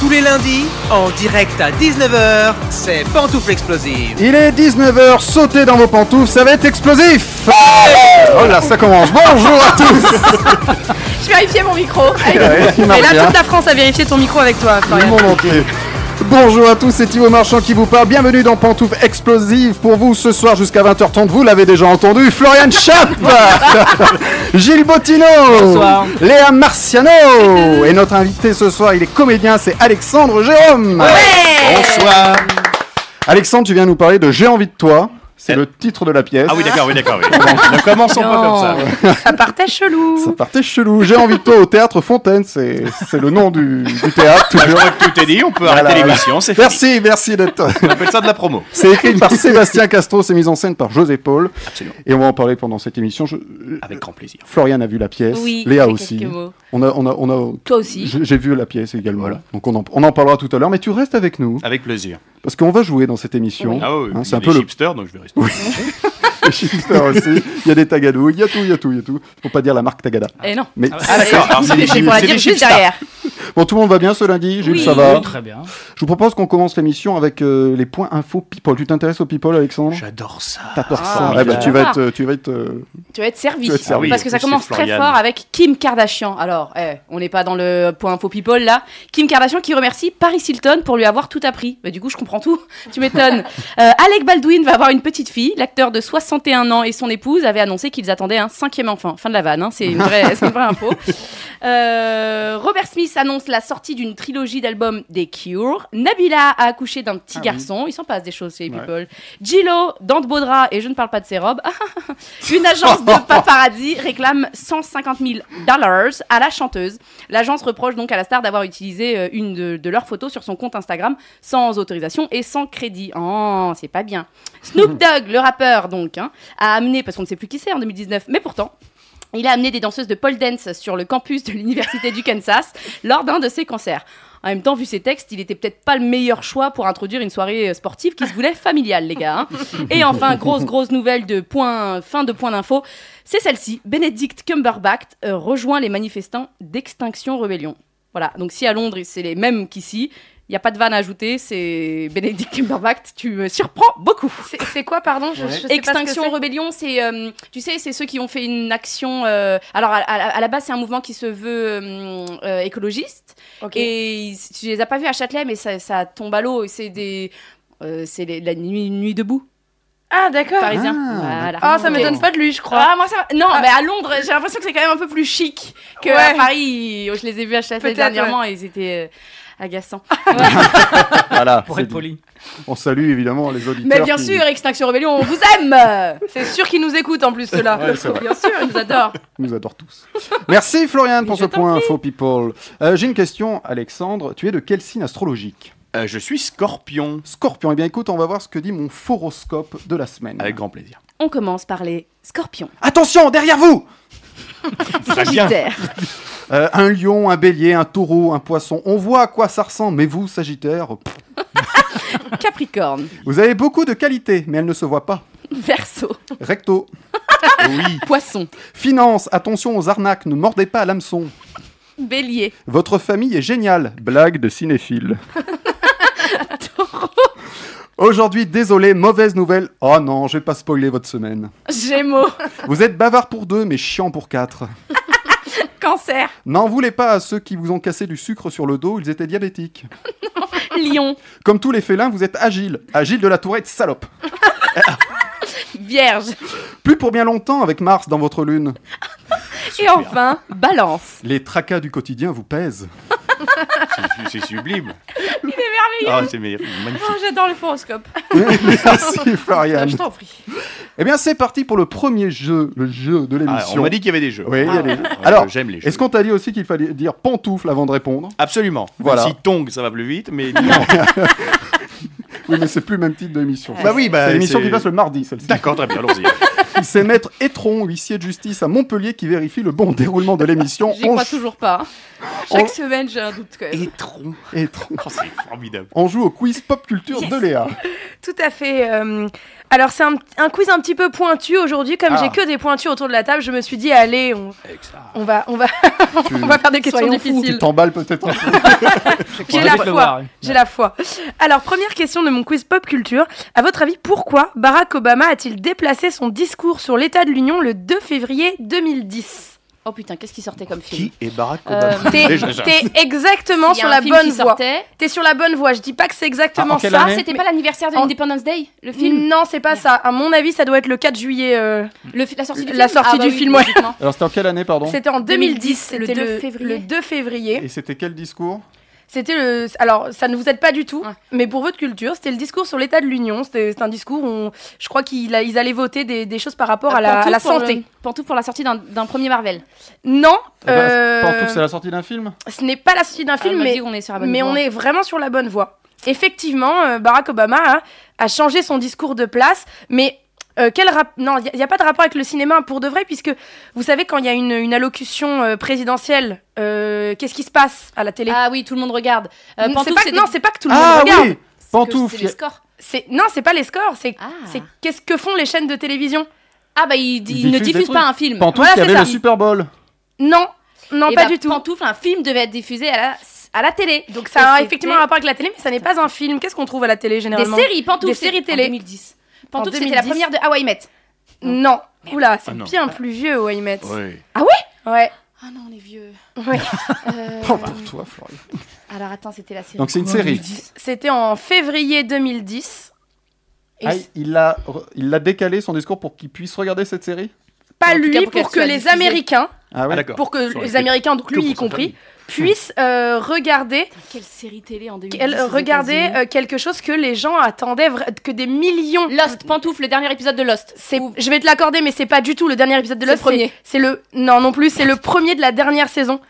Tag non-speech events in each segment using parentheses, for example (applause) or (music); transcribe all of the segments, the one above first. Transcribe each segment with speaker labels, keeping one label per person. Speaker 1: Tous les lundis, en direct à 19h, c'est Pantoufle Explosive.
Speaker 2: Il est 19h, sautez dans vos pantoufles, ça va être explosif Oh là, ça commence, bonjour à tous
Speaker 3: Je vérifiais mon micro. Allez,
Speaker 2: (laughs) Ouais, il marche
Speaker 3: Et là,
Speaker 2: bien.
Speaker 3: toute la France a vérifié ton micro avec toi,
Speaker 2: Le
Speaker 3: Florian.
Speaker 2: monde entier. Bonjour à tous, c'est Thibaut Marchand qui vous parle, bienvenue dans Pantoufles Explosive pour vous ce soir jusqu'à 20h30, vous l'avez déjà entendu, Florian Schapp Gilles Bottino
Speaker 4: Bonsoir.
Speaker 2: Léa Marciano Et notre invité ce soir, il est comédien, c'est Alexandre Jérôme Bonsoir Alexandre, tu viens nous parler de J'ai envie de toi, c'est le titre de la pièce.
Speaker 5: Eh. Ah oui, d'accord,
Speaker 2: (laughs)
Speaker 5: oui, d'accord. Oui. ne commençons pas comme ça.
Speaker 3: Ça partait chelou.
Speaker 2: Ça partait chelou. J'ai envie de toi au théâtre Fontaine, c'est c'est le nom du, du théâtre.
Speaker 5: Bah, je
Speaker 2: toujours.
Speaker 5: crois que tout est dit, on peut
Speaker 2: Voilà.
Speaker 5: arrêter l'émission, c'est fini.
Speaker 2: Merci, merci d'être.
Speaker 5: On appelle ça de la promo.
Speaker 2: C'est écrit par Sébastien Castro, c'est mis en scène par José Paul.
Speaker 5: Absolument.
Speaker 2: Et on va en parler pendant cette émission. Je- euh,
Speaker 5: Avec grand plaisir.
Speaker 2: Florian a vu la pièce,
Speaker 3: Oui,
Speaker 2: Léa
Speaker 3: j'ai
Speaker 2: aussi.
Speaker 3: quelques mots.
Speaker 2: On a, on a, on a...
Speaker 3: Toi aussi.
Speaker 2: J'ai j'ai vu la pièce également. Donc on en, on en parlera tout à l'heure. Mais tu restes avec nous,
Speaker 5: Avec plaisir.
Speaker 2: parce qu'on va jouer dans cette émission.
Speaker 5: Ah oui,
Speaker 2: Hein,
Speaker 5: il y
Speaker 2: c'est
Speaker 5: a
Speaker 2: un
Speaker 5: des
Speaker 2: peu le
Speaker 5: hipsters, donc je vais rester.
Speaker 2: les (laughs) shifter aussi. Il y a des tagadous, il y a tout, il y a tout, il y a tout. Faut pas dire la marque tagada.
Speaker 3: Et Eh non.
Speaker 2: Mais
Speaker 5: Ah, d'accord. Alors, c'est des
Speaker 3: Je
Speaker 5: chips-
Speaker 3: pourrais
Speaker 5: c'est
Speaker 3: dire
Speaker 5: des
Speaker 3: juste
Speaker 5: chips stars.
Speaker 3: derrière.
Speaker 2: bon, tout le monde va bien ce lundi. Jules, ça va.
Speaker 4: Très bien.
Speaker 2: Je vous propose qu'on commence l'émission avec euh, les points info people. Tu t'intéresses aux people, Alexandre
Speaker 5: J'adore ça.
Speaker 2: T'adores ça.
Speaker 5: formidable.
Speaker 2: Eh ben, tu vas être, euh, tu vas être. euh,
Speaker 3: Tu vas être servi. Ah
Speaker 2: Tu vas être servi.
Speaker 3: Parce que ça
Speaker 5: Oui, c'est
Speaker 3: commence très
Speaker 5: Florian.
Speaker 3: fort avec Kim Kardashian. Alors, eh, on n'est pas dans le point info people là. Kim Kardashian qui remercie Paris Hilton pour lui avoir tout appris. Bah, du coup, je comprends tout. (laughs) Tu m'étonnes. Euh, Alec Baldwin va avoir une petite fille. L'acteur de 61 ans et son épouse avaient annoncé qu'ils attendaient un cinquième enfant. Fin de la vanne, hein. c'est une, vraie- (laughs) c'est une vraie info. Euh, Robert Smith annonce la sortie d'une trilogie d'albums des Cure. Nabila a accouché d'un petit garçon. Il s'en passe des choses chez les people. Gillo, Dante Baudra, et je ne parle pas de ses robes. Ah, Une agence de paparazzi réclame 150 000 dollars à la chanteuse. L'agence reproche donc à la star d'avoir utilisé euh, une de, de leurs photos sur son compte Instagram sans autorisation et sans crédit. Oh, c'est pas bien. Snoop Dogg, le rappeur donc, hein, a amené, parce qu'on ne sait plus qui c'est en 2019, mais pourtant. Il a amené des danseuses de pole dance sur le campus de l'université du Kansas (laughs) lors d'un de ses concerts. En même temps, vu ses textes, il était peut-être pas le meilleur choix pour introduire une soirée euh, sportive qui se voulait familiale, les gars. hein. Et enfin, grosse, grosse nouvelle de point, fin de point d'info, c'est celle-ci. Benedict Cumberbatch euh, rejoint les manifestants d'Extinction Rebellion. Voilà, donc si à Londres, c'est les mêmes qu'ici, il n'y a pas de vanne à ajouter, c'est Benedict Cumberbatch, tu me surprends beaucoup.
Speaker 6: C'est- C'est quoi, pardon je, je sais
Speaker 3: Extinction
Speaker 6: pas ce que
Speaker 3: Rebellion, c'est, euh, tu sais, c'est ceux qui ont fait une action. euh, alors, à, à- à la base, c'est un mouvement qui se veut euh, euh, écologiste.
Speaker 6: c'est. Ok.
Speaker 3: Et ils- tu les as pas vus à Châtelet, mais ça, ça tombe à l'eau. C'est des, euh, c'est les- la nuit, nuit debout
Speaker 6: Ah, d'accord.
Speaker 3: parisien.
Speaker 2: Ah,
Speaker 3: Voilà.
Speaker 6: Ah, ça me
Speaker 3: Ok.
Speaker 6: donne pas de lui, je crois.
Speaker 3: Ah, moi, ça va. Non,
Speaker 6: Ah.
Speaker 3: mais à Londres, j'ai l'impression que c'est quand même un peu plus chic que
Speaker 6: Ouais.
Speaker 3: à Paris. Je les ai vus à Châtelet
Speaker 6: Peut-être,
Speaker 3: dernièrement et ils étaient euh, agaçants.
Speaker 2: Voilà.
Speaker 4: Pour
Speaker 2: c'est
Speaker 4: être
Speaker 2: dit.
Speaker 4: poli.
Speaker 2: On salue évidemment les auditeurs.
Speaker 3: Mais bien
Speaker 2: qui-
Speaker 3: sûr, Extinction Rebellion, on vous aime
Speaker 6: C'est sûr qu'il nous écoute en plus, ceux-là.
Speaker 2: Ouais, c'est vrai.
Speaker 3: Bien sûr, ils nous adorent.
Speaker 2: qui nous adorent tous. Merci Florian pour
Speaker 3: je
Speaker 2: ce
Speaker 3: t'en
Speaker 2: point info people. Euh, J'ai une question, Alexandre. Tu es de quel signe astrologique
Speaker 5: Euh, je suis scorpion.
Speaker 2: Scorpion. Eh bien, écoute, on va voir ce que dit mon foroscope de la semaine.
Speaker 5: Avec grand plaisir.
Speaker 3: On commence par les scorpions.
Speaker 2: Attention,
Speaker 3: (laughs)
Speaker 2: derrière vous
Speaker 5: Très bien.
Speaker 3: Sagittaire.
Speaker 2: Euh, Un lion, un bélier, un taureau, un poisson. On voit à quoi ça ressemble. Mais vous, Sagittaire, pff,
Speaker 3: Capricorne.
Speaker 2: vous avez beaucoup de qualités, mais elles ne se voient pas.
Speaker 3: Verseau.
Speaker 2: Recto. oui.
Speaker 3: Poisson.
Speaker 2: Finance, attention aux arnaques, ne mordez pas à l'hameçon.
Speaker 3: Bélier.
Speaker 2: Votre famille est géniale. Blague de cinéphile. Aujourd'hui, désolé, mauvaise nouvelle. Oh non, je vais pas spoiler votre semaine.
Speaker 3: Gémeaux.
Speaker 2: Vous êtes bavard pour deux, mais chiant pour quatre.
Speaker 3: Cancer. (laughs)
Speaker 2: N'en voulez pas à ceux qui vous ont cassé du sucre sur le dos, ils étaient diabétiques.
Speaker 3: Lion.
Speaker 2: Comme tous les félins, vous êtes agile. Agile de la tourette, salope.
Speaker 3: Vierge.
Speaker 2: Plus pour bien longtemps avec Mars dans votre lune.
Speaker 3: Et enfin, Balance.
Speaker 2: Les tracas du quotidien vous pèsent.
Speaker 5: C'est- (laughs) C'est sublime. Il est merveilleux. Ah, c'est merveilleux. magnifique.
Speaker 6: Oh, J'adore le horoscope.
Speaker 3: Ah,
Speaker 2: Merci Florian.
Speaker 6: Je t'en prie.
Speaker 2: Eh bien, c'est parti pour le premier jeu, le jeu de
Speaker 5: Ah, on
Speaker 2: l'émission.
Speaker 5: m'a dit qu'il y avait des jeux.
Speaker 2: Oui, il y a des-
Speaker 5: Ah,
Speaker 2: Alors,
Speaker 5: j'aime les jeux.
Speaker 2: Est-ce qu'on t'a dit aussi qu'il fallait dire pantoufle avant de répondre
Speaker 5: Absolument.
Speaker 2: Voilà.
Speaker 5: Même si Tong, ça va plus vite, mais non.
Speaker 2: (laughs) Oui, mais c'est plus le même titre d'émission.
Speaker 5: Bah oui, bah,
Speaker 2: C'est l'émission
Speaker 5: c'est-
Speaker 2: qui passe le mardi, celle-ci.
Speaker 5: D'accord, très bien, allons-y.
Speaker 2: C'est maître Étron, huissier de justice à Montpellier, qui vérifie le bon déroulement de l'émission.
Speaker 3: J'y
Speaker 2: On
Speaker 3: crois
Speaker 2: ch-
Speaker 3: toujours pas.
Speaker 6: Chaque semaine, j'ai un doute quand même.
Speaker 1: Et tronc.
Speaker 2: Et tron-
Speaker 5: Oh, c'est formidable.
Speaker 2: on joue au quiz pop culture de Léa.
Speaker 6: Tout à fait. euh, alors, c'est un, un quiz un petit peu pointu aujourd'hui. Comme
Speaker 2: Ah.
Speaker 6: j'ai que des pointus autour de la table, je me suis dit, allez, on, on va, on, va,
Speaker 2: (laughs) Tu-
Speaker 6: on va faire des questions
Speaker 3: Soyons fous.
Speaker 6: difficiles.
Speaker 2: Tu t'emballes peut-être. un peu.
Speaker 6: J'ai la foi. J'ai la foi. Alors, première question de mon quiz pop culture. À votre avis, pourquoi Barack Obama a-t-il déplacé son discours sur l'état de l'Union le 2 février 2010
Speaker 3: Oh putain, qu'est-ce qui sortait comme film
Speaker 5: Qui est Barack
Speaker 3: Euh,
Speaker 5: Obama
Speaker 6: T'es
Speaker 5: Déjà, j'ai-
Speaker 6: t'es exactement
Speaker 3: Il y a
Speaker 6: sur
Speaker 3: un
Speaker 6: la
Speaker 3: film
Speaker 6: bonne
Speaker 3: qui
Speaker 6: voie.
Speaker 3: sortait.
Speaker 6: T'es sur la bonne voie. Je dis pas que c'est exactement
Speaker 4: Ah, en quelle
Speaker 6: ça.
Speaker 4: année
Speaker 3: C'était pas l'anniversaire de
Speaker 6: En-
Speaker 3: l'Independence Day, le film
Speaker 6: Non, c'est pas ça. À mon avis, ça doit être le 4 juillet. euh,
Speaker 3: Le fi- La sortie du film
Speaker 6: La sortie
Speaker 3: Ah bah
Speaker 6: du
Speaker 3: oui,
Speaker 6: film, ouais.
Speaker 3: logiquement.
Speaker 2: Alors c'était en quelle année, pardon
Speaker 6: C'était en 2010.
Speaker 3: 2010, le
Speaker 6: C'était
Speaker 3: 2
Speaker 6: le,
Speaker 3: février.
Speaker 6: le 2 février.
Speaker 2: Et c'était quel discours
Speaker 6: C'était le. Alors, ça ne vous aide pas du tout,
Speaker 3: Ouais.
Speaker 6: mais pour votre culture, c'était le discours sur l'état de l'Union. C'était c'est un discours où on- je crois qu'ils a- ils allaient voter des, des choses par rapport à la, à la
Speaker 3: Pantouf Ah, pour
Speaker 6: santé.
Speaker 3: le- Pantouf pour la sortie d'un- d'un premier Marvel.
Speaker 6: Non,
Speaker 2: Ah bah,
Speaker 6: euh,
Speaker 2: Pantouf, c'est la sortie d'un film
Speaker 6: ce n'est pas la suite d'un film, mais,
Speaker 3: Ah, on est sur la bonne
Speaker 6: mais
Speaker 3: voie.
Speaker 6: on est vraiment sur la bonne voie. Effectivement, euh, Barack Obama a, a changé son discours de place, mais euh, quel rap Non, il n'y a, pas de rapport avec le cinéma pour de vrai, puisque vous savez, quand il y a une, une allocution euh, présidentielle, euh, qu'est-ce qui se passe à la télé
Speaker 3: Ah oui, tout le monde regarde. Euh,
Speaker 6: C'est
Speaker 3: Pantouf,
Speaker 6: pas-
Speaker 3: c'était-
Speaker 6: Non, c'est pas que tout le
Speaker 2: Ah
Speaker 6: monde regarde.
Speaker 2: oui
Speaker 3: c'est que
Speaker 2: Pantouf,
Speaker 3: c'est
Speaker 2: y
Speaker 3: les
Speaker 2: a-
Speaker 3: scores.
Speaker 6: C'est- Non, c'est pas les scores, c'est
Speaker 3: Ah.
Speaker 6: c'est qu'est-ce que font les chaînes de télévision
Speaker 3: Ah bah il, il
Speaker 2: Ils
Speaker 3: ne
Speaker 2: diffusent des
Speaker 3: diffuse
Speaker 2: trucs.
Speaker 3: pas un film.
Speaker 2: Pantouf
Speaker 6: Voilà,
Speaker 2: qui
Speaker 6: c'est
Speaker 2: avait
Speaker 6: ça.
Speaker 2: le Super Bowl.
Speaker 6: Non, non,
Speaker 3: Eh
Speaker 6: pas
Speaker 3: bah,
Speaker 6: du tout.
Speaker 3: Pantouf, un film devait être diffusé à la, à la télé.
Speaker 6: Donc ça
Speaker 3: Et
Speaker 6: a
Speaker 3: c'était
Speaker 6: effectivement un rapport avec la télé, mais ça n'est pas un film. Qu'est-ce qu'on trouve à la télé
Speaker 3: Des
Speaker 6: généralement
Speaker 3: séries, Pantouf.
Speaker 6: Des
Speaker 3: c'est-
Speaker 6: séries
Speaker 3: en
Speaker 6: télé.
Speaker 3: 2010. Pantouf,
Speaker 6: En
Speaker 3: c'était la
Speaker 6: 2010.
Speaker 3: première de Hawaii Met.
Speaker 6: Non. Oula, c'est
Speaker 5: Ah, non.
Speaker 6: bien plus vieux, Waymet.
Speaker 5: Ouais.
Speaker 6: Ouais.
Speaker 3: Ah non, on est vieux.
Speaker 6: ouais.
Speaker 3: (laughs) Euh,
Speaker 2: (laughs) Oh, pour toi, Florian.
Speaker 3: Alors attends, c'était la série.
Speaker 2: Donc c'est une
Speaker 3: quoi,
Speaker 2: série.
Speaker 3: 2010?
Speaker 6: C'était en février 2010. Et
Speaker 2: Ah,
Speaker 6: c'est
Speaker 2: il l'a re- il l'a décalé son discours pour qu'il puisse regarder cette série
Speaker 6: pas
Speaker 3: En tout cas,
Speaker 6: lui
Speaker 3: pour
Speaker 6: pour,
Speaker 3: qu'elle
Speaker 6: que
Speaker 3: soit
Speaker 6: les
Speaker 3: diffusée.
Speaker 6: Américains,
Speaker 2: Ah
Speaker 5: Ah,
Speaker 2: ouais
Speaker 5: d'accord.
Speaker 6: pour que
Speaker 5: Ça aurait
Speaker 6: les
Speaker 5: été
Speaker 6: Américains, donc
Speaker 5: que
Speaker 6: lui
Speaker 5: pour
Speaker 6: y
Speaker 5: sa
Speaker 6: compris,
Speaker 5: famille.
Speaker 6: (laughs) puissent euh, regarder,
Speaker 3: Quelle série télé en 2010
Speaker 6: qu'elle-
Speaker 3: aux
Speaker 6: regarder
Speaker 3: États-Unis
Speaker 6: euh, quelque chose que les gens attendaient, vra- que des millions.
Speaker 3: Lost, Pantouf, le dernier épisode de Lost.
Speaker 6: C'est,
Speaker 3: Ou-
Speaker 6: je vais te l'accorder, mais c'est pas du tout le dernier épisode de
Speaker 3: C'est le
Speaker 6: Lost. c'est-
Speaker 3: premier.
Speaker 6: C'est le non non plus, c'est le premier de la dernière saison.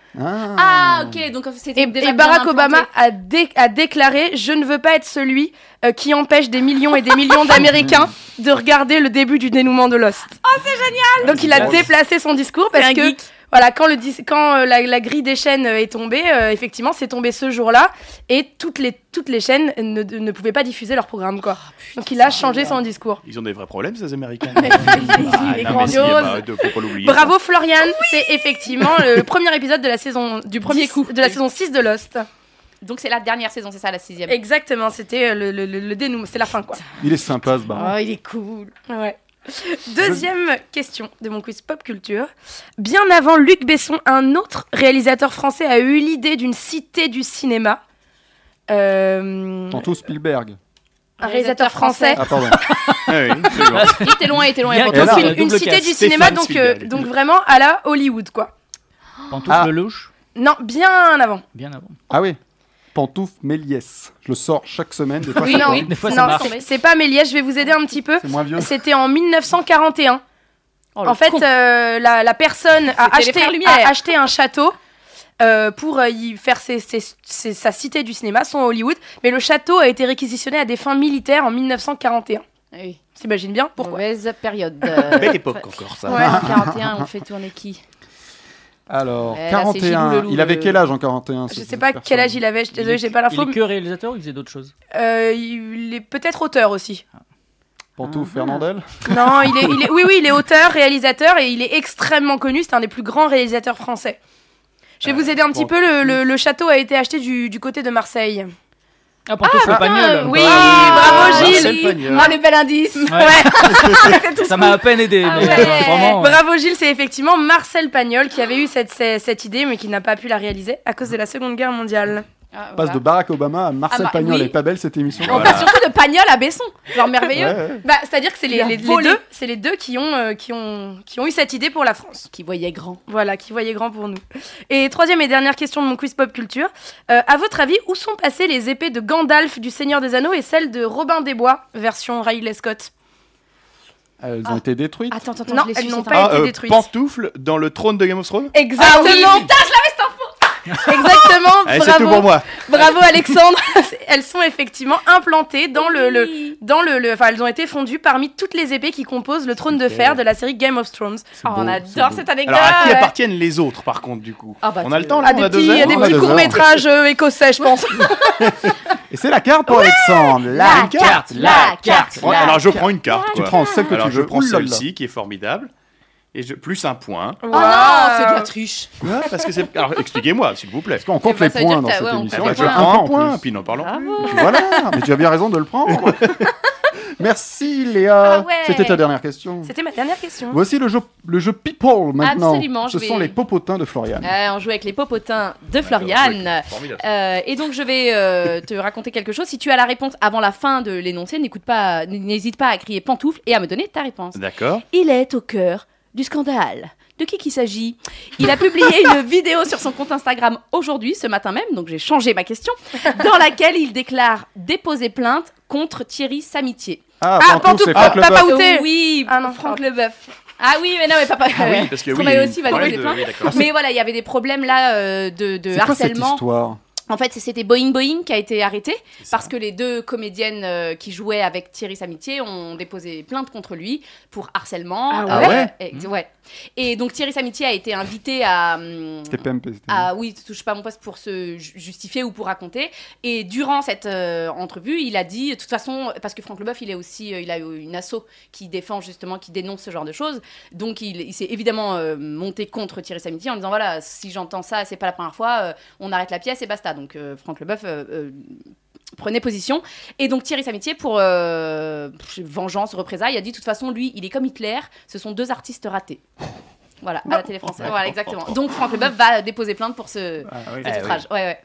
Speaker 3: Ah ok, donc c'était
Speaker 6: Et,
Speaker 3: déjà
Speaker 6: et
Speaker 3: bien
Speaker 6: Barack
Speaker 3: implanté.
Speaker 6: Obama a, dé- a déclaré Je ne veux pas être celui euh, qui empêche des millions et des
Speaker 3: (laughs)
Speaker 6: millions d'Américains de regarder le début du dénouement de Lost.
Speaker 3: Ah,
Speaker 6: Oh, c'est génial Donc il a
Speaker 2: Drôle.
Speaker 6: déplacé son discours
Speaker 3: C'est
Speaker 6: parce
Speaker 3: un
Speaker 6: que
Speaker 3: geek.
Speaker 6: voilà, quand, le dis- quand euh, la, la grille des chaînes euh, est tombée, euh, effectivement, c'est tombé ce jour-là et toutes les, toutes les chaînes ne, ne pouvaient pas diffuser leur programme. quoi.
Speaker 3: Ah,
Speaker 6: Donc il a changé son discours.
Speaker 5: Ils ont des vrais problèmes, ces
Speaker 6: (laughs)
Speaker 5: Américains.
Speaker 3: Ah,
Speaker 6: il est
Speaker 5: Ah, non, mais si,
Speaker 6: grandiose.
Speaker 5: bah, de- faut pas l'oublier.
Speaker 6: Bravo Florian, c'est effectivement le premier épisode de la saison du
Speaker 3: premier
Speaker 6: premier
Speaker 3: coup.
Speaker 6: coup de la saison 6 de Lost.
Speaker 3: Donc c'est la dernière saison, c'est ça la sixième.
Speaker 6: Exactement, c'était euh, le, le, le- le dénouement, c'est la fin quoi.
Speaker 2: Il est sympa ce bar.
Speaker 6: Oh, il est cool. Ouais. Deuxième question de mon quiz pop culture. Bien avant Luc Besson, un autre réalisateur français a eu l'idée d'une cité du cinéma. Euh,
Speaker 2: Pantouf Spielberg.
Speaker 6: un réalisateur français.
Speaker 2: Ah
Speaker 6: (laughs)
Speaker 2: pardon. Ah.
Speaker 5: Ouais, ouais, c'est bon.
Speaker 3: Il était loin, il était loin.
Speaker 4: Bien
Speaker 3: il était
Speaker 4: que-
Speaker 3: loin.
Speaker 6: Donc
Speaker 4: Ah,
Speaker 6: une,
Speaker 4: double
Speaker 6: une cité
Speaker 4: cast,
Speaker 6: du
Speaker 5: Stéphane
Speaker 6: cinéma, donc, euh,
Speaker 5: Spielberg.
Speaker 6: donc vraiment à la Hollywood quoi.
Speaker 4: Pantouf
Speaker 2: Ah.
Speaker 4: le louche,
Speaker 6: Non, bien avant.
Speaker 4: bien avant.
Speaker 2: Ah oui. Pantouf Méliès. Je le sors chaque semaine. Des fois,
Speaker 3: Oui,
Speaker 2: ça
Speaker 3: non.
Speaker 2: tombe.
Speaker 4: Des fois, ça
Speaker 6: non,
Speaker 4: marche.
Speaker 6: c'est- c'est pas Méliès, je vais vous aider un petit peu.
Speaker 2: C'est moins vieux.
Speaker 6: C'était en 1941.
Speaker 3: Oh, le
Speaker 6: En fait,
Speaker 3: con.
Speaker 6: euh, la, la personne a
Speaker 3: C'était les
Speaker 6: acheté,
Speaker 3: frères Lumière.
Speaker 6: a acheté un château euh, pour euh, y faire ses- ses- ses- sa cité du cinéma, son Hollywood, mais le château a été réquisitionné à des fins militaires en 1941.
Speaker 3: Eh Oui.
Speaker 6: S'imagine bien pourquoi
Speaker 3: Mauvaise
Speaker 6: (laughs)
Speaker 3: période. euh,
Speaker 5: Belle époque encore, ça.
Speaker 6: Ouais.
Speaker 2: (laughs)
Speaker 3: 41, on fait tourner qui
Speaker 2: Alors,
Speaker 3: Eh, là, c'est
Speaker 2: 41.
Speaker 3: Gilou le loup,
Speaker 2: il avait
Speaker 3: le-
Speaker 2: quel âge en 41
Speaker 6: Je
Speaker 2: cette
Speaker 6: sais pas
Speaker 2: personne
Speaker 6: quel âge il avait, je suis désolée, j'ai pas l'info.
Speaker 4: Il est que réalisateur ou il faisait
Speaker 6: (laughs)
Speaker 4: d'autres choses
Speaker 6: mais, euh, il est peut-être auteur aussi.
Speaker 2: Pantouf Fernandel.
Speaker 3: Ah,
Speaker 2: (laughs)
Speaker 6: Non, il est, il est- oui, oui, il est auteur, réalisateur et il est extrêmement connu. C'est un des plus grands réalisateurs français. Je vais vous aider un petit
Speaker 2: Euh, bon.
Speaker 6: peu. Le, le- le château a été acheté du, du côté de Marseille.
Speaker 4: Ah, Pantouf le
Speaker 3: euh,
Speaker 4: pagnol.
Speaker 3: oui,
Speaker 6: Ah,
Speaker 3: bravo
Speaker 5: Marcel
Speaker 3: Gilles
Speaker 5: Pagnol.
Speaker 3: Ah, le bel indice
Speaker 4: Ouais. ça m'a à peine aidé.
Speaker 3: Ah
Speaker 4: mais,
Speaker 3: ouais.
Speaker 4: euh, vraiment, ouais.
Speaker 6: Bravo Gilles, c'est effectivement Marcel Pagnol qui avait eu cette, cette- cette idée mais qui n'a pas pu la réaliser à cause de la Seconde Guerre mondiale.
Speaker 3: Ah,
Speaker 2: Passe
Speaker 3: voilà.
Speaker 2: de Barack Obama à Marcel
Speaker 3: Ah bah,
Speaker 2: Pagnol.
Speaker 3: oui.
Speaker 2: Elle est pas belle cette émission.
Speaker 3: On passe surtout de Pagnol à Besson, genre merveilleux.
Speaker 2: Ouais, ouais.
Speaker 6: Bah, c'est-à-dire que c'est les,
Speaker 3: Il a
Speaker 6: les- les
Speaker 3: volé.
Speaker 6: deux, c'est les deux qui ont, euh, qui, ont, qui ont eu cette idée pour la France.
Speaker 3: Qui voyait grand.
Speaker 6: Voilà, qui voyait grand pour nous. Et troisième et dernière question de mon quiz pop culture. Euh, à votre avis, où sont passées les épées de Gandalf du Seigneur des Anneaux et celles de Robin des Bois, version Riley Scott
Speaker 2: Ah, Elles
Speaker 6: Ah.
Speaker 2: ont été détruites.
Speaker 3: Attends, attends,
Speaker 6: Non,
Speaker 3: je l'ai
Speaker 6: elles
Speaker 3: su,
Speaker 2: euh,
Speaker 6: n'ont
Speaker 3: c'est
Speaker 6: pas
Speaker 3: un-
Speaker 5: Ah,
Speaker 6: été
Speaker 5: euh,
Speaker 6: détruite.
Speaker 5: pantoufle dans le trône de Game of Thrones
Speaker 6: Exactement
Speaker 3: putain,
Speaker 6: Ah (laughs) Exactement.
Speaker 5: Allez, c'est tout
Speaker 6: bravo.
Speaker 5: pour moi.
Speaker 6: Bravo Alexandre. (laughs) elles sont effectivement implantées dans le, le- dans le, le- enfin elles ont été fondues parmi toutes les épées qui composent le trône de fer de la série Game of Thrones.
Speaker 3: Oh, on adore cette anecdote.
Speaker 5: Alors, à qui
Speaker 6: ouais.
Speaker 5: appartiennent les autres, par contre, du coup
Speaker 3: Ah, bah,
Speaker 5: On a le temps, là
Speaker 6: À
Speaker 5: On
Speaker 6: des
Speaker 5: a
Speaker 6: petits,
Speaker 5: deux
Speaker 6: à
Speaker 5: heures
Speaker 6: des
Speaker 2: on a
Speaker 6: petits
Speaker 2: deux
Speaker 6: courts métrages écossais, je
Speaker 5: (laughs)
Speaker 6: pense.
Speaker 2: Et c'est la carte pour Alexandre. La
Speaker 4: carte, la carte.
Speaker 5: Ouais, Alors, je prends une carte,
Speaker 2: Tu
Speaker 5: quoi.
Speaker 2: prends celle que
Speaker 5: Alors,
Speaker 2: tu
Speaker 5: je
Speaker 2: veux.
Speaker 5: prends
Speaker 2: Oulala.
Speaker 5: celle-ci, qui est formidable. Et je... plus un point.
Speaker 3: Oh non, c'est de la triche.
Speaker 5: Quoi Parce que c'est... Alors, expliquez-moi, s'il vous plaît.
Speaker 2: Parce qu'on compte
Speaker 3: bah,
Speaker 2: les
Speaker 3: ça veut dire que
Speaker 2: points dans
Speaker 3: t'as-
Speaker 2: cette
Speaker 3: ouais, on
Speaker 5: Ah,
Speaker 2: émission.
Speaker 3: compte
Speaker 5: bah,
Speaker 3: les
Speaker 5: je
Speaker 3: points.
Speaker 2: Tu as
Speaker 5: prends,
Speaker 2: un
Speaker 5: en
Speaker 2: point.
Speaker 5: plus, puis n'en parlons.
Speaker 3: Bravo. (laughs)
Speaker 5: Ah,
Speaker 2: Voilà,
Speaker 6: (laughs)
Speaker 2: mais tu as bien raison de le prendre.
Speaker 5: (laughs)
Speaker 2: Merci Léa.
Speaker 6: Ah ouais.
Speaker 2: C'était ta dernière question.
Speaker 6: C'était ma dernière question.
Speaker 2: Voici le jeu, le jeu People maintenant.
Speaker 3: Absolument,
Speaker 2: Ce
Speaker 3: je
Speaker 2: sont
Speaker 3: vais-
Speaker 2: les popotins de Florian.
Speaker 3: Euh, on joue avec les popotins de Floriane.
Speaker 5: Formidable.
Speaker 3: Euh, et donc je vais euh, te raconter quelque chose. Si tu as la réponse avant la fin de l'énoncé, n'écoute pas, n'hésite pas à crier pantoufle et à me donner ta réponse.
Speaker 5: D'accord.
Speaker 3: Il est au cœur du scandale. De qui qu'il s'agit Il a publié (laughs) une vidéo sur son compte Instagram aujourd'hui, ce matin même, donc j'ai changé ma question, dans laquelle il déclare déposer plainte contre Thierry Samitier.
Speaker 2: Ah,
Speaker 6: Ah,
Speaker 2: Pantouf, c'est
Speaker 6: Pantouf,
Speaker 2: Franck
Speaker 6: ah,
Speaker 2: Leboeuf.
Speaker 6: Papa Outé
Speaker 3: Oui,
Speaker 6: Ah non,
Speaker 3: Franck
Speaker 6: pardon.
Speaker 3: Leboeuf. Ah oui, mais non, mais papa.
Speaker 5: Ah oui, parce
Speaker 3: Parce
Speaker 5: que oui,
Speaker 3: qu'on avait
Speaker 5: il
Speaker 3: aussi va
Speaker 5: parlait
Speaker 3: déposer
Speaker 5: de-
Speaker 3: plainte.
Speaker 5: oui, d'accord.
Speaker 3: Mais voilà, il y avait des problèmes là euh, de, de
Speaker 2: C'est quoi cette
Speaker 3: harcèlement.
Speaker 2: histoire
Speaker 3: En fait, c'était Boeing Boeing qui a été arrêté
Speaker 5: C'est ça.
Speaker 3: parce que les deux comédiennes euh, qui jouaient avec Thierry Samitier ont déposé plainte contre lui pour harcèlement.
Speaker 6: Ah
Speaker 3: Euh,
Speaker 2: ouais
Speaker 5: Mmh.
Speaker 3: ex- ouais. Et donc Thierry Samitier a été invité à. hum,
Speaker 2: C'était PMP. c'était-
Speaker 3: à oui, tu touches pas à mon poste pour se ju- justifier ou pour raconter. Et durant cette euh, entrevue, il a dit, de toute façon, parce que Franck Leboeuf, il est aussi, euh, il a eu une asso qui défend justement, qui dénonce ce genre de choses. Donc il, il s'est évidemment euh, monté contre Thierry Samiti en disant voilà, si j'entends ça, c'est pas la première fois, euh, on arrête la pièce et basta. Donc euh, Franck Leboeuf. euh, euh, prenait position et donc Thierry Samitier pour euh, vengeance représailles a dit de toute façon lui il est comme Hitler ce sont deux artistes ratés voilà à la télé française voilà exactement (laughs) donc Franck Leboeuf va déposer plainte pour ce,
Speaker 2: Ah, oui.
Speaker 3: cet
Speaker 4: Ah, oui.
Speaker 3: outrage ouais ouais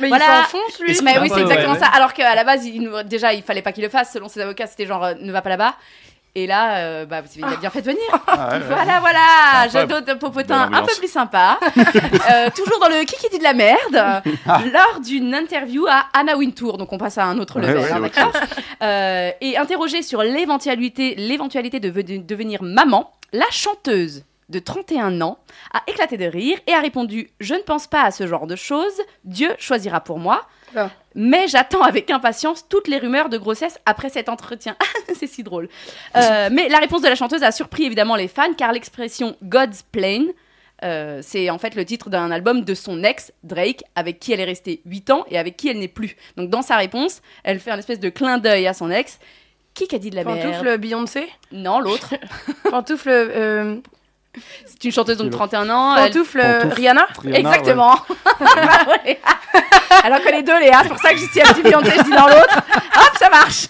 Speaker 6: Mais
Speaker 3: Voilà.
Speaker 6: il s'enfonce lui.
Speaker 3: mais oui,
Speaker 4: Ah,
Speaker 3: c'est
Speaker 4: ouais,
Speaker 3: exactement
Speaker 4: ouais,
Speaker 3: ça. Alors qu'à la base, il nous- déjà, il fallait pas qu'il le fasse. Selon ses avocats, c'était genre euh, ne va pas là-bas. Et là, euh, bah, il a bien fait de venir.
Speaker 2: Ah, ouais, ouais.
Speaker 3: Voilà, voilà,
Speaker 5: Sympa.
Speaker 3: j'ai d'autres popotins
Speaker 5: Belle
Speaker 3: un peu
Speaker 5: ambiance.
Speaker 3: plus sympas. Euh, toujours dans le qui qui dit de la merde, euh,
Speaker 2: Ah.
Speaker 3: lors d'une interview à Anna Wintour, donc on passe à un autre
Speaker 2: Ouais,
Speaker 3: level,
Speaker 2: ouais,
Speaker 3: hein,
Speaker 5: ouais,
Speaker 3: d'accord Euh, Et interrogée sur l'éventualité l'éventualité de, ve- de devenir maman, la chanteuse de 31 ans a éclaté de rire et a répondu « Je ne pense pas à ce genre de choses, Dieu choisira pour moi
Speaker 6: Ah.
Speaker 3: Mais j'attends avec impatience toutes les rumeurs de grossesse après cet entretien. (laughs) C'est si drôle. Euh, mais la réponse de la chanteuse a surpris évidemment les fans car l'expression God's Plan, euh, c'est en fait le titre d'un album de son ex, Drake, avec qui elle est restée 8 ans et avec qui elle n'est plus. Donc dans sa réponse, elle fait un espèce de clin d'œil à son ex. Qui qu'a dit de la merde
Speaker 6: Pantoufle Beyoncé. (laughs)
Speaker 3: Non, l'autre.
Speaker 6: Pantoufle. euh,
Speaker 3: C'est une chanteuse donc
Speaker 2: C'est
Speaker 3: 31 ans. elle-
Speaker 6: Pantoufle euh,
Speaker 2: Pantoufle.
Speaker 6: Rihanna. (laughs)
Speaker 2: Rihanna,
Speaker 3: Exactement. (laughs) Bah, ouais. Alors que les deux, Léa, c'est pour ça que je suis un petit Beyoncé, je dis dans l'autre. Hop, ça marche.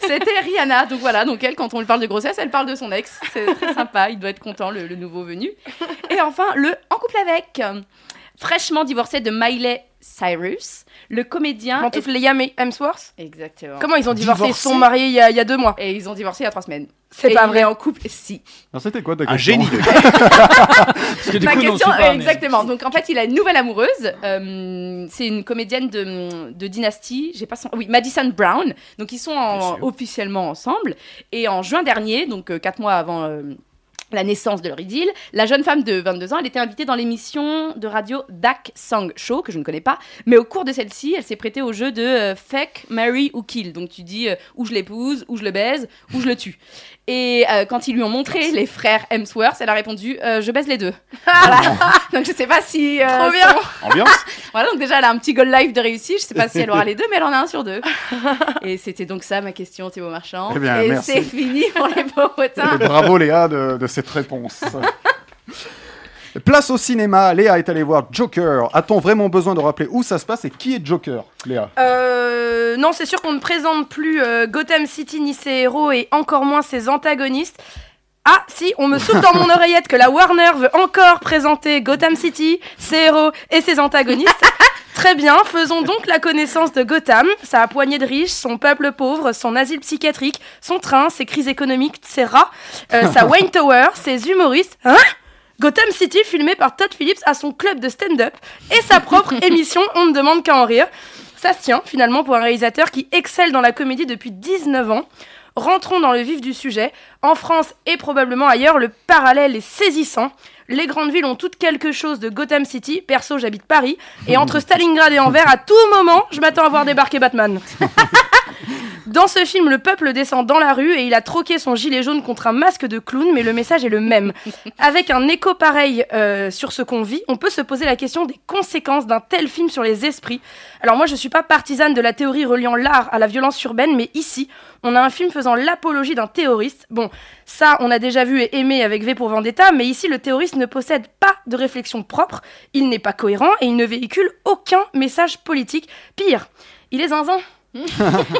Speaker 3: C'était Rihanna, donc voilà, donc elle, quand on lui parle de grossesse, elle parle de son ex. C'est très sympa, il doit être content, le, le nouveau venu. Et enfin, le En couple avec. Fraîchement divorcé de Miley Cyrus, le comédien.
Speaker 6: Pantoufle Liam Hemsworth.
Speaker 3: Exactement.
Speaker 6: Comment ils ont divorcé, Ils se
Speaker 2: Divorcé
Speaker 6: sont mariés il y a, il y a deux mois.
Speaker 3: Et ils ont divorcé il y a trois semaines.
Speaker 6: C'est
Speaker 3: Et
Speaker 6: pas
Speaker 3: il
Speaker 6: vrai.
Speaker 3: est en couple, si.
Speaker 2: ouais. Alors, Ah, c'était quoi ta
Speaker 5: Un
Speaker 2: question (laughs)
Speaker 5: génie, le
Speaker 4: Parce que du
Speaker 3: Ma
Speaker 4: coup, non,
Speaker 3: question,
Speaker 4: c'est pas,
Speaker 3: euh,
Speaker 4: mais-
Speaker 3: exactement. Donc en fait, il a une nouvelle amoureuse. Euh, c'est une comédienne de, de Dynasty. J'ai pas son. Oui, Madison Brown. Donc ils sont en-
Speaker 5: Bien sûr.
Speaker 3: officiellement ensemble. Et en juin dernier, donc euh, quatre mois avant. euh, la naissance de leur idylle, la jeune femme de 22 ans, elle était invitée dans l'émission de radio Dak Sang Show, que je ne connais pas, mais au cours de celle-ci, elle s'est prêtée au jeu de euh, fuck, marry ou kill. Donc tu dis euh, ou je l'épouse, ou je le baise, ou je le tue. Et euh, quand ils lui ont montré les frères Hemsworth, elle a répondu euh, je baise
Speaker 6: (laughs)
Speaker 3: les deux. Voilà. donc je sais pas si. euh,
Speaker 6: Trop bien.
Speaker 3: son-
Speaker 5: Ambiance
Speaker 3: Voilà, donc déjà elle a un petit goal life de réussite. Je sais pas si elle aura les deux, mais elle en a un sur
Speaker 6: (laughs)
Speaker 3: deux. Et c'était donc ça ma question, Thibaut Marchand.
Speaker 2: Eh bien,
Speaker 3: Et
Speaker 2: merci.
Speaker 3: c'est fini pour les popotins.
Speaker 2: Et (laughs) bravo Léa de, de
Speaker 4: (laughs)
Speaker 2: cette réponse. Place au cinéma, Léa est allée voir Joker. A-t-on vraiment besoin de rappeler où ça se passe et qui est Joker, Léa
Speaker 6: Euh, non, c'est sûr qu'on ne présente plus euh, Gotham City ni ses héros et encore moins ses antagonistes. Ah, si, on me souffle dans mon oreillette que la Warner veut encore présenter Gotham City, ses héros et ses antagonistes. Très bien, faisons donc la connaissance de Gotham, sa poignée de riches, son peuple pauvre, son asile psychiatrique, son train, ses crises économiques, ses rats, euh, sa Wayne Tower, ses humoristes. Hein Gotham City, filmé par Todd Phillips, a son club de stand-up et sa propre émission On ne demande qu'à en rire. Ça se tient finalement pour un réalisateur qui excelle dans la comédie depuis 19 ans. rentrons dans le vif du sujet. En France et probablement ailleurs, le parallèle est saisissant. Les grandes villes ont toutes quelque chose de Gotham City. Perso, j'habite Paris. Et entre Stalingrad et Anvers, à tout moment, je m'attends à voir débarquer Batman. Dans ce film, le peuple descend dans la rue et il a troqué son gilet jaune contre un masque de clown, mais le message est le même. Avec un écho pareil euh, sur ce qu'on vit, on peut se poser la question des conséquences d'un tel film sur les esprits. Alors moi, je suis pas partisane de la théorie reliant l'art à la violence urbaine, mais ici, on a un film faisant l'apologie d'un terroriste. Bon, ça, on a déjà vu et aimé avec V pour Vendetta, mais ici, le terroriste ne possède pas de réflexion propre, il n'est pas cohérent et il ne véhicule aucun message politique. Pire, il est zinzin.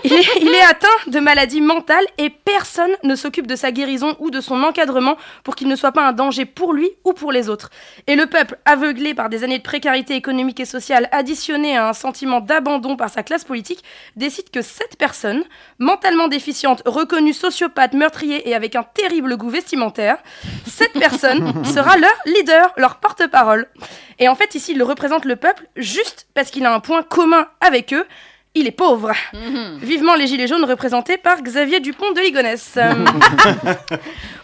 Speaker 6: il, est, il est atteint de maladies mentales et personne ne s'occupe de sa guérison ou de son encadrement pour qu'il ne soit pas un danger pour lui ou pour les autres. Et le peuple, aveuglé par des années de précarité économique et sociale additionnées à un sentiment d'abandon par sa classe politique, décide que cette personne, mentalement déficiente, reconnue sociopathe, meurtrier et avec un terrible goût vestimentaire, cette personne sera leur leader, leur porte-parole. Et en fait, ici, il représente le peuple juste parce qu'il a un point commun avec eux. Il est pauvre. Vivement les gilets jaunes représentés par Xavier Dupont de Ligonnès. Euh,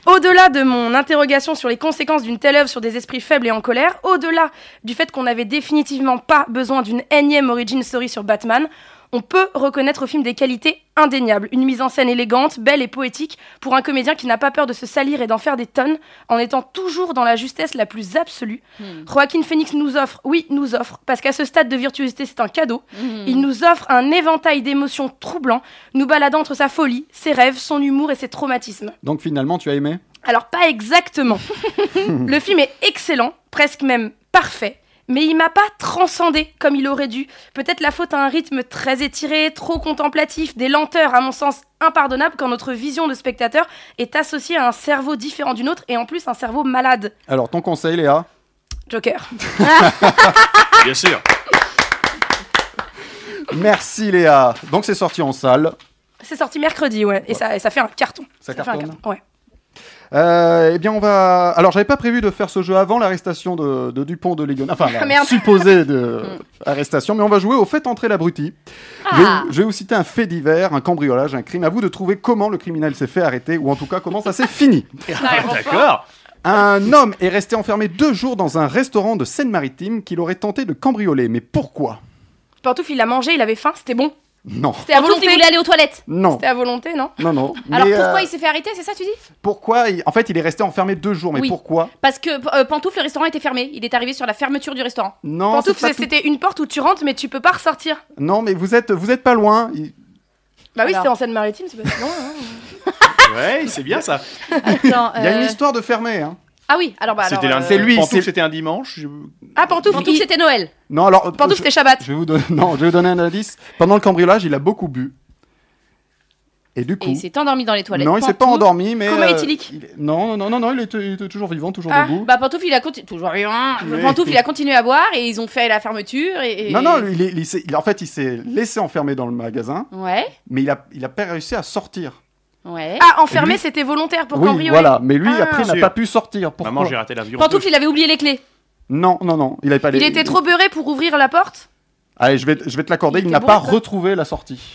Speaker 6: au-delà de mon interrogation sur les conséquences d'une telle œuvre sur des esprits faibles et en colère, au-delà du fait qu'on n'avait définitivement pas besoin d'une énième origin story sur Batman, on peut reconnaître au film des qualités indéniables. Une mise en scène élégante, belle et poétique pour un comédien qui n'a pas peur de se salir et d'en faire des tonnes en étant toujours dans la justesse la plus absolue. Joaquin Phoenix nous offre, oui, nous offre, parce qu'à ce stade de virtuosité, c'est un cadeau. Il nous offre un éventail d'émotions troublants, nous baladant entre sa folie, ses rêves, son humour et ses traumatismes.
Speaker 2: Donc finalement, tu as aimé
Speaker 6: Alors pas
Speaker 3: (laughs)
Speaker 6: exactement. le film est excellent, presque même parfait. Mais il m'a pas transcendé comme il aurait dû. Peut-être la faute à un rythme très étiré, trop contemplatif, des lenteurs à mon sens impardonnables quand notre vision de spectateur est associée à un cerveau différent du nôtre et en plus un cerveau malade.
Speaker 2: Alors, ton conseil, Léa
Speaker 3: (laughs)
Speaker 6: Joker.
Speaker 5: Bien sûr.
Speaker 2: Merci, Léa. Donc, c'est sorti en salle.
Speaker 6: C'est sorti mercredi, ouais, et ça, et ça fait un carton.
Speaker 2: Ça
Speaker 6: fait un
Speaker 2: cartonne.
Speaker 6: carton, ouais.
Speaker 2: Euh, eh bien, on va. Alors, j'avais pas prévu de faire ce jeu avant l'arrestation de, de Dupont de Ligonnès. Enfin,
Speaker 6: Ah,
Speaker 2: la
Speaker 6: merde.
Speaker 3: (laughs)
Speaker 2: supposée de... arrestation, mais on va jouer au fait entrer l'abruti. Je, vais-
Speaker 3: Hmm. Ah.
Speaker 2: je vais vous citer un fait divers, un cambriolage, un crime. À vous de trouver comment le criminel s'est fait arrêter, ou en tout cas comment ça s'est fini.
Speaker 5: D'accord.
Speaker 2: Un homme est resté enfermé deux jours dans un restaurant de Seine-Maritime qu'il aurait tenté de cambrioler. Mais pourquoi
Speaker 6: Pantouf, il a mangé, il avait faim, c'était bon.
Speaker 2: Non,
Speaker 6: C'était à
Speaker 3: Surtout qu'il
Speaker 6: volonté.
Speaker 3: voulait aller aux toilettes.
Speaker 2: non,
Speaker 6: C'était à volonté, non
Speaker 2: non, non.
Speaker 3: Alors
Speaker 2: Mais,
Speaker 3: pourquoi
Speaker 2: euh,
Speaker 3: il s'est fait arrêter, c'est ça tu dis
Speaker 2: pourquoi il- En fait, il est resté enfermé deux jours. Mais
Speaker 3: Oui.
Speaker 2: pourquoi
Speaker 3: Parce que euh, Pantouf, le restaurant était fermé. Il est arrivé sur la fermeture du restaurant.
Speaker 2: Non,
Speaker 6: Pantouf,
Speaker 2: c'est pas tout.
Speaker 6: c'était une porte où tu rentres, mais tu peux pas ressortir.
Speaker 2: non, mais vous êtes, vous êtes pas loin. Il-
Speaker 6: Bah oui,
Speaker 3: Alors.
Speaker 6: c'était en Seine-Maritime, c'est pas si loin. hein.
Speaker 5: (laughs) Ouais, c'est bien ça.
Speaker 6: (laughs)
Speaker 3: Attends,
Speaker 2: Il y a une
Speaker 3: euh,
Speaker 2: histoire de fermé. Hein.
Speaker 3: Ah oui, alors bah alors. euh,
Speaker 5: C'était
Speaker 6: euh,
Speaker 5: lundi.
Speaker 2: c'est lui,
Speaker 5: Pantouf,
Speaker 2: c'est-
Speaker 5: C'était un dimanche. je-
Speaker 6: Ah, Pantouf,
Speaker 3: Pantouf,
Speaker 6: il-
Speaker 3: c'était Noël.
Speaker 2: Non, alors.
Speaker 6: Pantouf,
Speaker 2: je-
Speaker 6: c'était Shabbat.
Speaker 2: Je vais vous donner, (laughs) non, je vais vous donner un indice. Pendant le cambriolage, il a beaucoup bu. Et du
Speaker 3: Et
Speaker 2: coup.
Speaker 3: il s'est endormi dans les toilettes.
Speaker 2: non, il s'est pas
Speaker 3: Pantouf-
Speaker 2: endormi, mais. euh,
Speaker 6: Coma éthylique.
Speaker 2: il est- Non, non, non, non, il était, il était toujours vivant, toujours
Speaker 6: Ah,
Speaker 2: debout.
Speaker 3: Bah Pantouf, il a continué. Toujours rien.
Speaker 2: Oui.
Speaker 3: Pantouf, il a continué à boire et ils ont fait la fermeture et. et-
Speaker 2: Non, non, il est- il s'est- il- en fait, il s'est laissé enfermer dans le magasin,
Speaker 3: Ouais,
Speaker 2: mais il a, il a pas réussi à sortir.
Speaker 3: ouais.
Speaker 6: Ah, enfermé,
Speaker 2: lui-
Speaker 6: c'était volontaire pour
Speaker 2: oui,
Speaker 6: cambrioler.
Speaker 2: voilà, mais lui,
Speaker 6: Ah.
Speaker 2: après, il n'a
Speaker 5: Sûr.
Speaker 2: pas pu sortir. Pourquoi
Speaker 5: Maman, j'ai raté l'avion.
Speaker 3: Pantouf, il avait oublié les clés.
Speaker 2: Non, non, non, il n'avait pas les-
Speaker 6: Il était trop beurré pour ouvrir la (laughs) porte.
Speaker 2: Allez, je vais, te- je vais te l'accorder,
Speaker 6: Il
Speaker 2: il,
Speaker 6: était
Speaker 2: n'a
Speaker 6: bon,
Speaker 2: pas
Speaker 6: ça.
Speaker 2: retrouvé
Speaker 3: (laughs)
Speaker 2: la sortie.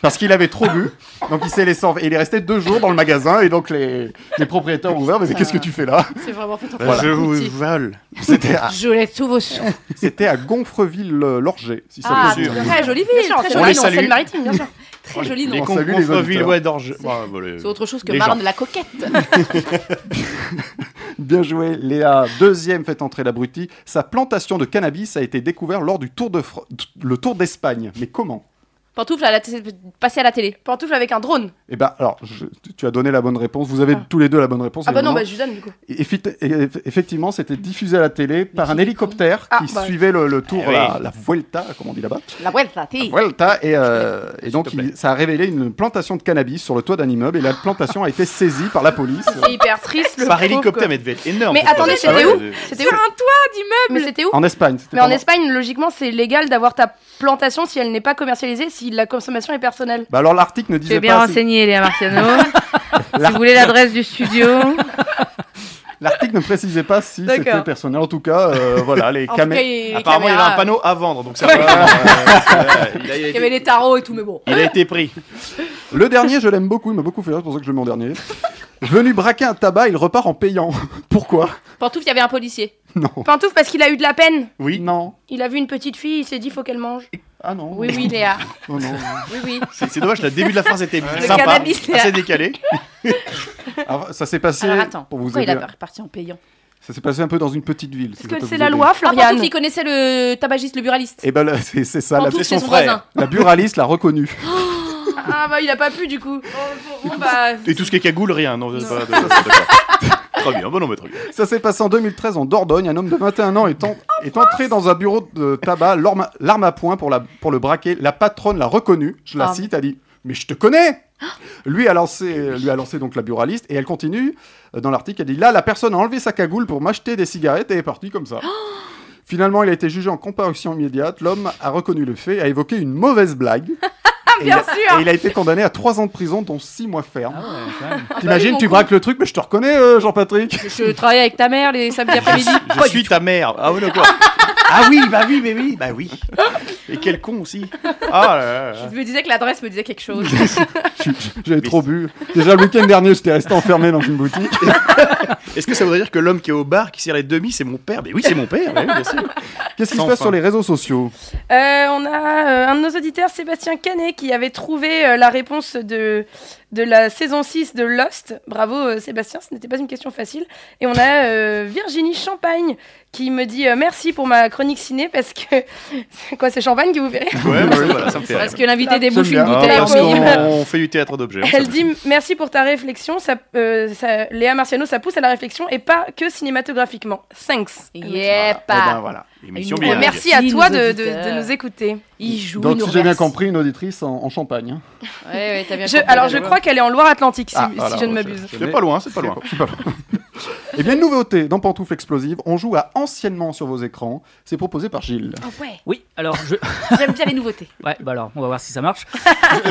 Speaker 2: Parce qu'il avait trop bu, donc il s'est laissé. en- et il est resté deux jours dans le magasin, et donc les, les propriétaires ont ouvert. Mais, qu'est-ce que tu fais là
Speaker 3: C'est vraiment fait
Speaker 5: Bah, Je vous vole.
Speaker 2: C'était à,
Speaker 3: Je laisse tous vos sous.
Speaker 2: c'était à Gonfreville-Lorger, si ça
Speaker 3: Ah,
Speaker 2: vous
Speaker 5: bien sûr.
Speaker 3: très jolie
Speaker 6: Bien
Speaker 3: ville,
Speaker 6: sûr,
Speaker 3: très
Speaker 6: c'est
Speaker 5: on
Speaker 3: jolie
Speaker 5: les
Speaker 6: joli,
Speaker 3: nom.
Speaker 6: non,
Speaker 5: salue.
Speaker 6: Seine-Maritime,
Speaker 2: (laughs)
Speaker 6: bien sûr.
Speaker 3: Très joli
Speaker 5: Les
Speaker 3: nom.
Speaker 2: On salue les
Speaker 5: Contreville,
Speaker 2: auditeurs.
Speaker 5: ouais, d'Orge. Bah, bah,
Speaker 2: euh,
Speaker 5: les-
Speaker 3: C'est autre chose que
Speaker 5: Les
Speaker 3: Marne
Speaker 5: gens.
Speaker 3: la coquette. (laughs)
Speaker 2: Bien joué, Léa. Deuxième fait entrer l'abruti. Sa plantation de cannabis a été découverte lors du Tour de Fr- le Tour d'Espagne. Mais comment
Speaker 3: Pantoufle, elle a t- passé à la télé.
Speaker 6: Pantoufle avec un drone.
Speaker 2: Eh ben, alors, je- tu as donné la bonne réponse. Vous avez tous les deux la bonne réponse.
Speaker 6: Ah bah non,
Speaker 2: évidemment.
Speaker 6: bah je lui donne du coup.
Speaker 2: Et- effi- et- eff- Effectivement, c'était diffusé à la télé par un hélicoptère
Speaker 6: Ah,
Speaker 2: qui
Speaker 6: bah.
Speaker 2: suivait le, le Tour,
Speaker 5: Eh oui.
Speaker 2: la, la Vuelta, comme on dit là-bas.
Speaker 3: La vuelta, t'es.
Speaker 2: Vuelta, et, euh, et donc
Speaker 5: te plaît.
Speaker 2: il- ça a révélé une plantation de cannabis sur le toit d'un immeuble et la plantation a été saisie par la police.
Speaker 6: C'est hyper triste le
Speaker 5: Par
Speaker 6: pauvre,
Speaker 5: hélicoptère,
Speaker 6: quoi.
Speaker 5: mais devait être énorme.
Speaker 6: Mais
Speaker 5: cette
Speaker 6: attendez,
Speaker 5: plantation.
Speaker 6: c'était
Speaker 5: Ah
Speaker 6: où
Speaker 5: ouais,
Speaker 6: C'était où un toit d'immeuble Mais c'était où
Speaker 2: En Espagne. c'était
Speaker 6: Mais en
Speaker 2: pendant-
Speaker 6: Espagne, logiquement, c'est légal d'avoir ta plantation si elle n'est pas commercialisée, si la consommation est personnelle.
Speaker 2: Bah alors l'article ne
Speaker 7: Tu es
Speaker 6: Eh
Speaker 2: disait
Speaker 7: bien
Speaker 2: pas. si-
Speaker 7: renseigné, Léa
Speaker 6: (laughs)
Speaker 7: Marciano. si vous voulez l'adresse du studio.
Speaker 2: (laughs) L'article ne précisait pas si
Speaker 7: D'accord.
Speaker 2: c'était personnel. En tout cas, euh, voilà, les
Speaker 3: En tout cas,
Speaker 2: caméras.
Speaker 3: il-
Speaker 5: Apparemment, il y
Speaker 3: caméra-
Speaker 5: avait un panneau à vendre, donc ça va. Ouais, ouais, ouais, ouais, il a- il a
Speaker 3: Il y
Speaker 5: Euh, été-
Speaker 3: avait les tarots et tout, mais bon.
Speaker 5: Il a été pris.
Speaker 2: Le dernier, je l'aime beaucoup, il m'a beaucoup fait rire, c'est pour ça que je le mets en dernier. Venu braquer un tabac, il repart en payant. (laughs) Pourquoi
Speaker 3: Pantouf, il y avait un policier.
Speaker 2: Non.
Speaker 6: Pantouf, parce qu'il a eu de la peine.
Speaker 2: Oui. Non.
Speaker 6: Il a vu une petite fille, il s'est dit, faut qu'elle mange.
Speaker 2: Ah non.
Speaker 3: Oui, oui,
Speaker 5: (laughs)
Speaker 3: Léa.
Speaker 2: Oh non.
Speaker 3: Oui, oui.
Speaker 5: C'est c'est dommage, le début de la phrase était
Speaker 3: Le
Speaker 5: sympa,
Speaker 3: cannabis, là.
Speaker 5: assez décalé.
Speaker 2: (laughs) Alors, ça s'est passé.
Speaker 3: Alors attends,
Speaker 2: Pour vous
Speaker 3: pourquoi il
Speaker 2: aider,
Speaker 3: a parti en payant
Speaker 2: Ça s'est passé un peu dans une petite ville. si
Speaker 6: Est-ce
Speaker 2: ça
Speaker 6: que
Speaker 2: peut
Speaker 6: c'est
Speaker 2: vous
Speaker 6: la
Speaker 2: aider.
Speaker 6: loi,
Speaker 3: Ah, Pantouf,
Speaker 6: Florian
Speaker 3: il connaissait le tabagiste, le buraliste.
Speaker 2: Eh ben, le- c'est c'est ça. La,
Speaker 3: Pantouf,
Speaker 5: son
Speaker 3: c'est son
Speaker 5: frère.
Speaker 3: voisin.
Speaker 2: la buraliste l'a reconnu.
Speaker 6: Ah bah il a pas pu du coup.
Speaker 3: Bon, bah,
Speaker 5: Et tout ce qui est cagoule, rien. Non, c'est pas- d'accord. Très bien, bon, non, mais très bien.
Speaker 2: Ça s'est passé en 2013 en Dordogne. Un homme de 21 ans est, en- est entré dans un bureau de tabac, l'arme l'arme à point pour, la, pour le braquer. La patronne l'a reconnu. Je la
Speaker 3: Ah.
Speaker 2: cite, elle dit Mais je te connais lui a, lancé, lui a lancé donc la buraliste et elle continue euh, dans l'article. Elle dit Là, la personne a enlevé sa cagoule pour m'acheter des cigarettes et est partie comme ça. Finalement, il a été jugé en comparution immédiate. L'homme a reconnu le fait, a évoqué une mauvaise blague.
Speaker 6: (laughs)
Speaker 2: et, il
Speaker 6: Bien
Speaker 2: a,
Speaker 6: sûr.
Speaker 2: et il a été condamné à 3 ans de prison, dont 6 mois ferme.
Speaker 4: Ah ouais, quand même.
Speaker 2: T'imagines,
Speaker 3: bah mon
Speaker 2: tu
Speaker 3: con.
Speaker 2: braques le truc, mais je te reconnais, euh, Jean-Patrick
Speaker 3: je
Speaker 2: (laughs)
Speaker 3: travaillais avec ta mère les samedis après-midi.
Speaker 5: Je
Speaker 3: Pas
Speaker 5: suis
Speaker 3: du
Speaker 5: ta mère. Ah
Speaker 3: (laughs)
Speaker 5: oui, d'accord. ah oui, bah oui, mais oui, bah oui. Et quel con aussi. Ah là là
Speaker 3: tout.
Speaker 5: là.
Speaker 3: Je me disais que l'adresse me disait quelque chose. (laughs)
Speaker 2: J'avais trop bu. Déjà le week-end dernier, j'étais resté enfermé dans une boutique.
Speaker 5: Est-ce que ça voudrait dire que l'homme qui est au bar, qui sert les demi, c'est mon père Mais oui, c'est mon père. oui,
Speaker 3: (laughs)
Speaker 5: bien sûr.
Speaker 2: Qu'est-ce qui se
Speaker 5: Sans
Speaker 2: passe
Speaker 5: fin.
Speaker 2: sur les réseaux sociaux
Speaker 6: Euh, on a euh, un de nos auditeurs, Sébastien Canet, qui avait trouvé euh, la réponse de, de la saison 6 de Lost. Bravo euh, Sébastien, ce n'était pas une question facile. Et on a euh, Virginie Champagne qui me dit euh, merci pour ma chronique ciné parce que... (laughs) C'est quoi, c'est Champagne qui vous fait rire
Speaker 5: Ouais, bah, voilà, ça me fait
Speaker 3: Parce
Speaker 5: rire.
Speaker 3: que l'invité débouche
Speaker 2: J'aime
Speaker 3: une
Speaker 2: bien.
Speaker 5: Ah,
Speaker 3: bouteille en
Speaker 5: parce
Speaker 3: mille.
Speaker 5: qu'on on fait du théâtre d'objets. hein, ça
Speaker 6: Elle
Speaker 5: me-
Speaker 6: dit merci pour ta réflexion, ça, euh, ça- Léa Marciano, ça pousse à la réflexion et pas que cinématographiquement. Thanks.
Speaker 3: Yep.
Speaker 5: Eh ben voilà, émission
Speaker 3: Une-
Speaker 5: bilingue.
Speaker 6: Merci,
Speaker 3: Merci,
Speaker 6: à toi
Speaker 3: nos
Speaker 6: de, de-
Speaker 3: auditeurs.
Speaker 6: de nous écouter.
Speaker 3: Il joue. il
Speaker 2: Donc,
Speaker 3: nous
Speaker 2: si j'ai bien
Speaker 3: remercie.
Speaker 2: compris, une auditrice en, en Champagne. hein.
Speaker 3: (laughs) Ouais, ouais, t'as bien
Speaker 6: Je-
Speaker 3: compris,
Speaker 6: alors je
Speaker 3: Valérie.
Speaker 6: crois qu'elle est en Loire-Atlantique si,
Speaker 2: Ah,
Speaker 6: si
Speaker 2: voilà,
Speaker 6: je ne
Speaker 2: je-
Speaker 6: m'abuse.
Speaker 5: C'est pas loin, c'est pas loin.
Speaker 2: C'est pas loin. (laughs) Eh bien, une nouveauté dans Pantoufles Explosives. On joue à anciennement sur vos écrans. C'est proposé par Gilles.
Speaker 3: Ah ouais,
Speaker 4: Oui, alors je. (laughs)
Speaker 3: j'aime bien les nouveautés.
Speaker 4: Ouais, bah alors, on va voir si ça marche.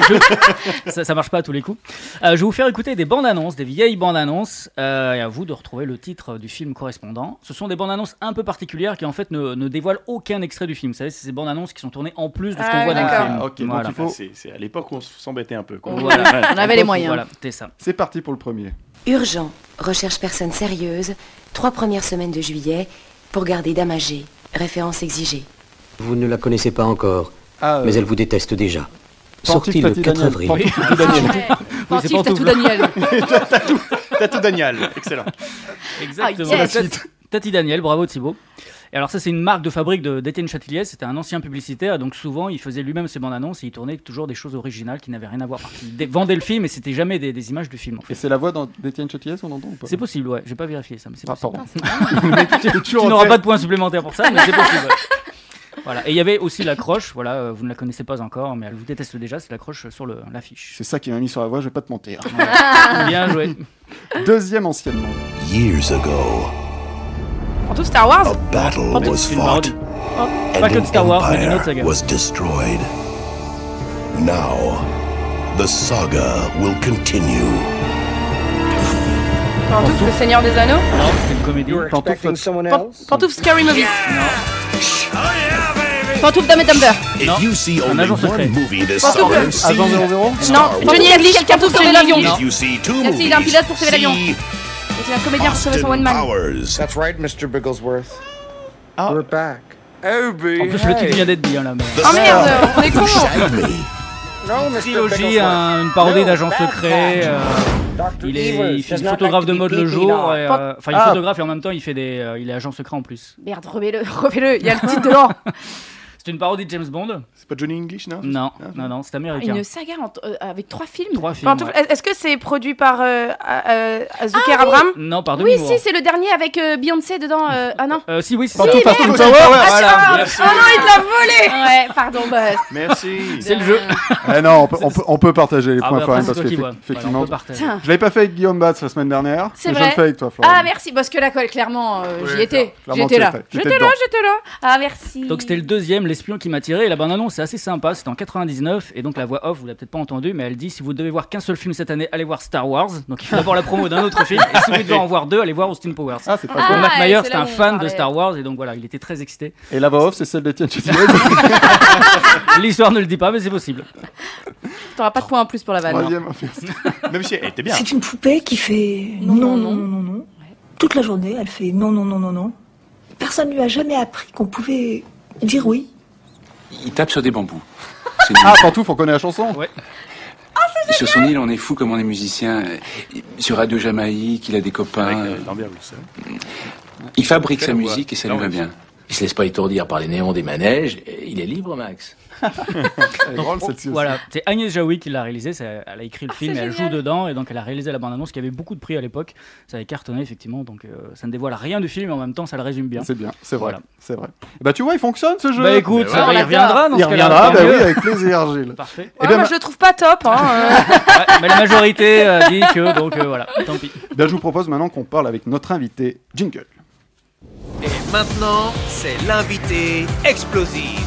Speaker 4: Je- (laughs) Ça, ça marche pas à tous les coups. Euh, je vais vous faire écouter des bandes annonces, des vieilles bandes annonces, euh, et à vous de retrouver le titre du film correspondant. Ce sont des bandes annonces un peu particulières qui en fait ne, ne dévoilent aucun extrait du film. Vous savez, c'est ces bandes annonces qui sont tournées en plus de ce qu'on
Speaker 6: Ah,
Speaker 4: voit dans le
Speaker 6: d'accord.
Speaker 4: film.
Speaker 2: Ah, ok, donc
Speaker 4: Voilà.
Speaker 2: il faut-
Speaker 5: C'est c'est à l'époque où on s'embêtait un peu. quoi.
Speaker 8: Ah,
Speaker 4: Voilà.
Speaker 5: Ouais.
Speaker 3: On avait les moyens.
Speaker 4: Voilà, c'est ça.
Speaker 2: C'est parti pour le premier.
Speaker 8: Urgent, recherche personne sérieuse, trois premières semaines de juillet, pour garder dame âgée, référence exigée.
Speaker 9: Vous ne la connaissez pas encore,
Speaker 2: Ah, euh,
Speaker 9: mais elle vous déteste déjà. Sortie
Speaker 2: Pantoufles
Speaker 9: le
Speaker 2: Tati
Speaker 9: 4
Speaker 2: Daniel.
Speaker 9: avril.
Speaker 2: Pantoufles Tati Daniel.
Speaker 4: (laughs) c'est
Speaker 3: Pentif, t'as
Speaker 4: Pantoufle.
Speaker 3: tout Daniel.
Speaker 5: Tatou Daniel, excellent.
Speaker 4: Exactement.
Speaker 3: Ah, yes.
Speaker 4: Tati- Tati Daniel, bravo Thibaut. Et alors ça c'est une marque de fabrique de- d'Étienne Châtillier, c'était un ancien publicitaire, donc souvent il faisait lui-même ses bandes annonces et il tournait toujours des choses originales qui n'avaient rien à voir. Il dé- vendait le film et c'était jamais des, des images du film. en fait.
Speaker 2: Et c'est la voix d'An- d'Étienne Châtillet qu'on entend ou pas
Speaker 4: C'est possible, ouais, j'ai pas vérifié ça, mais c'est
Speaker 2: Ah,
Speaker 4: possible.
Speaker 2: pardon. Le (laughs) mec, il est toujours
Speaker 4: Tu
Speaker 2: en
Speaker 4: n'auras
Speaker 2: tête.
Speaker 4: pas de points supplémentaires pour ça, mais c'est possible. (laughs) Voilà. Et il y avait aussi l'accroche, voilà, euh, vous ne la connaissez pas encore, mais elle vous déteste déjà, c'est l'accroche sur le- l'affiche.
Speaker 2: C'est ça qui m'a mis sur la voix, je vais pas te mentir.
Speaker 4: Bien joué.
Speaker 2: Deuxième anciennement.
Speaker 10: Years ago,
Speaker 6: En tout Star Wars
Speaker 2: Oh.
Speaker 10: a battle
Speaker 4: Pantoufles,
Speaker 10: was
Speaker 4: c'est une parodie.
Speaker 10: fought
Speaker 4: Oh, Pas
Speaker 10: and
Speaker 4: que de
Speaker 10: an
Speaker 4: Star Wars, mais d'une autre
Speaker 10: empire
Speaker 4: saga.
Speaker 10: was destroyed. Now, the saga will continue.
Speaker 6: Pantouf, le Seigneur des Anneaux.
Speaker 4: Non, c'est une comédie.
Speaker 2: Pantoufles,
Speaker 6: Pan- Pantouf, Scary Movie.
Speaker 3: Pantouf, Dame et Dumber.
Speaker 10: If you see
Speaker 4: Un
Speaker 10: only
Speaker 4: agent secret.
Speaker 10: one movie this
Speaker 6: Pantoufles.
Speaker 10: summer,
Speaker 2: Agent
Speaker 10: see
Speaker 2: 00
Speaker 10: Star
Speaker 6: Non,
Speaker 10: Wars.
Speaker 6: Johnny English, quelqu'un pour sauver l'avion.
Speaker 3: Non.
Speaker 10: If you see two
Speaker 3: Merci, il a un
Speaker 10: movies,
Speaker 3: pilote pour sauver l'avion.
Speaker 10: see
Speaker 3: C'est un comédien pour sauver son
Speaker 10: Austin
Speaker 3: one man.
Speaker 10: Powers.
Speaker 11: That's right, Mr. Bigglesworth. We're back.
Speaker 4: En
Speaker 11: Obi.
Speaker 4: plus, le titre vient d'être dit, hein, là. mais-
Speaker 10: The
Speaker 6: Oh merde,
Speaker 10: Star
Speaker 6: on est con.
Speaker 10: Shiny.
Speaker 11: No, Mr.
Speaker 4: Trilogie,
Speaker 11: Bigglesworth.
Speaker 4: un- une parodie
Speaker 11: No,
Speaker 4: d'agent
Speaker 11: bad
Speaker 4: secret.
Speaker 11: guy.
Speaker 4: euh,
Speaker 11: Dr.
Speaker 4: il est,
Speaker 11: Evers
Speaker 4: il fait
Speaker 11: does not
Speaker 4: photographe
Speaker 11: like
Speaker 4: de
Speaker 11: to be
Speaker 4: mode le
Speaker 11: peed
Speaker 4: jour.
Speaker 11: on.
Speaker 4: et, euh, Enfin, il est photographe et en même temps, il fait des, euh, il est agent secret en plus.
Speaker 3: Ah. Merde, remets-le, (laughs) remets-le, il y a le titre dedans.
Speaker 4: (laughs) C'est une parodie de James Bond
Speaker 5: C'est pas Johnny English, non Ah.
Speaker 4: Non, non, non, c'est américain.
Speaker 3: Une saga en- euh, avec trois films. Ah
Speaker 4: Trois films.
Speaker 6: Pantouf,
Speaker 4: ouais.
Speaker 6: Est-ce que c'est produit par euh, euh, Zucker Abram
Speaker 4: Non, pardon.
Speaker 3: Oui, si, c'est le dernier avec euh, Beyoncé dedans.
Speaker 2: (laughs)
Speaker 3: euh, Ah non.
Speaker 4: Euh, si, oui, c'est ça.
Speaker 2: Pantoufles Fast and Sour.
Speaker 4: Voilà.
Speaker 6: Ah non, il te l'a volé
Speaker 3: Ouais, pardon, bah,
Speaker 5: Merci.
Speaker 4: C'est le jeu.
Speaker 2: Eh non, on peut, on peut- on peut partager les
Speaker 4: Ah
Speaker 2: points,
Speaker 4: bah,
Speaker 2: Florian,
Speaker 4: après, c'est
Speaker 2: parce
Speaker 4: toi qui vois.
Speaker 2: qu'effectivement,
Speaker 4: Voilà, on peut partager.
Speaker 2: Je l'avais pas fait avec Guillaume Batz la semaine dernière,
Speaker 3: C'est
Speaker 2: mais je
Speaker 3: vrai.
Speaker 2: le fais avec toi, Florian.
Speaker 3: Ah merci, parce que là, quoi, clairement, euh, j'y étais.
Speaker 2: clairement,
Speaker 3: J'étais
Speaker 2: tu
Speaker 3: là.
Speaker 2: étais. Tu
Speaker 3: J'étais
Speaker 2: étais
Speaker 3: là,
Speaker 2: dedans.
Speaker 3: j'étais là. Ah merci.
Speaker 4: Donc c'était le deuxième, l'espion qui m'a tiré. Et la bande-annonce, c'est assez sympa. C'était en 99. Et donc la voix off, vous l'avez peut-être pas entendu, mais elle dit si vous devez voir qu'un seul film cette année, allez voir Star Wars. Donc il faut d'abord la promo d'un autre film. Et si vous devez en voir deux, allez voir Austin Powers.
Speaker 2: Ah, c'est pas
Speaker 3: Ah,
Speaker 4: Donc, Mac
Speaker 3: ouais,
Speaker 4: Mayer,
Speaker 3: c'est
Speaker 4: c'est
Speaker 3: là
Speaker 4: un
Speaker 3: où on
Speaker 4: fan de
Speaker 3: parlait.
Speaker 4: Star Wars et donc voilà, il était très excité. (laughs)
Speaker 2: Et la voix off, c'est celle d'Étienne Châtillon.
Speaker 4: L'histoire ne le dit pas, mais c'est possible.
Speaker 3: T'auras pas de points en plus pour la vanne.
Speaker 2: Troisième. hein.
Speaker 5: Même si elle était bien.
Speaker 12: C'est une poupée qui fait non, non, non, non, non. Toute la journée, elle fait non, non, non, non, non. Personne ne lui a jamais appris qu'on pouvait dire oui.
Speaker 13: Il tape sur des
Speaker 2: (laughs)
Speaker 13: bambous.
Speaker 2: Ah, Pantouf, on connaît la chanson
Speaker 13: Sur son île, on est fou comme on est musicien. Sur Radio Jamaïque, il a des copains. Il fabrique sa musique et ça lui va bien. Il se laisse pas étourdir par les néons des manèges. Il est libre, Max.
Speaker 2: Elle est drôle, celle-ci aussi.
Speaker 4: Voilà, c'est Agnès Jaoui qui l'a réalisé, c'est- elle a écrit le film, et elle joue dedans, et donc elle a réalisé la bande-annonce qui avait beaucoup de prix à l'époque, ça avait cartonné effectivement, donc euh, ça ne dévoile rien du film, mais en même temps ça le résume bien.
Speaker 2: C'est bien, c'est vrai, c'est vrai. Bah tu vois, il fonctionne ce jeu.
Speaker 4: Bah écoute,
Speaker 2: ça
Speaker 4: il reviendra dans
Speaker 2: Il
Speaker 4: ce cas-là,
Speaker 2: reviendra,
Speaker 4: tant
Speaker 2: bah
Speaker 4: mieux.
Speaker 2: oui, avec plaisir, Gilles.
Speaker 4: Parfait.
Speaker 2: Eh
Speaker 6: Ouais,
Speaker 2: bien,
Speaker 6: moi, je le trouve pas top. Hein, euh. (laughs)
Speaker 4: Ouais, mais la majorité euh, dit que, donc euh, voilà, tant pis.
Speaker 2: Bien, Ben, je vous propose maintenant qu'on parle avec notre invité, Jingle.
Speaker 1: Et maintenant, c'est l'invité explosif.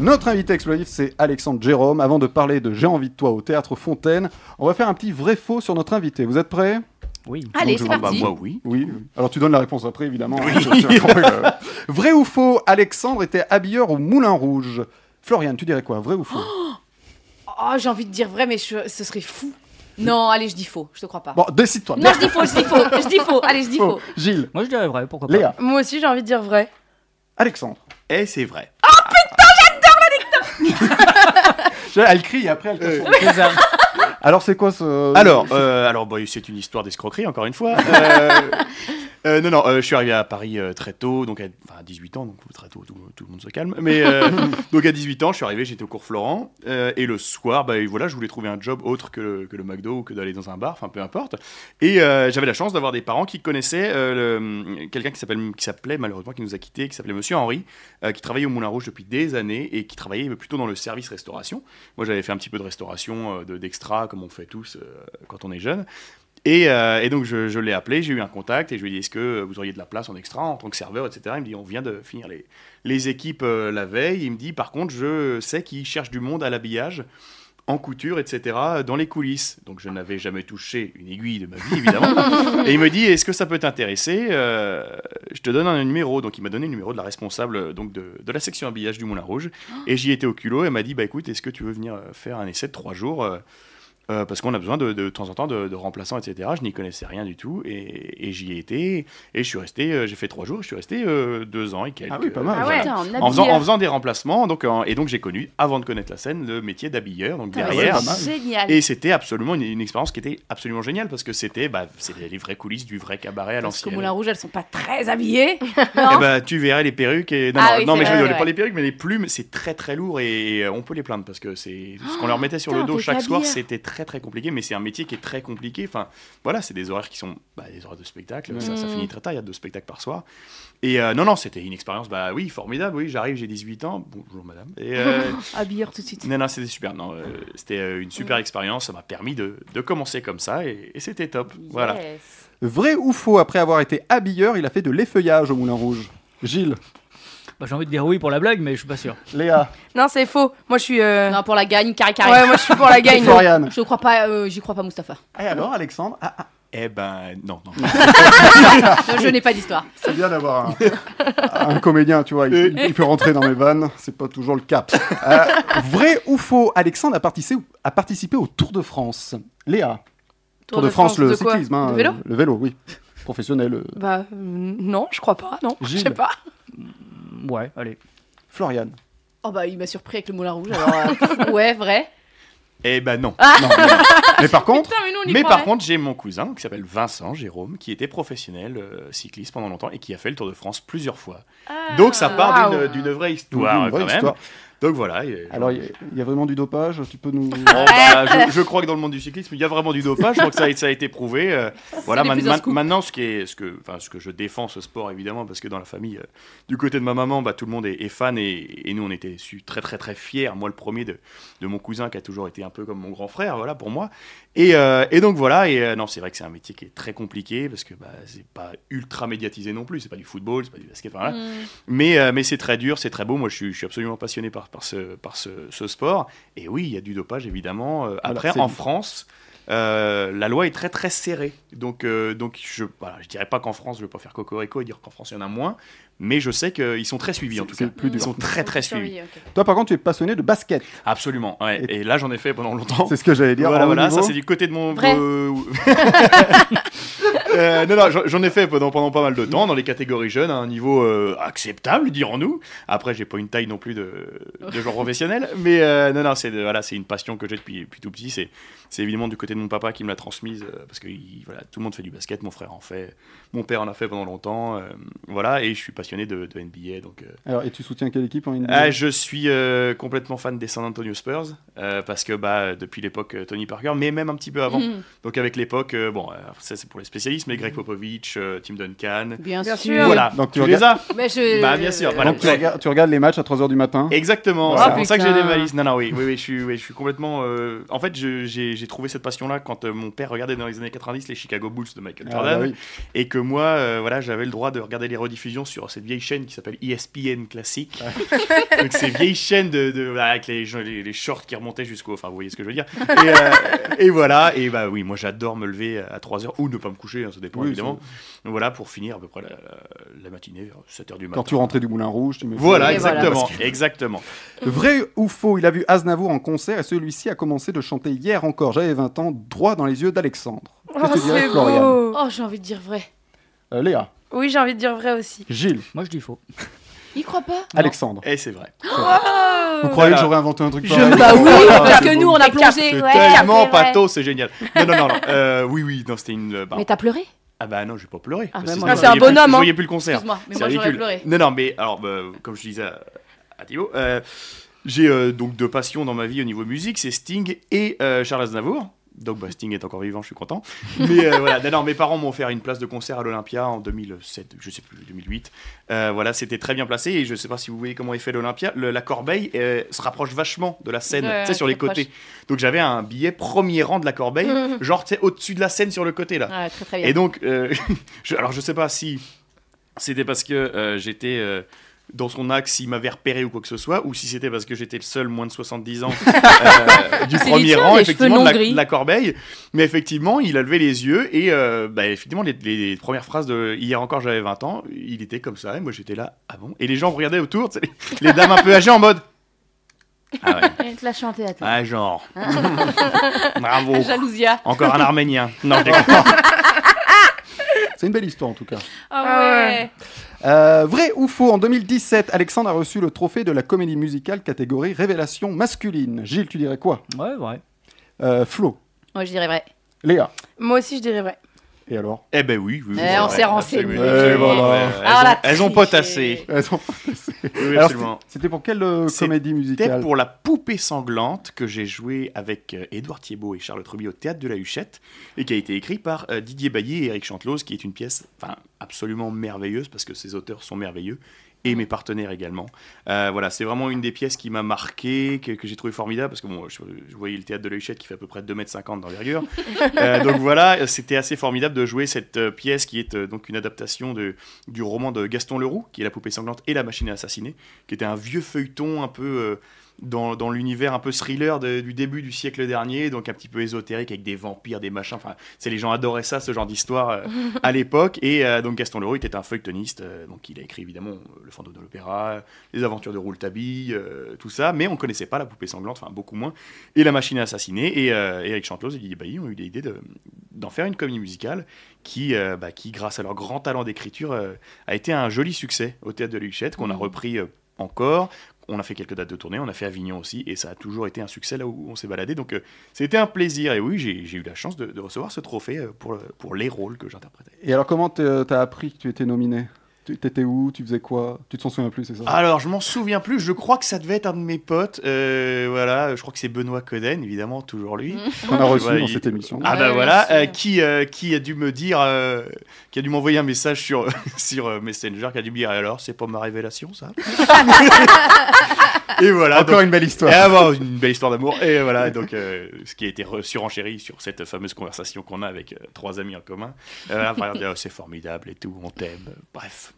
Speaker 2: Notre invité explosif, c'est Alexandre Jérôme. Avant de parler de J'ai envie de toi au théâtre Fontaine, on va faire un petit vrai-faux sur notre invité. Vous êtes prêts
Speaker 4: Oui.
Speaker 3: Allez, c'est parti.
Speaker 5: oui.
Speaker 2: Oui. Alors tu donnes la réponse après, évidemment. (laughs) Tu as compris, euh. vrai ou faux, Alexandre était habilleur au Moulin Rouge. Florian, tu dirais quoi
Speaker 3: (gasps)
Speaker 2: Vrai ou faux
Speaker 3: Oh, j'ai envie de dire vrai, mais je- ce serait fou. Non, allez, je dis faux, je te crois pas.
Speaker 2: Bon, décide-toi.
Speaker 3: Non, je dis faux, je dis faux, je dis faux, allez, je dis faux.
Speaker 2: Gilles.
Speaker 4: Moi je dirais vrai, pourquoi pas.
Speaker 2: Léa.
Speaker 6: Moi aussi, j'ai envie de dire vrai.
Speaker 2: Alexandre.
Speaker 5: Et Eh, c'est vrai.
Speaker 3: Oh,
Speaker 2: (laughs) Elle crie et après elle
Speaker 5: Euh.
Speaker 2: te
Speaker 4: C'est ça.
Speaker 2: Alors c'est quoi ce...
Speaker 5: Alors, euh, alors bah, c'est une histoire d'escroquerie, encore une (laughs) fois. Euh, euh, non, non, euh, je suis arrivé à Paris euh, très tôt, donc à, enfin, à 18 ans, donc très tôt, tout, tout le monde se calme. Mais euh, (laughs) donc à 18 ans, je suis arrivé, j'étais au cours Florent, euh, et le soir, bah, et voilà, je voulais trouver un job autre que, que le McDo ou que d'aller dans un bar, enfin peu importe. Et euh, j'avais la chance d'avoir des parents qui connaissaient euh, le- quelqu'un qui s'appelle- qui s'appelait, malheureusement, qui nous a quittés, qui s'appelait Monsieur Henri, euh, qui travaillait au Moulin Rouge depuis des années et qui travaillait plutôt dans le service restauration. Moi, j'avais fait un petit peu de restauration, euh, de- d'extra, comme on fait tous euh, quand on est jeune. Et, euh, et donc, je, je l'ai appelé, j'ai eu un contact et je lui ai dit Est-ce que vous auriez de la place en extra en tant que serveur, etc. Il me dit On vient de finir les, les équipes euh, la veille. Il me dit Par contre, je sais qu'il cherche du monde à l'habillage, en couture, etc., dans les coulisses. Donc, je n'avais jamais touché une aiguille de ma vie, évidemment. et il me dit Est-ce que ça peut t'intéresser Euh, Je te donne un numéro. Donc, il m'a donné le numéro de la responsable euh, donc de, de la section habillage du Moulin Rouge. Et j'y étais au culot. Elle m'a dit Bah écoute, est-ce que tu veux venir euh, faire un essai de trois jours euh, euh, parce qu'on a besoin de, de, temps en temps de, de remplaçants, etc. Je n'y connaissais rien du tout et, et j'y ai été. Et je suis resté, euh, j'ai fait trois jours, je suis resté euh, deux ans et quelques.
Speaker 2: Ah oui, pas mal.
Speaker 5: voilà.
Speaker 3: Putain, on
Speaker 5: en, faisant,
Speaker 3: habilleur.
Speaker 5: en faisant des remplacements, donc, en- et donc j'ai connu, avant de connaître la scène, le métier d'habilleur, donc
Speaker 3: Putain, mais
Speaker 5: derrière.
Speaker 3: c'est génial.
Speaker 5: Et c'était absolument une, une expérience qui était absolument géniale parce que c'était bah, c'était les vraies coulisses du vrai cabaret à
Speaker 3: Parce qu'au
Speaker 5: l'ancienne.
Speaker 3: Moulin Rouge, elles sont pas très
Speaker 2: (laughs)
Speaker 3: habillées.
Speaker 5: Eh
Speaker 3: Non.
Speaker 5: ben, tu verrais les perruques et non,
Speaker 3: Ah
Speaker 5: non,
Speaker 3: oui,
Speaker 5: non,
Speaker 3: c'est
Speaker 5: mais je
Speaker 3: vrai,
Speaker 5: rigole,
Speaker 3: ouais.
Speaker 5: pas les perruques mais les plumes c'est très très lourd et euh, on peut les plaindre parce que c'est ce qu'on leur mettait sur
Speaker 3: putain,
Speaker 5: le dos
Speaker 3: t'es
Speaker 5: chaque soir
Speaker 3: habilleur.
Speaker 5: c'était très très compliqué mais c'est un métier qui est très compliqué enfin voilà c'est des horaires qui sont bah, des horaires de spectacle ça, ça
Speaker 3: Mm.
Speaker 5: finit très tard il y a deux spectacles par soir et euh, non non c'était une expérience bah oui formidable oui j'arrive j'ai 18 ans bonjour madame
Speaker 3: (laughs)
Speaker 5: et euh,
Speaker 3: Habilleur tout de suite. Mm.
Speaker 5: non non c'était super non euh, c'était euh, une super expérience ça m'a permis de, de commencer comme ça et, et c'était top voilà
Speaker 3: Yes.
Speaker 2: Vrai ou faux, après avoir été habilleur, il a fait de l'effeuillage au Moulin Rouge Gilles,
Speaker 4: Bah, j'ai envie de dire oui pour la blague, mais je suis pas sûr.
Speaker 2: Léa,
Speaker 6: Non, c'est faux. Moi, je suis. euh,
Speaker 3: Non, pour la gagne, carré carré.
Speaker 6: Ouais, moi, je suis
Speaker 2: (laughs)
Speaker 6: pour la gagne.
Speaker 2: Florian.
Speaker 3: Je crois pas, euh, j'y crois pas, Mustapha.
Speaker 2: Et alors, Alexandre Ah, ah,
Speaker 5: eh ben non non (laughs)
Speaker 3: Non, Je n'ai pas d'histoire.
Speaker 2: C'est bien d'avoir
Speaker 3: (laughs)
Speaker 2: un, un comédien, tu vois, il, il peut rentrer dans mes vannes, c'est pas toujours le cas. Euh, vrai ou faux, Alexandre a participé, a participé au Tour de France Léa
Speaker 6: Tour de France,
Speaker 2: le
Speaker 6: de quoi
Speaker 2: cyclisme, hein,
Speaker 6: De vélo
Speaker 2: euh, le vélo, oui. Professionnel. euh.
Speaker 6: Bah, euh, non, je crois pas. Non, je sais
Speaker 2: Gilles.
Speaker 6: pas.
Speaker 5: Mm,
Speaker 4: Ouais, allez.
Speaker 2: Florian
Speaker 3: Oh bah, il m'a surpris avec le Moulin Rouge, alors. euh, (laughs) ouais, vrai.
Speaker 5: eh ben non
Speaker 2: Non, non. Mais par contre,
Speaker 3: Ah. (laughs) Putain, mais nous, on y
Speaker 5: Mais
Speaker 3: croirait.
Speaker 5: par contre, j'ai mon cousin qui s'appelle Vincent Jérôme, qui était professionnel euh, cycliste pendant longtemps et qui a fait le Tour de France plusieurs fois.
Speaker 3: Ah.
Speaker 5: Donc ça part d'une-
Speaker 6: Waouh.
Speaker 5: d'une vraie histoire
Speaker 2: D'une vraie
Speaker 5: quand même.
Speaker 2: histoire.
Speaker 5: Donc voilà. et-
Speaker 2: alors il y, a- il y a vraiment du dopage, tu peux nous...
Speaker 5: Oh, bah, je, je crois que dans le monde du cyclisme, il y a vraiment du dopage. Je crois que ça, a- ça a été prouvé. euh, voilà.
Speaker 3: les
Speaker 5: man-
Speaker 3: plus un
Speaker 5: man-
Speaker 3: scoop.
Speaker 5: maintenant, ce qui est, ce que, enfin, ce que je défends, ce sport évidemment, parce que dans la famille, euh, du côté de ma maman, bah, tout le monde est, est fan et, et nous, on était su- très, très, très fiers. Moi, le premier de, de mon cousin qui a toujours été un peu comme mon grand frère, voilà pour moi. Et, euh, et donc voilà. Et euh, non, c'est vrai que c'est un métier qui est très compliqué parce que bah, c'est pas ultra médiatisé non plus. C'est pas du football, c'est pas du basket. enfin, voilà.
Speaker 3: Mm.
Speaker 5: Mais, euh, mais c'est très dur, c'est très beau. Moi, je suis, je suis absolument passionné par, par, ce, par ce, ce sport. Et oui, il y a du dopage, évidemment. Euh,
Speaker 2: Voilà,
Speaker 5: après,
Speaker 2: c'est
Speaker 5: en
Speaker 2: dit.
Speaker 5: France, euh, la loi est très très serrée. Donc, euh, donc je, voilà, je dirais pas qu'en France, je vais pas faire cocorico et dire qu'en France il y en a moins, mais je sais qu'ils sont très suivis en tout cas.
Speaker 2: plus dur.
Speaker 5: Ils sont très très suivis.
Speaker 2: Toi, par contre, tu es passionné de basket.
Speaker 5: Absolument. ouais. Et là j'en ai fait pendant longtemps.
Speaker 2: C'est ce que j'allais dire,
Speaker 5: Voilà,
Speaker 2: en haut
Speaker 5: voilà, ça
Speaker 2: niveau.
Speaker 5: c'est du côté de mon.
Speaker 2: Vrai.
Speaker 5: euh, Euh, non, non, j'en- j'en ai fait pendant, pendant pas mal de temps, dans les catégories jeunes, à un niveau euh, acceptable, dirons-nous. Après, j'ai pas une taille non plus de, de joueur professionnel, mais euh, non, non, c'est de- voilà, c'est une passion que j'ai depuis, depuis tout petit. C'est c'est évidemment du côté de mon papa qui me l'a transmise, euh, parce que il- voilà, tout le monde fait du basket, mon frère en fait, mon père en a fait pendant longtemps, euh, voilà, et je suis passionné de, de NBA, donc euh,
Speaker 2: Alors, et tu soutiens quelle équipe en NBA
Speaker 5: ah, je suis euh, complètement fan des San Antonio Spurs euh, parce que bah, depuis l'époque euh, Tony Parker, mais même un petit peu avant.
Speaker 3: Mm.
Speaker 2: Mhm.
Speaker 5: Donc avec l'époque, euh, bon, euh, ça c'est pour les spécialistes, mais Greg Popovich, euh, Tim Duncan.
Speaker 3: Bien Bien sûr. sûr.
Speaker 5: Voilà.
Speaker 2: Donc, tu
Speaker 5: tu, les
Speaker 2: regardes-
Speaker 5: as.
Speaker 3: Mais je-
Speaker 5: Bah bien sûr. voilà.
Speaker 2: Donc, tu, regardes, tu regardes les matchs à 3h du matin
Speaker 5: Exactement,
Speaker 4: Ah,
Speaker 2: Voilà.
Speaker 5: c'est pour ça que j'ai des
Speaker 2: Putain.
Speaker 5: valises. Non, non, oui, oui, oui, je, suis, oui, je suis complètement. euh, En fait, je- j'ai j'ai trouvé cette passion-là quand euh, mon père regardait dans les années 90 les Chicago Bulls de Michael
Speaker 2: Ah,
Speaker 5: Jordan.
Speaker 2: bah oui.
Speaker 5: Et que moi, euh, voilà, j'avais le droit de regarder les rediffusions sur cette vieille chaîne qui s'appelle E ESPN Classique. (laughs) Donc, ces vieilles chaînes de, de- voilà, avec les, je- les, les shorts qui remontaient jusqu'au. Enfin, vous voyez ce que je veux dire. Et, euh, et voilà, et bah oui, moi j'adore me lever à 3h ou ne pas me coucher, hein, ça dépend
Speaker 2: Oui,
Speaker 5: évidemment. Donc, voilà, pour finir à peu près la, la matinée vers 7h du matin.
Speaker 2: Quand tu rentrais du Moulin Rouge, tu me
Speaker 5: Voilà, exactement, exactement.
Speaker 2: Vrai ou faux, il a vu Aznavour en concert et celui-ci a commencé de chanter hier encore, j'avais 20 ans, droit dans les yeux d'Alexandre.
Speaker 4: Oh,
Speaker 2: Qu'est-ce que tu dirais, Florian
Speaker 6: Oh, j'ai envie de dire vrai.
Speaker 2: Euh, Léa,
Speaker 6: Oui, j'ai envie de dire vrai aussi.
Speaker 2: Gilles,
Speaker 4: Moi, je dis faux.
Speaker 6: Il croit pas
Speaker 2: Alexandre.
Speaker 5: Et Eh, c'est vrai.
Speaker 3: Oh
Speaker 2: Vous croyez
Speaker 5: Voilà.
Speaker 2: que j'aurais inventé un truc
Speaker 5: Je-
Speaker 2: pareil
Speaker 5: bah oui,
Speaker 3: (laughs)
Speaker 2: Ah,
Speaker 5: parce
Speaker 2: c'est
Speaker 5: que
Speaker 2: beau.
Speaker 5: nous, on
Speaker 3: a plongé.
Speaker 5: C'est
Speaker 3: Ouais,
Speaker 5: tellement
Speaker 3: c'est vrai.
Speaker 5: pato, c'est génial. Non, non, non, non. Euh, oui, oui, non, c'était une. euh, bah,
Speaker 3: Mais t'as pleuré
Speaker 5: Ah bah non, j'ai pas pleuré.
Speaker 3: Ah
Speaker 5: Bah,
Speaker 3: bah
Speaker 5: sinon,
Speaker 3: moi,
Speaker 5: vous
Speaker 3: c'est un
Speaker 5: voyez plus-
Speaker 3: bonhomme,
Speaker 5: Vous
Speaker 3: hein.
Speaker 5: voyez plus le concert.
Speaker 3: Excuse-moi, mais
Speaker 5: C'est
Speaker 3: moi, j'aurais
Speaker 5: ridicule.
Speaker 3: pleuré.
Speaker 5: Non, non, mais alors, bah, comme je disais à, à Thibaut, euh, j'ai euh, donc deux passions dans ma vie au niveau musique, c'est Sting et euh, Charles Aznavour. Donc bah, Sting est encore vivant, je suis content. Mais euh, voilà, non, non, mes parents m'ont offert une place de concert à l'Olympia en 2007, je sais plus, 2008. Euh, voilà, c'était très bien placé et je sais pas si vous voyez comment est fait l'Olympia. Le- la corbeille euh, se rapproche vachement de la scène,
Speaker 2: Ouais,
Speaker 5: tu sais, sur
Speaker 2: très
Speaker 5: les côtés.
Speaker 2: proche.
Speaker 5: Donc j'avais un billet premier rang de la corbeille, genre tu sais, au-dessus de la scène sur le côté là.
Speaker 3: Ouais, très, très bien.
Speaker 5: Et donc, euh, (laughs) je- alors je sais pas si c'était parce que euh, j'étais euh, dans son axe, s'il m'avait repéré ou quoi que ce soit, ou si c'était parce que j'étais le seul moins
Speaker 2: (laughs)
Speaker 5: de 70 ans euh, du
Speaker 2: C'est
Speaker 5: premier
Speaker 2: Lucien,
Speaker 5: rang,
Speaker 2: les
Speaker 5: effectivement,
Speaker 2: cheveux
Speaker 5: de la,
Speaker 2: longs gris.
Speaker 5: de la corbeille. Mais effectivement, il a levé les yeux et euh, bah, effectivement, les, les premières phrases de Hier encore, j'avais 20 ans, il était comme ça et moi j'étais là, ah bon Et les gens me regardaient autour, tu sais, les, les dames un peu âgées en mode.
Speaker 2: (laughs)
Speaker 5: Ah ouais.
Speaker 7: Je vais te la chanter à toi.
Speaker 5: Ah, genre.
Speaker 3: (laughs)
Speaker 5: Bravo.
Speaker 2: Ah.
Speaker 3: Jalousia.
Speaker 5: Encore un arménien.
Speaker 2: (laughs)
Speaker 5: Non, je déconne.
Speaker 2: C'est une belle histoire en tout cas.
Speaker 3: Ah ouais.
Speaker 2: Euh, vrai ou faux, en 2017, Alexandre a reçu le trophée de la comédie musicale catégorie Révélation masculine. Gilles, tu dirais quoi
Speaker 4: Ouais,
Speaker 2: Euh,
Speaker 4: vrai.
Speaker 2: Flo,
Speaker 3: Moi, je dirais vrai.
Speaker 4: (laughs)
Speaker 2: Léa,
Speaker 6: Moi aussi, je dirais vrai.
Speaker 2: et alors
Speaker 5: Eh ben oui, oui. oui,
Speaker 3: Eh,
Speaker 5: c'est
Speaker 3: on
Speaker 5: vrai,
Speaker 3: s'est renseigné.
Speaker 5: absolument,
Speaker 2: Eh,
Speaker 5: absolument.
Speaker 2: voilà.
Speaker 5: Ouais,
Speaker 2: Ah,
Speaker 5: elles,
Speaker 2: la
Speaker 5: ont, elles ont
Speaker 2: triche.
Speaker 5: potassé.
Speaker 2: Elles ont potassé.
Speaker 5: Oui,
Speaker 2: Alors,
Speaker 5: absolument.
Speaker 2: c'était- C'était pour quelle euh, comédie musicale
Speaker 5: C'était pour la poupée sanglante que j'ai jouée avec euh, Édouard Thiebaud et Charlotte Ruby au théâtre de la Huchette et qui a été écrite par euh, Didier Bailly et Eric Chantelose, qui est une pièce enfin, absolument merveilleuse parce que ces auteurs sont merveilleux et mes partenaires également. Euh, voilà, c'est vraiment une des pièces qui m'a marqué, que, que j'ai trouvé formidable parce que bon, je, je voyais le théâtre de la Huchette qui fait à peu près 2m50 d'envergure. (laughs) (laughs) Euh, donc voilà, euh, c'était assez formidable de jouer cette euh, pièce qui est euh, donc une adaptation de, du roman de Gaston Leroux, qui est La poupée sanglante et la machine à assassiner, qui était un vieux feuilleton un peu euh, dans, dans l'univers un peu thriller de- du début du siècle dernier, donc un petit peu ésotérique avec des vampires, des machins. Enfin, c'est les gens adoraient ça, ce genre d'histoire euh, à l'époque. Et euh, donc Gaston Leroux était un feuilletoniste, euh, donc il a écrit évidemment euh, Le fantôme de l'opéra, Les aventures de Rouletabille, euh, tout ça, mais on connaissait pas La poupée sanglante, enfin beaucoup moins, et La machine à assassiner. Et euh, Eric Chantelose et Didier Bailly ont eu l'idée de- d'en faire une comédie musicale qui, euh, bah, qui, grâce à leur grand talent d'écriture, euh, a été un joli succès au théâtre de Luchette, qu'on a repris euh, encore. On a fait quelques dates de tournée, on a fait Avignon aussi, et ça a toujours été un succès là où on s'est baladé. Donc euh, c'était un plaisir, et oui, j'ai j'ai eu la chance de, de recevoir ce trophée euh, pour, le- pour les rôles que j'interprétais.
Speaker 2: Et alors, comment t'es- euh, t'as appris que tu étais nominé Tu- T'étais où Tu faisais quoi Tu te s'en souviens plus, c'est ça
Speaker 5: Alors, je m'en souviens plus. Je crois que ça devait être un de mes potes. euh, voilà, je crois que c'est Benoît Coden, évidemment, toujours lui.
Speaker 2: Qu'on a reçu
Speaker 5: Ouais,
Speaker 2: dans
Speaker 5: il-
Speaker 2: cette émission.
Speaker 5: Ah bah
Speaker 2: Mm. Ouais,
Speaker 5: voilà,
Speaker 2: bien
Speaker 5: euh, qui, euh, qui a dû me dire, euh, qui a dû m'envoyer un message sur, (laughs) sur euh, Messenger, qui a dû me dire alors, c'est pas ma
Speaker 2: (laughs)
Speaker 5: révélation ça Et voilà.
Speaker 2: Encore une belle histoire.
Speaker 5: Ah bon, une belle histoire d'amour. Et voilà, donc euh, ce qui a été re- surenchéri sur cette fameuse conversation qu'on a avec euh, trois amis en commun. Euh, voilà, par exemple, Oh, c'est formidable et tout, on t'aime. Bref.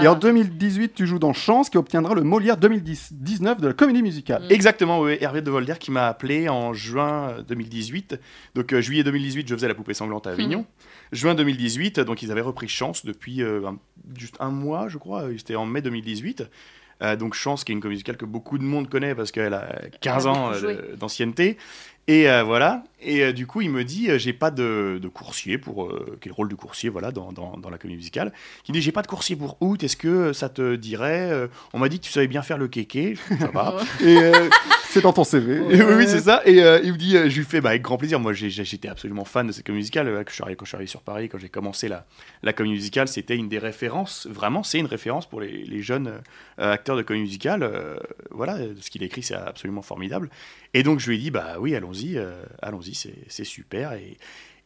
Speaker 2: Et en 2018, tu joues dans Chance, qui obtiendra le Molière 2019 de la comédie musicale.
Speaker 5: Mm.
Speaker 14: Mm.
Speaker 5: Exactement, oui. Hervé de Volder qui m'a appelé en juin euh, 2018. Donc euh, juillet 2018, je faisais La Poupée Sanglante à Avignon.
Speaker 2: Mhm.
Speaker 14: Mm.
Speaker 5: Juin 2018, euh, donc ils avaient repris Chance depuis euh, un- juste un mois, je crois. Euh, C'était en mai 2018. Euh, donc Chance, qui est une comédie musicale que beaucoup de monde connaît parce qu'elle a 15
Speaker 14: Elle a
Speaker 5: ans
Speaker 14: beaucoup
Speaker 5: euh,
Speaker 14: joué.
Speaker 5: d'ancienneté. Et euh, voilà. Et euh, du coup, il me dit, euh, j'ai pas de, de coursier pour euh, quel rôle de coursier, voilà, dans, dans, dans la comédie musicale. Il dit, j'ai pas de coursier pour août. Est-ce que ça te dirait euh, On m'a dit que tu savais bien faire le kéké. Je fais, Ça va. Et, euh,
Speaker 2: C'est dans ton CV.
Speaker 5: et (laughs) oui, oui, c'est ça. Et euh, il me dit, euh, je lui fais bah, avec grand plaisir. Moi, j'ai- j'ai- j'étais absolument fan de cette comédie musicale. Euh, Quand je suis arrivé, quand je suis arrivé sur Paris, quand j'ai commencé la, la comédie musicale, c'était une des références. Vraiment, c'est une référence pour les, les jeunes euh, acteurs de comédie musicale. Euh, voilà, euh, ce qu'il a écrit, c'est absolument formidable. Et donc, je lui ai dit, bah oui, allons-y, euh, allons-y, c'est c'est super. Et,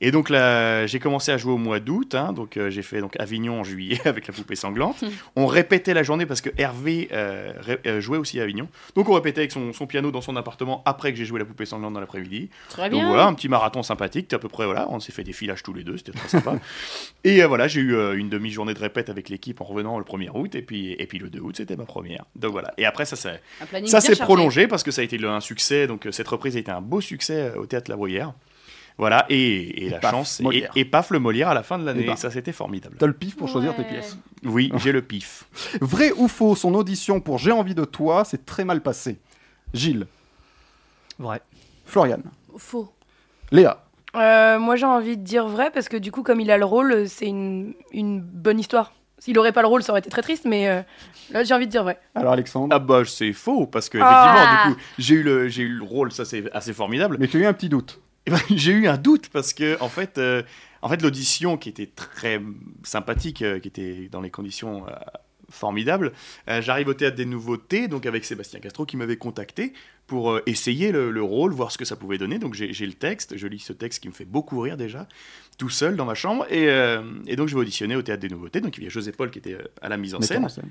Speaker 5: et donc là, j'ai commencé à jouer au mois d'août, hein. donc euh, j'ai fait donc Avignon en juillet (laughs) avec la poupée sanglante. On répétait la journée parce que Hervé euh, ré- euh, jouait aussi à Avignon. Donc on répétait avec son, son piano dans son appartement après que j'ai joué la poupée sanglante dans l'après-midi.
Speaker 14: Très
Speaker 5: Donc
Speaker 14: bien.
Speaker 5: voilà, un petit marathon sympathique, à peu près voilà, on s'est fait des filages tous les deux, c'était
Speaker 14: (laughs)
Speaker 5: très sympa. et euh, voilà, j'ai eu euh, une demi-journée de répète avec l'équipe en revenant le 1er août et puis et puis le 2 août, c'était ma première. Donc voilà. Et après ça ça
Speaker 14: Un planning
Speaker 5: ça
Speaker 14: bien
Speaker 5: s'est
Speaker 14: chargé.
Speaker 5: prolongé parce que ça a été le- un succès donc euh, cette reprise a été un beau succès euh, au théâtre La Bruyère. Voilà, et, et la
Speaker 2: paf,
Speaker 5: chance. Et,
Speaker 2: Molière.
Speaker 5: et paf, le Molière à la fin de l'année.
Speaker 2: Et paf.
Speaker 5: Ça, c'était formidable.
Speaker 2: T'as le pif pour choisir tes pièces.
Speaker 5: Oui, j'ai le pif.
Speaker 2: Vrai ou faux, son audition pour J'ai envie de toi s'est très mal passée. Gilles.
Speaker 4: Vrai.
Speaker 2: Florian.
Speaker 6: Faux.
Speaker 2: Léa.
Speaker 6: Euh, moi, j'ai envie de dire vrai parce que du coup, comme il a le rôle, euh, c'est une, une bonne histoire. S'il aurait pas le rôle, ça aurait été très triste, mais euh, là, j'ai envie de dire vrai.
Speaker 2: Alors Alexandre
Speaker 5: Ah bah c'est faux parce que
Speaker 6: Ah.
Speaker 5: effectivement du coup j'ai eu le j'ai eu le rôle ça c'est assez formidable.
Speaker 2: Mais tu as eu un petit doute.
Speaker 5: Eh ben, (laughs) j'ai eu un doute parce que en fait euh, en fait l'audition qui était très sympathique euh, qui était dans les conditions euh, formidables euh, j'arrive au théâtre des nouveautés donc avec Sébastien Castro qui m'avait contacté pour euh, essayer le, le rôle voir ce que ça pouvait donner donc j'ai j'ai le texte je lis ce texte qui me fait beaucoup rire déjà tout seul dans ma chambre et, euh, et donc je vais auditionner au théâtre des nouveautés donc il y a José Paul qui était euh, à la mise en
Speaker 2: Metteur
Speaker 5: scène
Speaker 2: en scène.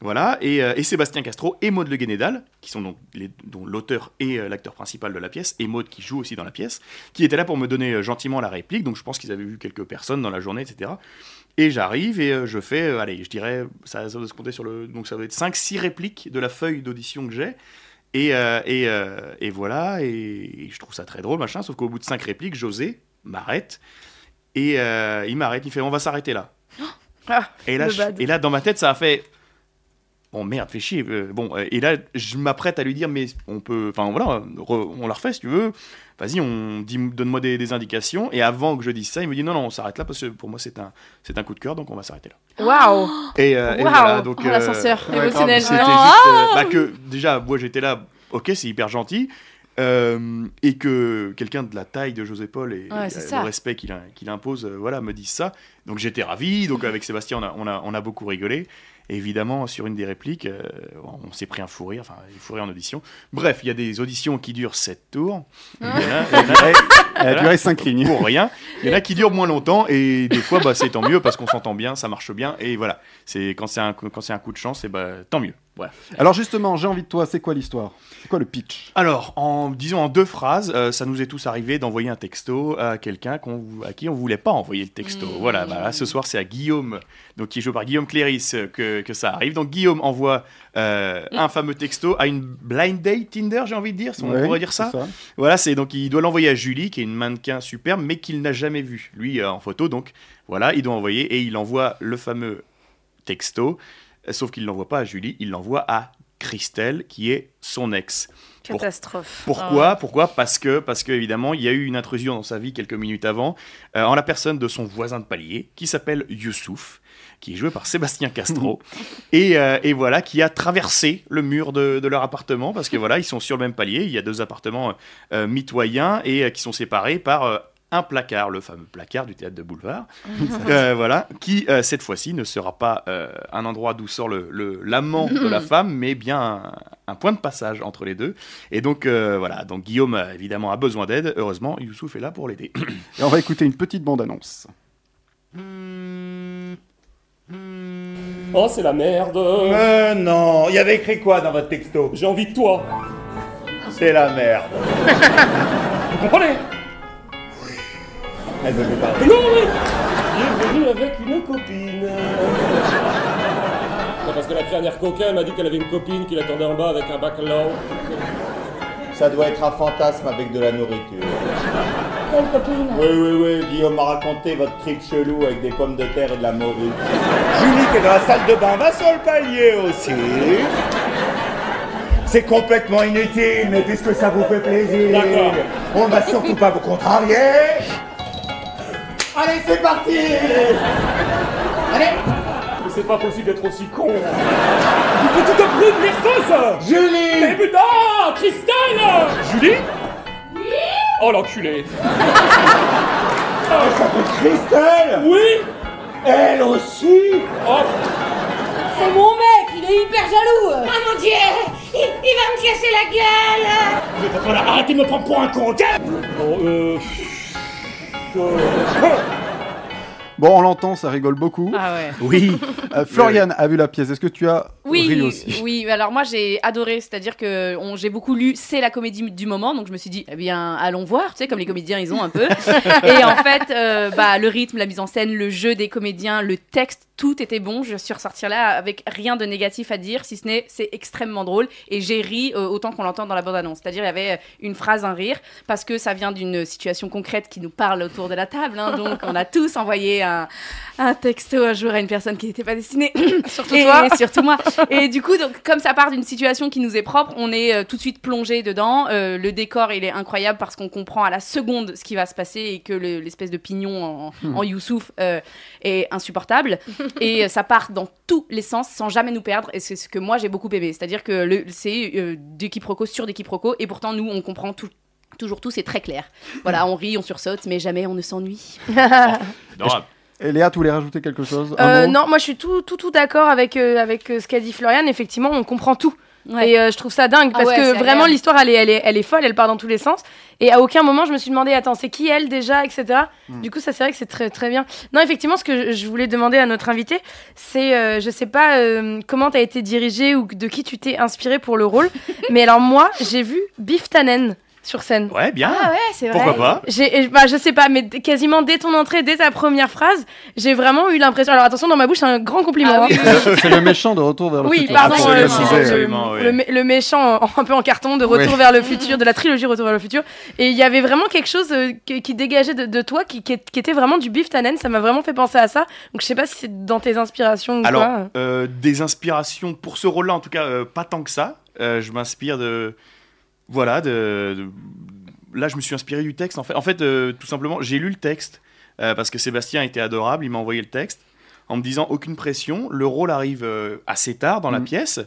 Speaker 5: voilà, et, euh, et Sébastien Castro et Maude Le Guénédal, qui sont donc les- dont l'auteur et euh, l'acteur principal de la pièce, et Maude qui joue aussi dans la pièce, qui étaient là pour me donner euh, gentiment la réplique, donc je pense qu'ils avaient vu quelques personnes dans la journée, etc. Et j'arrive et euh, je fais, euh, allez, je dirais, ça, ça doit se compter sur le. Donc ça doit être 5-6 répliques de la feuille d'audition que j'ai. Et, euh, et, euh, et voilà, et, et je trouve ça très drôle, machin, sauf qu'au bout de 5 répliques, José m'arrête, et euh, il m'arrête, il fait, on va s'arrêter là.
Speaker 6: Ah,
Speaker 5: Et là,
Speaker 6: le
Speaker 5: je-
Speaker 6: bad.
Speaker 5: et là, dans ma tête, ça a fait. Bon, merde, fais chier. euh, bon, euh, et là, je m'apprête à lui dire, mais on peut. Enfin, voilà, re- on la refait si tu veux. Vas-y, on dit- donne-moi des, des indications. Et avant que je dise ça, il me dit, non, non, on s'arrête là parce que pour moi, c'est un, c'est un coup de cœur, donc on va s'arrêter là.
Speaker 6: Waouh
Speaker 5: Et, euh, et
Speaker 6: Waouh.
Speaker 5: voilà, donc.
Speaker 6: Oh, l'ascenseur
Speaker 5: grave,
Speaker 6: émotionnel.
Speaker 5: C'était
Speaker 6: Non.
Speaker 5: juste.
Speaker 6: Ah
Speaker 5: euh, bah, que, déjà, moi, j'étais là, ok, c'est hyper gentil. euh, et que quelqu'un de la taille de José Paul et,
Speaker 14: Ouais, c'est
Speaker 5: et
Speaker 14: ça.
Speaker 5: le respect qu'il qu'il impose, euh, voilà, me disent ça. Donc j'étais ravi. Donc
Speaker 6: (laughs)
Speaker 5: avec Sébastien, on a, on a, on a beaucoup rigolé. Et évidemment, sur une des répliques, euh, on s'est pris un fou rire, enfin, un fou rire en audition. Bref, il y a des auditions qui durent 7 tours.
Speaker 6: Hein
Speaker 5: Il y en
Speaker 6: (laughs)
Speaker 5: a- il y en a-
Speaker 2: Elle a
Speaker 5: voilà,
Speaker 2: duré cinq lignes.
Speaker 5: Pour rien. Il y en a qui durent moins longtemps et des fois, bah, c'est tant mieux parce qu'on s'entend bien, ça marche bien. Et voilà, c'est quand c'est un, quand c'est un coup de chance, et bah, tant mieux. Voilà.
Speaker 2: Alors justement, J'ai envie de toi, c'est quoi l'histoire C'est quoi le pitch
Speaker 5: Alors, en, disons en deux phrases, euh, ça nous est tous arrivé d'envoyer un texto à quelqu'un qu'on, à qui on voulait pas envoyer le texto. Voilà, bah là, ce soir c'est à Guillaume, donc qui joue par Guillaume Cléris, euh, que, que ça arrive. Donc Guillaume envoie euh, un fameux texto à une blind date Tinder, j'ai envie de dire, si on
Speaker 2: Ouais,
Speaker 5: pourrait dire ça.
Speaker 2: c'est ça.
Speaker 5: Voilà, c'est donc il doit l'envoyer à Julie, qui est une mannequin superbe, mais qu'il n'a jamais vue, lui euh, en photo. Donc voilà, il doit envoyer et il envoie le fameux texto, euh, sauf qu'il l'envoie pas à Julie, il l'envoie à Christelle, qui est son ex. Pour-
Speaker 6: Catastrophe.
Speaker 5: pourquoi
Speaker 6: Ah.
Speaker 5: Pourquoi Parce que, parce que évidemment, il y a eu une intrusion dans sa vie quelques minutes avant, euh, en la personne de son voisin de palier, qui s'appelle Youssouf, qui est joué par Sébastien
Speaker 6: (laughs)
Speaker 5: Castro, et, euh, et voilà, qui a traversé le mur de, de leur appartement, parce que voilà, ils sont sur le même palier, il y a deux appartements euh, euh, mitoyens, et euh, qui sont séparés par... euh, un placard, le fameux placard du théâtre de boulevard,
Speaker 6: Ah.
Speaker 5: euh, voilà, qui euh, cette fois-ci ne sera pas euh, un endroit d'où sort le- le- l'amant de la femme, mais bien un, un point de passage entre les deux. Et donc euh, voilà, donc Guillaume euh, évidemment a besoin d'aide. Heureusement, Youssouf est là pour l'aider. (clears throat)
Speaker 2: Et on va écouter une petite bande-annonce.
Speaker 15: Oh, c'est la merde Euh, non Il y avait écrit quoi dans votre texto J'ai envie de toi C'est la merde (laughs) Vous comprenez Elle veut me parler. Non, mais J'ai venu avec une copine parce que la dernière coquin m'a dit qu'elle avait une copine qui l'attendait en bas avec un bacalao.
Speaker 14: Ça doit être un fantasme avec de la nourriture.
Speaker 11: Quelle copine
Speaker 14: Oui, oui, oui, Guillaume m'a raconté votre trip chelou avec des pommes de terre et de la morue.
Speaker 11: Julie qui est dans la salle de bain va sur le palier aussi. C'est complètement inutile, mais puisque ça vous fait plaisir,
Speaker 14: D'accord.
Speaker 11: on ne va surtout pas vous contrarier.
Speaker 14: Allez, c'est parti
Speaker 11: Allez Mais c'est pas possible d'être aussi con Une petite bruit de merceuse Julie Mais putain Christelle Julie Oh l'enculé Elle s'appelle Christelle Oui Oh, Elle aussi
Speaker 16: C'est mon mec, il est hyper jaloux Ah mon dieu il, il va me casser la gueule
Speaker 11: Mais t'as pas la- arrêtez de me prendre pour un con, ok
Speaker 15: Bon, euh.
Speaker 2: Bon, on l'entend, ça rigole beaucoup.
Speaker 3: Ah ouais.
Speaker 2: (laughs) Oui. Euh, Florian a vu la pièce. Est-ce que tu as ri
Speaker 3: Oui,
Speaker 2: aussi
Speaker 3: oui. Alors moi j'ai adoré, c'est-à-dire que on- j'ai beaucoup lu. C'est la comédie du moment, donc je me suis dit eh bien allons voir. Tu sais comme les comédiens ils
Speaker 6: (laughs)
Speaker 3: ont un peu. et en fait, euh, bah le rythme, la mise en scène, le jeu des comédiens, le texte, tout était bon. Je suis ressortir là avec rien de négatif à dire, si ce n'est c'est extrêmement drôle et j'ai ri euh, autant qu'on l'entend dans la bande-annonce. C'est-à-dire il y avait une phrase, un rire, parce que ça vient d'une situation concrète qui nous parle autour de la table. hein. donc on a tous envoyé un, un texto un jour à une personne qui n'était pas destinée.
Speaker 6: (coughs) Surtout
Speaker 3: Et-
Speaker 6: toi.
Speaker 3: et surtout moi. Et du coup, donc, comme ça part d'une situation qui nous est propre, on est euh, tout de suite plongé dedans. Euh, le décor, il est incroyable parce qu'on comprend à la seconde ce qui va se passer et que le- l'espèce de pignon en,
Speaker 6: Hmm.
Speaker 3: en Youssouf euh, est insupportable. et euh, ça part dans tous les sens sans jamais nous perdre. Et c'est ce que moi, j'ai beaucoup aimé. C'est-à-dire que le- c'est euh, des quiproquos sur des quiproquos. Et pourtant, nous, on comprend tout. Toujours tout, c'est très clair. Voilà, on rit, on sursaute, mais jamais on ne s'ennuie.
Speaker 2: Et Léa, tu voulais rajouter quelque chose
Speaker 6: Euh,
Speaker 2: Un mot
Speaker 6: non, moi je suis tout, tout, tout d'accord avec, euh, avec euh, ce qu'a dit Florian. Effectivement, on comprend tout. Et euh, je trouve ça dingue
Speaker 3: Ah
Speaker 6: parce
Speaker 3: ouais, c'est
Speaker 6: que vraiment
Speaker 3: agréable.
Speaker 6: l'histoire elle est, elle, est, elle est folle, elle part dans tous les sens. Et à aucun moment je me suis demandé, attends, c'est qui elle déjà, etc.
Speaker 5: Hmm.
Speaker 3: Mm.
Speaker 6: Du coup, ça c'est vrai que c'est très très bien. Non, effectivement, ce que je- je voulais demander à notre invité, c'est euh, je sais pas euh, comment t'as été dirigée ou de qui tu t'es inspirée pour le rôle, mais alors moi j'ai vu Biff Tannen sur scène.
Speaker 5: Ouais, bien.
Speaker 6: Ah ouais, c'est vrai.
Speaker 5: Pourquoi pas
Speaker 6: J'ai, et- bah, je sais pas, mais d- quasiment dès ton entrée, dès ta première phrase, j'ai vraiment eu l'impression. Alors attention, dans ma bouche, c'est un grand compliment.
Speaker 2: Ah
Speaker 6: hein.
Speaker 2: (laughs) C'est le méchant de retour vers le
Speaker 6: Oui,
Speaker 2: futur.
Speaker 6: pardon,
Speaker 2: Absolument,
Speaker 6: euh,
Speaker 2: précisé.
Speaker 5: absolument, oui.
Speaker 6: le, mé- le méchant en- un peu en carton de Retour
Speaker 2: Oui.
Speaker 6: vers le futur, de la trilogie Retour vers le futur. Et il y avait vraiment quelque chose euh, qui, qui dégageait de, de toi, qui, qui est- qui était vraiment du beef tannen. Ça m'a vraiment fait penser à ça. Donc je sais pas si c'est dans tes inspirations ou
Speaker 5: Alors,
Speaker 6: pas.
Speaker 5: euh, des inspirations pour ce rôle-là, en tout cas, euh, pas tant que ça. Euh, je m'inspire de. Voilà, de, de- Là, je me suis inspiré du texte. En fait, en fait euh, tout simplement, j'ai lu le texte euh, parce que Sébastien était adorable. Il m'a envoyé le texte en me disant aucune pression. Le rôle arrive euh, assez tard dans la pièce.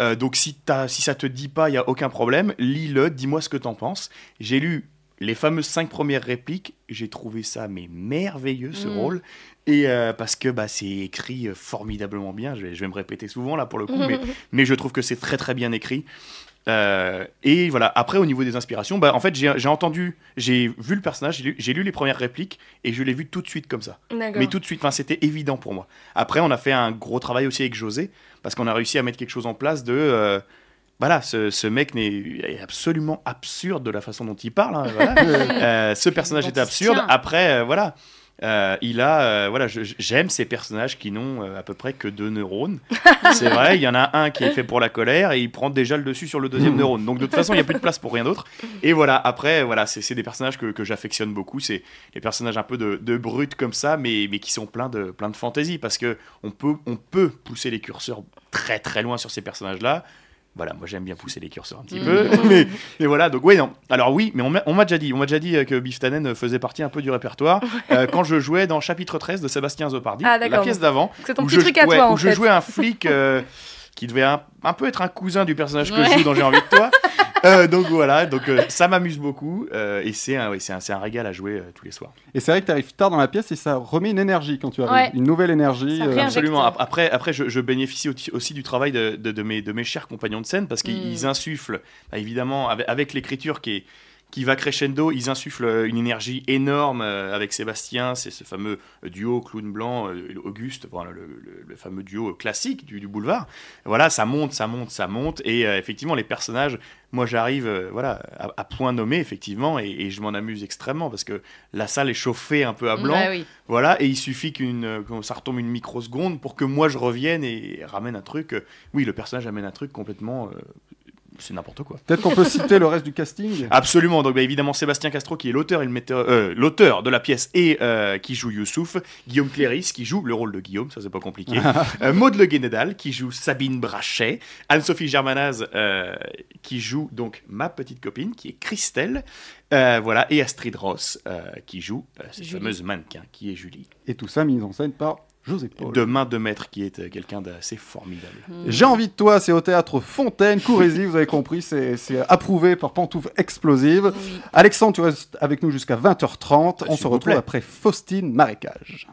Speaker 5: Euh, donc, si, t'as- si ça te dit pas, il y a aucun problème. Lis-le, dis-moi ce que t'en penses. J'ai lu les fameuses cinq premières répliques. J'ai trouvé ça mais merveilleux ce
Speaker 17: Mm.
Speaker 5: rôle. Et euh, parce que bah, c'est écrit euh, formidablement bien, je vais, je vais me répéter souvent là pour le coup, mais, mais je trouve que c'est très très bien écrit. Euh, et voilà, après au niveau des inspirations, bah, en fait j'ai j'ai entendu, j'ai vu le personnage, j'ai lu, j'ai lu les premières répliques et je l'ai vu tout de suite comme ça.
Speaker 6: D'accord.
Speaker 5: Mais tout de suite, enfin, c'était évident pour moi. Après on a fait un gros travail aussi avec José, parce qu'on a réussi à mettre quelque chose en place de... euh, voilà, ce, ce mec n'est est absolument absurde de la façon dont il parle. hein, voilà. Euh, ce personnage est absurde.
Speaker 17: tient.
Speaker 5: Après, euh, voilà, euh, il a, euh, voilà, je- je- j'aime ces personnages qui n'ont euh, à peu près que deux neurones. (laughs) C'est vrai, il y en a un qui est fait pour la colère et il prend déjà le dessus sur le
Speaker 6: Mm.
Speaker 5: deuxième neurone. Donc de toute façon, il n'y a plus de place pour rien d'autre. Et voilà, après, voilà, c'est c'est des personnages que, que j'affectionne beaucoup. C'est les personnages un peu de, de brutes comme ça, mais, mais qui sont pleins de, plein de fantaisie parce que on peut, on peut pousser les curseurs très très loin sur ces personnages-là. Voilà, moi j'aime bien pousser les curseurs un petit
Speaker 6: Mm.
Speaker 17: Mhm.
Speaker 6: (laughs)
Speaker 5: peu, mais, mais voilà, donc oui, non. Alors oui, mais on m'a on m'a déjà dit, on m'a déjà dit euh, que Biff Tannen faisait partie un peu du répertoire euh, quand je jouais dans chapitre 13 de Sébastien Zopardi,
Speaker 6: Ah,
Speaker 5: la
Speaker 6: d'accord.
Speaker 5: pièce d'avant.
Speaker 6: C'est ton
Speaker 5: où
Speaker 6: petit
Speaker 5: je-
Speaker 6: truc à
Speaker 5: ouais,
Speaker 6: toi,
Speaker 5: où
Speaker 6: en
Speaker 5: je
Speaker 6: fait.
Speaker 5: jouais un flic euh, qui devait un, un peu être un cousin du personnage que je
Speaker 6: Ouais.
Speaker 5: joue dans J'ai envie
Speaker 6: (laughs)
Speaker 5: de toi. Euh, donc voilà, donc euh, ça m'amuse beaucoup euh, et c'est un, ouais, c'est un, c'est un régal à jouer euh, tous les soirs.
Speaker 2: Et c'est vrai que tu arrives tard dans la pièce et ça remet une énergie quand tu arrives.
Speaker 5: Ouais.
Speaker 2: Une nouvelle énergie. euh,
Speaker 5: Absolument. Ap- Après, après je, je bénéficie au- aussi du travail de, de- de mes, de mes chers compagnons de scène parce qu'ils
Speaker 2: Mm.
Speaker 5: ils insufflent, bah, évidemment, avec, avec l'écriture qui est qui va crescendo. Ils insufflent euh, une énergie énorme euh, avec Sébastien, c'est ce fameux euh, duo clown blanc, euh, et Auguste, voilà, le, le- le fameux duo euh, classique du, du boulevard. Voilà, ça monte, ça monte, ça monte. Et euh, effectivement, les personnages, moi j'arrive euh, voilà, à, à point nommé, effectivement, et, et je m'en amuse extrêmement parce que la salle est chauffée un peu à blanc.
Speaker 17: Ouais, oui.
Speaker 5: Voilà, et il suffit qu'une, euh, que ça retombe une microseconde pour que moi je revienne et ramène un truc. euh, Oui, le personnage amène un truc complètement. euh, c'est n'importe quoi.
Speaker 2: Peut-être qu'on peut citer le reste du casting.
Speaker 5: Absolument. Donc, bah, évidemment, Sébastien Castro, qui est l'auteur et le metteur, euh, l'auteur de la pièce et euh, qui joue Youssouf. Guillaume Cléris, qui joue le rôle de Guillaume, ça c'est
Speaker 2: (laughs)
Speaker 5: pas compliqué. Euh, Maud Le Guénédal, qui joue Sabine Brachet. Anne-Sophie Germanaz, euh, qui joue donc ma petite copine, qui est Christelle. Euh, voilà. Et Astrid Ross, euh, qui joue euh, cette
Speaker 2: Julie.
Speaker 5: fameuse mannequin, qui est Julie.
Speaker 2: Et tout ça mis en scène par José Paul.
Speaker 5: De main de maître, qui est euh, quelqu'un d'assez formidable.
Speaker 6: Hmm.
Speaker 2: J'ai envie de toi, c'est au théâtre Fontaine, Courésy, vous avez compris, c'est c'est approuvé par Pantoufle Explosive. Alexandre, tu restes avec nous jusqu'à 20h30. On se retrouve
Speaker 5: plaît.
Speaker 2: après Faustine Marécage.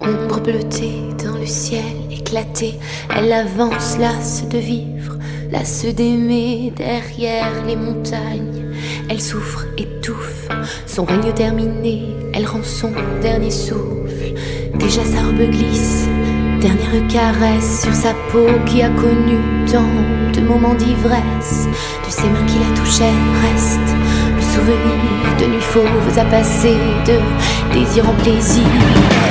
Speaker 8: Ombre bleutée dans le ciel éclaté, elle avance lasse de vivre, lasse d'aimer derrière les montagnes. Elle souffre, étouffe, son règne terminé, elle rend son dernier souffle. Déjà sa robe glisse, dernière caresse sur sa peau qui a connu tant de moments d'ivresse. De ses mains qui la touchaient reste le souvenir de nuits fauves à passer, de désir en plaisir.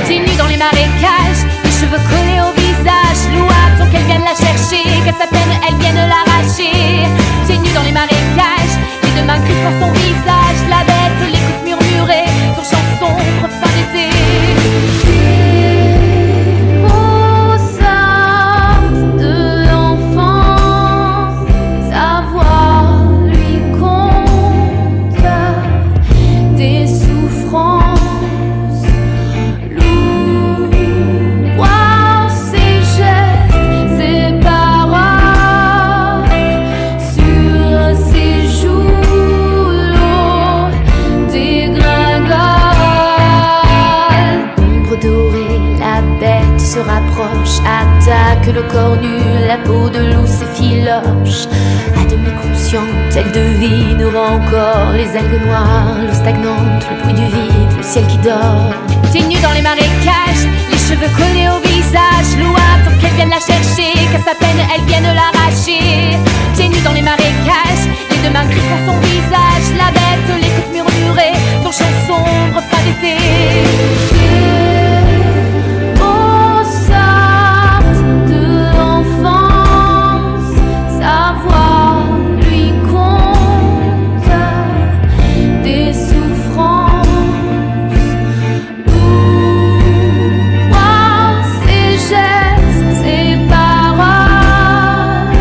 Speaker 16: T'es nue dans les marécages, les cheveux collés au visage. Louable, qu'elle vienne la chercher, qu'à sa peine elle vienne l'arracher. T'es nue dans les marécages, les deux mains griffent sur son visage. La bête l'écoute murmurer, son chant sombre, fin d'été.
Speaker 18: de l'enfance, sa voix lui compte des souffrances lourdes. Voir ses gestes, ses paroles, sur ses joues l'eau dégringole.
Speaker 8: Ombre dorée, la bête se rapproche, attaque le corps nu, la peau de loup s'effiloche. À demi consciente, elle devine encore les algues noires, l'eau stagnante, le bruit du vide, le ciel qui dort.
Speaker 16: T'es nue dans les marécages, les cheveux collés au visage. Louable, pour qu'elle vienne la chercher, qu'à sa peine elle vienne l'arracher. T'es nue dans les marécages, les deux mains griffent sur son visage. La bête l'écoute murmurer, son chant sombre, fin d'été.
Speaker 18: Au sort de l'enfance, sa voix lui compte des souffrances lourdes. Voir ses gestes, ses paroles,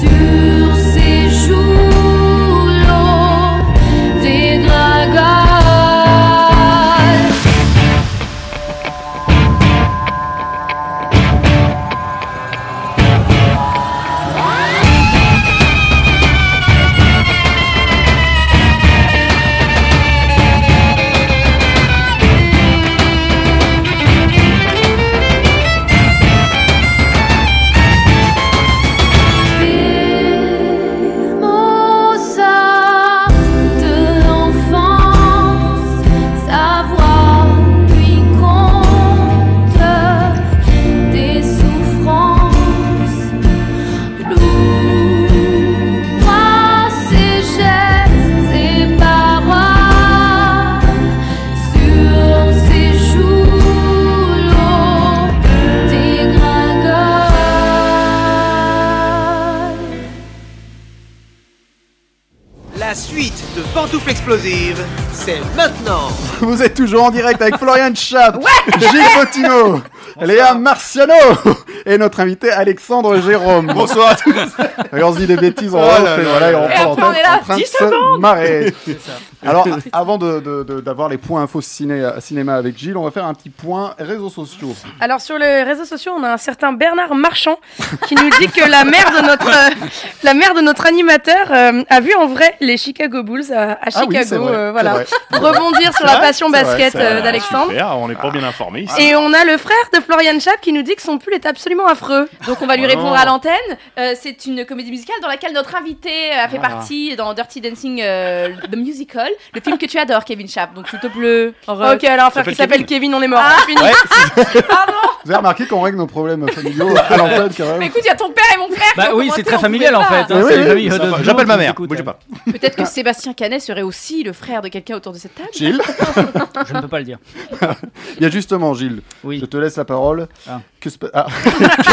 Speaker 18: sur ses joues l'eau dégringole. Mozart de l'enfance, sa voix lui compte des souffrances lourdes. Voir ses gestes, ses paroles, sur ses joues l'eau dégringole.
Speaker 1: La suite de Pantoufle Explosive, c'est maintenant.
Speaker 2: (laughs) Vous êtes toujours en direct avec Florian Chap, Gilles Bottino, Léa Marciano et notre invité Alexandre Jérôme.
Speaker 5: Bonsoir à tous.
Speaker 2: Et on se dit des bêtises en
Speaker 5: Oh
Speaker 2: off
Speaker 5: là
Speaker 2: et
Speaker 5: là
Speaker 2: voilà,
Speaker 5: là
Speaker 2: et on
Speaker 5: là.
Speaker 2: reprend en
Speaker 5: Et après, on est là,
Speaker 2: en train de
Speaker 5: 10
Speaker 2: se
Speaker 5: secondes.
Speaker 2: marrer.
Speaker 5: C'est ça.
Speaker 2: Alors, avant de- de- de- d'avoir les points infos ciné, cinéma avec Gilles, on va faire un petit point réseaux sociaux.
Speaker 6: Alors sur les réseaux sociaux, on a un certain Bernard Marchand qui nous dit que la mère de notre euh, la mère de notre animateur euh, a vu en vrai les Chicago Bulls à, à
Speaker 5: Ah
Speaker 6: Chicago.
Speaker 5: oui, c'est vrai,
Speaker 6: euh,
Speaker 5: c'est
Speaker 6: voilà.
Speaker 5: vrai.
Speaker 6: Rebondir sur la
Speaker 5: Ouais,
Speaker 6: passion
Speaker 5: c'est vrai,
Speaker 6: basket
Speaker 5: c'est vrai. Ah.
Speaker 6: euh, d'Alexandre.
Speaker 5: Super, on n'est pas bien informé.
Speaker 6: Et on a le frère de Florian Chap qui nous dit que son pull est absolument absolument affreux.
Speaker 3: Donc on va lui
Speaker 6: Oh.
Speaker 3: répondre à l'antenne. Euh, c'est une comédie musicale dans laquelle notre invité a fait
Speaker 6: Ah.
Speaker 3: partie dans Dirty Dancing euh, The Musical, le film que tu adores, Kevin Chap. Donc s'il te plaît. Ah,
Speaker 6: Ok, alors, frère qui s'appelle Kevin, on est mort. C'est
Speaker 3: (laughs)
Speaker 6: fini.
Speaker 2: Vous avez remarqué qu'on règle nos problèmes familiaux à l'antenne quand
Speaker 3: Mais
Speaker 2: même.
Speaker 3: écoute, il y a ton père et mon frère. qui
Speaker 4: Bah
Speaker 3: ont
Speaker 4: oui,
Speaker 3: commenté,
Speaker 4: c'est très
Speaker 3: on
Speaker 4: familial en
Speaker 3: pouvait
Speaker 4: fait.
Speaker 3: pas.
Speaker 4: hein,
Speaker 2: Oui,
Speaker 4: c'est
Speaker 2: oui,
Speaker 4: les amis,
Speaker 2: ça
Speaker 4: euh,
Speaker 2: va.
Speaker 4: de- de-
Speaker 5: J'appelle ma
Speaker 4: qui
Speaker 5: mère,
Speaker 4: écoutent,
Speaker 5: bougez
Speaker 4: euh.
Speaker 5: pas.
Speaker 3: Peut-être que Sébastien Canet serait aussi le frère de quelqu'un autour de cette table. (laughs)
Speaker 2: Gilles Euh,
Speaker 4: (laughs) Je ne peux pas le dire.
Speaker 2: Il y a justement, Gilles, je te laisse la parole. Que se pa- ah.
Speaker 4: (laughs)